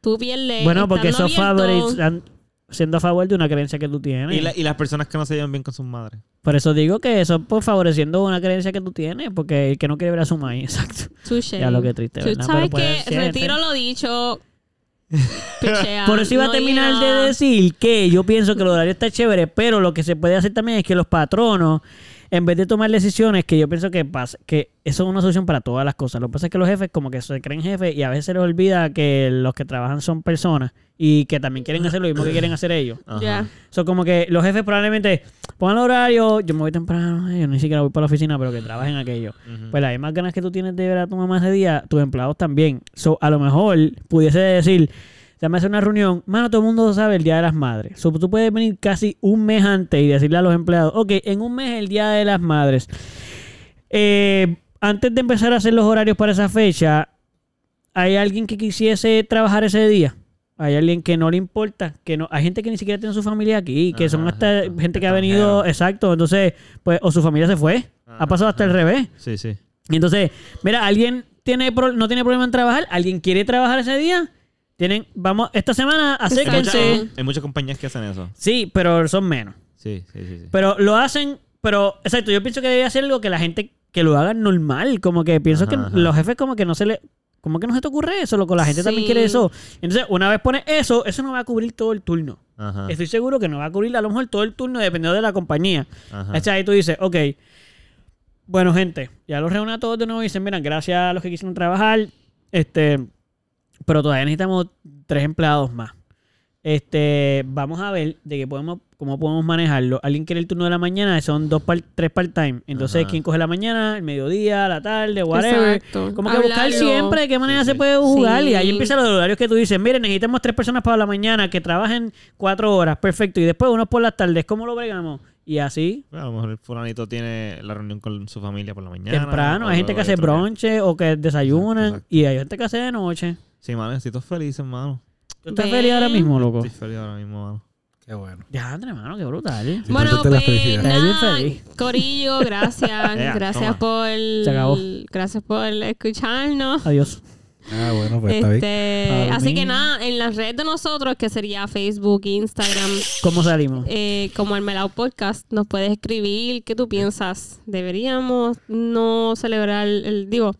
Speaker 4: tú pierdes. eh,
Speaker 3: Bueno, porque
Speaker 4: estando
Speaker 3: esos
Speaker 4: abierto.
Speaker 3: favorites... han- siendo a favor de una creencia que tú tienes.
Speaker 1: Y, la- y las personas que no se llevan bien con sus madres.
Speaker 3: Por eso digo que eso es por favoreciendo una creencia que tú tienes, porque el que no quiere ver a su maíz, exacto.
Speaker 4: Touché.
Speaker 3: Ya lo que triste,
Speaker 4: Tú
Speaker 3: ¿verdad?
Speaker 4: sabes
Speaker 3: Pero puede
Speaker 4: que
Speaker 3: ser,
Speaker 4: retiro
Speaker 3: sí.
Speaker 4: lo dicho. Pichea,
Speaker 3: Por eso iba a
Speaker 4: no
Speaker 3: terminar
Speaker 4: diga.
Speaker 3: de decir que yo pienso que el horario está chévere, pero lo que se puede hacer también es que los patronos, en vez de tomar decisiones, que yo pienso que pasa, que eso es una solución para todas las cosas. Lo que pasa es que los jefes como que se creen jefes y a veces se les olvida que los que trabajan son personas y que también quieren hacer lo mismo que quieren hacer ellos.
Speaker 1: Ajá.
Speaker 4: Ya.
Speaker 3: So, como que los jefes probablemente pongan el horario, yo me voy temprano, eh, yo ni siquiera voy para la oficina, pero que trabajen aquello.
Speaker 1: Ujú.
Speaker 3: Pues las mismas ganas que tú tienes de ver a tu mamá ese día, tus empleados también. So, a lo mejor pudiese decir, se me hace una reunión, mano, todo el mundo sabe el Día de las Madres. So, tú puedes venir casi un mes antes y decirle a los empleados, ok, en un mes es el Día de las Madres. Eh, antes de empezar a hacer los horarios para esa fecha, ¿hay alguien que quisiese trabajar ese día? Hay alguien que no le importa, que no, hay gente que ni siquiera tiene su familia aquí, que
Speaker 1: Ajá,
Speaker 3: son hasta
Speaker 1: exacto.
Speaker 3: gente que ha venido, exacto, entonces, pues, o su familia se fue, ha pasado hasta el revés.
Speaker 1: Sí, sí.
Speaker 3: Y entonces, mira, alguien tiene pro- no tiene problema en trabajar, alguien quiere trabajar ese día, tienen, vamos, esta semana
Speaker 1: Hay muchas,
Speaker 3: acérquense.
Speaker 1: hay muchas compañías que hacen eso.
Speaker 3: Sí, pero son menos.
Speaker 1: Sí, sí, sí. sí.
Speaker 3: Pero lo hacen, pero exacto, yo pienso que debe ser algo que la gente que lo haga normal, como que pienso
Speaker 1: Ajá,
Speaker 3: que
Speaker 1: ajá.
Speaker 3: los jefes como que no se le como que no se te ocurre eso, loco, la gente también
Speaker 4: Sí.
Speaker 3: quiere eso. Entonces, una vez pones eso, eso no va a cubrir todo el turno.
Speaker 1: Ajá,
Speaker 3: Estoy seguro que no va a cubrir a lo mejor todo el turno dependiendo de la compañía.
Speaker 1: ajá.
Speaker 3: Entonces ahí tú dices, ok, bueno, gente, ya los reúne a todos de nuevo y dicen, mira, gracias a los que quisieron trabajar, este, pero todavía necesitamos tres empleados más. Este, vamos a ver de qué podemos, cómo podemos manejarlo. Alguien quiere el turno de la mañana, son dos par- tres part-time. Entonces,
Speaker 1: Ajá.
Speaker 3: ¿quién coge la mañana, el mediodía, la tarde, whatever?
Speaker 4: Exacto.
Speaker 3: Como que buscar
Speaker 4: Hablarlo.
Speaker 3: siempre de qué manera
Speaker 1: Sí,
Speaker 3: se
Speaker 1: sí.
Speaker 3: puede jugar. Y ahí
Speaker 4: Sí.
Speaker 3: empiezan los horarios que tú dices, miren, necesitamos tres personas para la mañana que trabajen cuatro horas, perfecto. Y después uno por las tardes, ¿cómo lo bregamos? Y así
Speaker 1: Bueno, Pues, a lo mejor el fulanito tiene la reunión con su familia por la mañana.
Speaker 3: Temprano,
Speaker 1: o
Speaker 3: hay gente
Speaker 1: luego
Speaker 3: que hace
Speaker 1: otro día.
Speaker 3: bronche o que desayunan
Speaker 1: Exacto, exacto.
Speaker 3: y hay gente que hace de noche.
Speaker 1: Sí, mano, estoy todo feliz, hermano.
Speaker 3: ¿Tú estás
Speaker 4: Ven.
Speaker 3: feliz ahora mismo, loco?
Speaker 1: Estoy feliz ahora mismo, mano.
Speaker 2: Qué bueno.
Speaker 3: Ya, entre mano, qué brutal.
Speaker 2: Sí,
Speaker 4: Bueno,
Speaker 2: contesta la
Speaker 4: pues,
Speaker 2: felicidad.
Speaker 4: nada,
Speaker 3: Está bien feliz.
Speaker 4: Corillo, gracias.
Speaker 1: Ea,
Speaker 4: gracias
Speaker 1: toma.
Speaker 4: por. Se
Speaker 3: acabó.
Speaker 4: Gracias por escucharnos.
Speaker 3: Adiós.
Speaker 2: Ah, bueno, pues está bien.
Speaker 4: Este,
Speaker 3: Para
Speaker 4: así
Speaker 3: mí.
Speaker 4: que nada, en las redes de nosotros, que sería Facebook, Instagram,
Speaker 3: ¿Cómo salimos?
Speaker 4: eh, como el Melao Podcast, nos puedes escribir qué tú piensas. ¿Deberíamos no celebrar el, digo,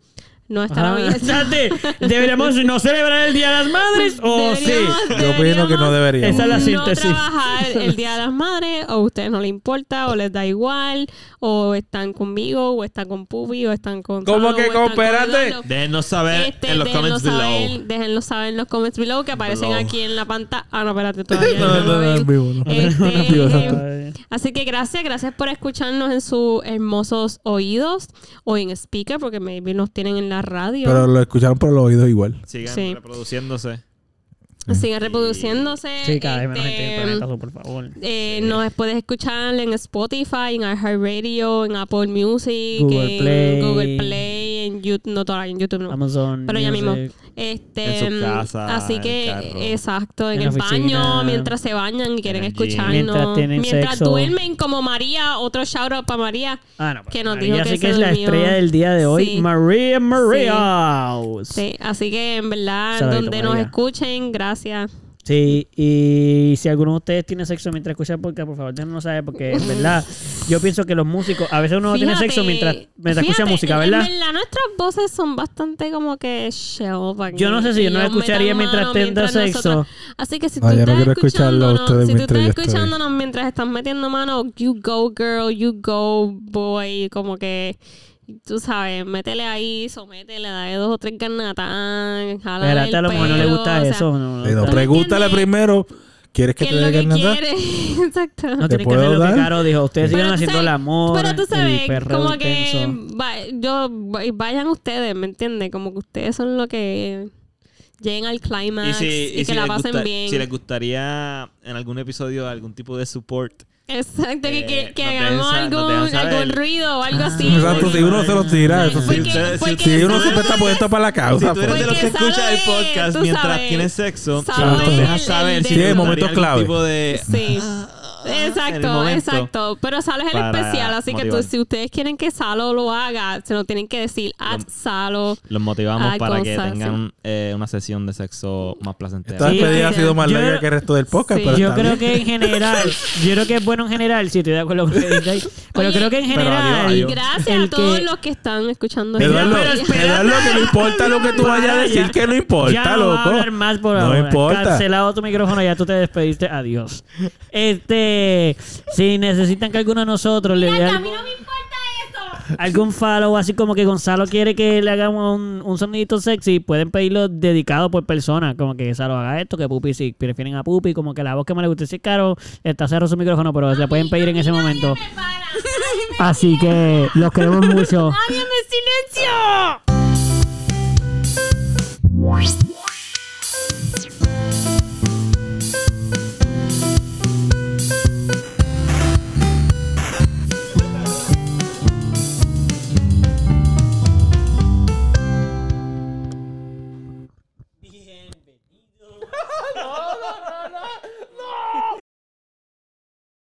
Speaker 4: no estar
Speaker 3: Ajá.
Speaker 4: abiertos?
Speaker 3: Espérate, ¿Deberíamos no celebrar el Día de las Madres o sí?
Speaker 4: Deberíamos-
Speaker 2: Yo opino que no deberíamos.
Speaker 3: Esa es la síntesis.
Speaker 4: No trabajar el Día de las Madres, o a ustedes no les importa, o les da igual, o están conmigo, o están con Pupi, o están con.
Speaker 2: ¿Cómo
Speaker 4: Salo,
Speaker 2: que
Speaker 4: o están con
Speaker 2: cooperate?
Speaker 4: Eduardo.
Speaker 1: Déjenos saber
Speaker 4: Este,
Speaker 1: en los
Speaker 4: déjenlo
Speaker 1: comments
Speaker 4: saber,
Speaker 1: below.
Speaker 4: déjenlo saber en los comments below que aparecen
Speaker 1: Below.
Speaker 4: aquí en la pantalla. Ah, no, espérate, todavía no,
Speaker 2: No, no,
Speaker 4: lo
Speaker 2: no,
Speaker 4: ven.
Speaker 2: en vivo, no.
Speaker 4: Este,
Speaker 2: No, no, en vivo, exacto.
Speaker 4: Así que gracias, gracias por escucharnos en sus hermosos oídos o en speaker, porque maybe nos tienen en la radio.
Speaker 2: Pero lo escucharon por los oídos igual.
Speaker 1: Sigan
Speaker 4: Sí.
Speaker 1: reproduciéndose.
Speaker 4: Siguen reproduciéndose.
Speaker 3: Sí, cada vez menos
Speaker 4: este,
Speaker 3: gente en el planeta, so, por favor.
Speaker 4: eh, Nos puedes escuchar en Spotify, en iHeartRadio, en Apple Music,
Speaker 3: Google
Speaker 4: en
Speaker 3: Play.
Speaker 4: Google Play, en YouTube, no todavía en YouTube no.
Speaker 3: Amazon.
Speaker 4: Pero ya
Speaker 3: Music.
Speaker 4: mismo. Este,
Speaker 1: En su casa,
Speaker 4: así que,
Speaker 1: en el carro.
Speaker 4: exacto, en,
Speaker 3: En la
Speaker 4: el
Speaker 3: oficina.
Speaker 4: baño, mientras se bañan y quieren
Speaker 1: el gym.
Speaker 4: escucharnos.
Speaker 3: Mientras tienen
Speaker 4: Mientras
Speaker 3: sexo.
Speaker 4: duermen, como María, otro shout out para María.
Speaker 3: Ah, no,
Speaker 4: que nos
Speaker 3: María
Speaker 4: dijo que
Speaker 3: sí que
Speaker 4: se
Speaker 3: es la
Speaker 4: durmió.
Speaker 3: estrella del día de hoy.
Speaker 4: Sí.
Speaker 3: María María.
Speaker 4: Sí, así que en verdad,
Speaker 3: Saludito,
Speaker 4: donde
Speaker 3: María.
Speaker 4: nos escuchen, gracias.
Speaker 3: Sí, y si alguno de ustedes tiene sexo mientras escucha el podcast, por favor, déjenos saber, porque es verdad. Yo pienso que los músicos, a veces uno no tiene
Speaker 4: Fíjate-
Speaker 3: sexo mientras, mientras escucha
Speaker 4: fíjate,
Speaker 3: música,
Speaker 4: en-
Speaker 3: ¿verdad?
Speaker 4: En verdad, nuestras voces son bastante como que shell. para
Speaker 3: Yo no
Speaker 4: que
Speaker 3: sé si yo no
Speaker 4: ellos
Speaker 3: escucharía
Speaker 4: metan
Speaker 3: mientras
Speaker 4: mano
Speaker 3: tenga sexo.
Speaker 4: nosotros- Así que si
Speaker 2: No,
Speaker 4: tú
Speaker 2: yo no
Speaker 4: estás
Speaker 2: quiero escucharlo a
Speaker 4: escuchándonos,
Speaker 2: ustedes
Speaker 4: si tú
Speaker 2: mientras
Speaker 4: estás
Speaker 2: yo estoy.
Speaker 4: escuchándonos mientras estás metiendo mano, you go girl, you go boy, como que tú sabes, métele ahí, sométele, dale dos o tres garnatas, jala
Speaker 3: Espérate, a lo mejor no le gusta eso. no, no,
Speaker 2: Pero
Speaker 3: no,
Speaker 2: pregúntale
Speaker 4: entiendes?
Speaker 2: primero. ¿Quieres que
Speaker 4: ¿Qué
Speaker 2: te
Speaker 4: es lo
Speaker 2: dé
Speaker 4: que
Speaker 2: garnata?
Speaker 4: quiere? Exacto.
Speaker 2: ¿Te
Speaker 3: no tienen que hacer
Speaker 2: puedo
Speaker 3: lo que
Speaker 2: dar?
Speaker 3: Caro dijo. Ustedes
Speaker 4: Pero
Speaker 3: siguen
Speaker 4: tú
Speaker 3: haciendo
Speaker 4: sabes-
Speaker 3: el amor,
Speaker 4: Pero tú
Speaker 3: el
Speaker 4: sabes,
Speaker 3: perreo
Speaker 4: como que
Speaker 3: intenso.
Speaker 4: va- yo va- vayan ustedes, ¿me entiendes? Como que ustedes son los que lleguen al
Speaker 1: y
Speaker 4: climax y,
Speaker 1: si, y
Speaker 4: que
Speaker 1: si
Speaker 4: la
Speaker 1: les
Speaker 4: pasen
Speaker 1: gusta-
Speaker 4: bien.
Speaker 1: si les gustaría en algún episodio algún tipo de support,
Speaker 4: Exacto, que, que,
Speaker 1: Eh,
Speaker 4: que
Speaker 1: nos dejan
Speaker 4: hagamos
Speaker 1: saber, nos
Speaker 4: algún,
Speaker 1: dejan saber.
Speaker 4: algún ruido o
Speaker 3: Ah.
Speaker 4: algo así.
Speaker 2: Ah, Exacto, si uno se los tira, eso
Speaker 4: Porque-
Speaker 2: sí.
Speaker 1: ustedes-
Speaker 4: porque
Speaker 2: Si uno
Speaker 4: Salo-
Speaker 2: siempre está puesto para la
Speaker 1: si
Speaker 2: causa.
Speaker 1: tú eres de
Speaker 2: pues.
Speaker 1: los que
Speaker 4: Porque
Speaker 1: escucha el
Speaker 4: sabe,
Speaker 1: podcast
Speaker 4: tú
Speaker 1: mientras
Speaker 4: sabes.
Speaker 1: tienes sexo,
Speaker 4: Sabe
Speaker 1: nos
Speaker 4: el-
Speaker 1: dejas saber
Speaker 4: el
Speaker 1: si te
Speaker 4: de- Sí,
Speaker 1: gustaría
Speaker 2: momentos
Speaker 1: algún
Speaker 2: clave.
Speaker 3: Ah.
Speaker 1: tipo de
Speaker 4: Sí.
Speaker 1: en el
Speaker 4: Exacto,
Speaker 1: momento
Speaker 4: exacto. Pero Salo es el
Speaker 1: para
Speaker 4: especial, así que tú-
Speaker 1: motivar.
Speaker 4: si ustedes quieren que Salo lo haga, se lo tienen que decir a
Speaker 1: Lo-
Speaker 4: Salo.
Speaker 1: Los motivamos
Speaker 4: Ay,
Speaker 1: para que
Speaker 4: cosas,
Speaker 1: tengan eh, una sesión de sexo más placentera.
Speaker 2: Esta
Speaker 3: Sí,
Speaker 2: despedida ha
Speaker 4: gracias.
Speaker 2: sido más
Speaker 3: Yo-
Speaker 2: larga que el resto del podcast,
Speaker 4: Sí.
Speaker 2: pero
Speaker 3: Yo
Speaker 2: está
Speaker 3: creo
Speaker 2: bien.
Speaker 3: que en general, yo creo que es bueno en general, sí, estoy de acuerdo con lo que dice ahí. Pero
Speaker 4: Oye,
Speaker 3: creo que en
Speaker 1: Pero
Speaker 3: general.
Speaker 1: adiós,
Speaker 4: Y
Speaker 1: adiós.
Speaker 4: gracias
Speaker 3: el
Speaker 4: a todos
Speaker 3: que-
Speaker 4: los que están escuchando esto.
Speaker 2: Eduardo,
Speaker 3: Pero espérate.
Speaker 2: Eduardo, que no importa lo que tú vayas a
Speaker 3: Para,
Speaker 2: decir,
Speaker 3: ya.
Speaker 2: que no
Speaker 3: ya
Speaker 2: importa,
Speaker 3: no va a
Speaker 2: loco.
Speaker 3: hablar más por
Speaker 2: No
Speaker 3: ahora.
Speaker 2: importa.
Speaker 3: Cancelado tu micrófono, ya tú te despediste. Adiós. Este, si necesitan que alguno de nosotros le dé
Speaker 5: Mira, que a
Speaker 3: algo-
Speaker 5: mí no me importa eso.
Speaker 3: algún follow, así como que Gonzalo quiere que le hagamos un, un sonidito sexy, pueden pedirlo dedicado por persona. Como que Gonzalo haga esto, que Pupi, si prefieren a Pupi, como que la voz que más le guste. Si es caro, está cerrado su micrófono, pero le pueden pedir en ese momento.
Speaker 5: Me para.
Speaker 3: Así que los queremos mucho.
Speaker 5: ¡Nadie me silencio!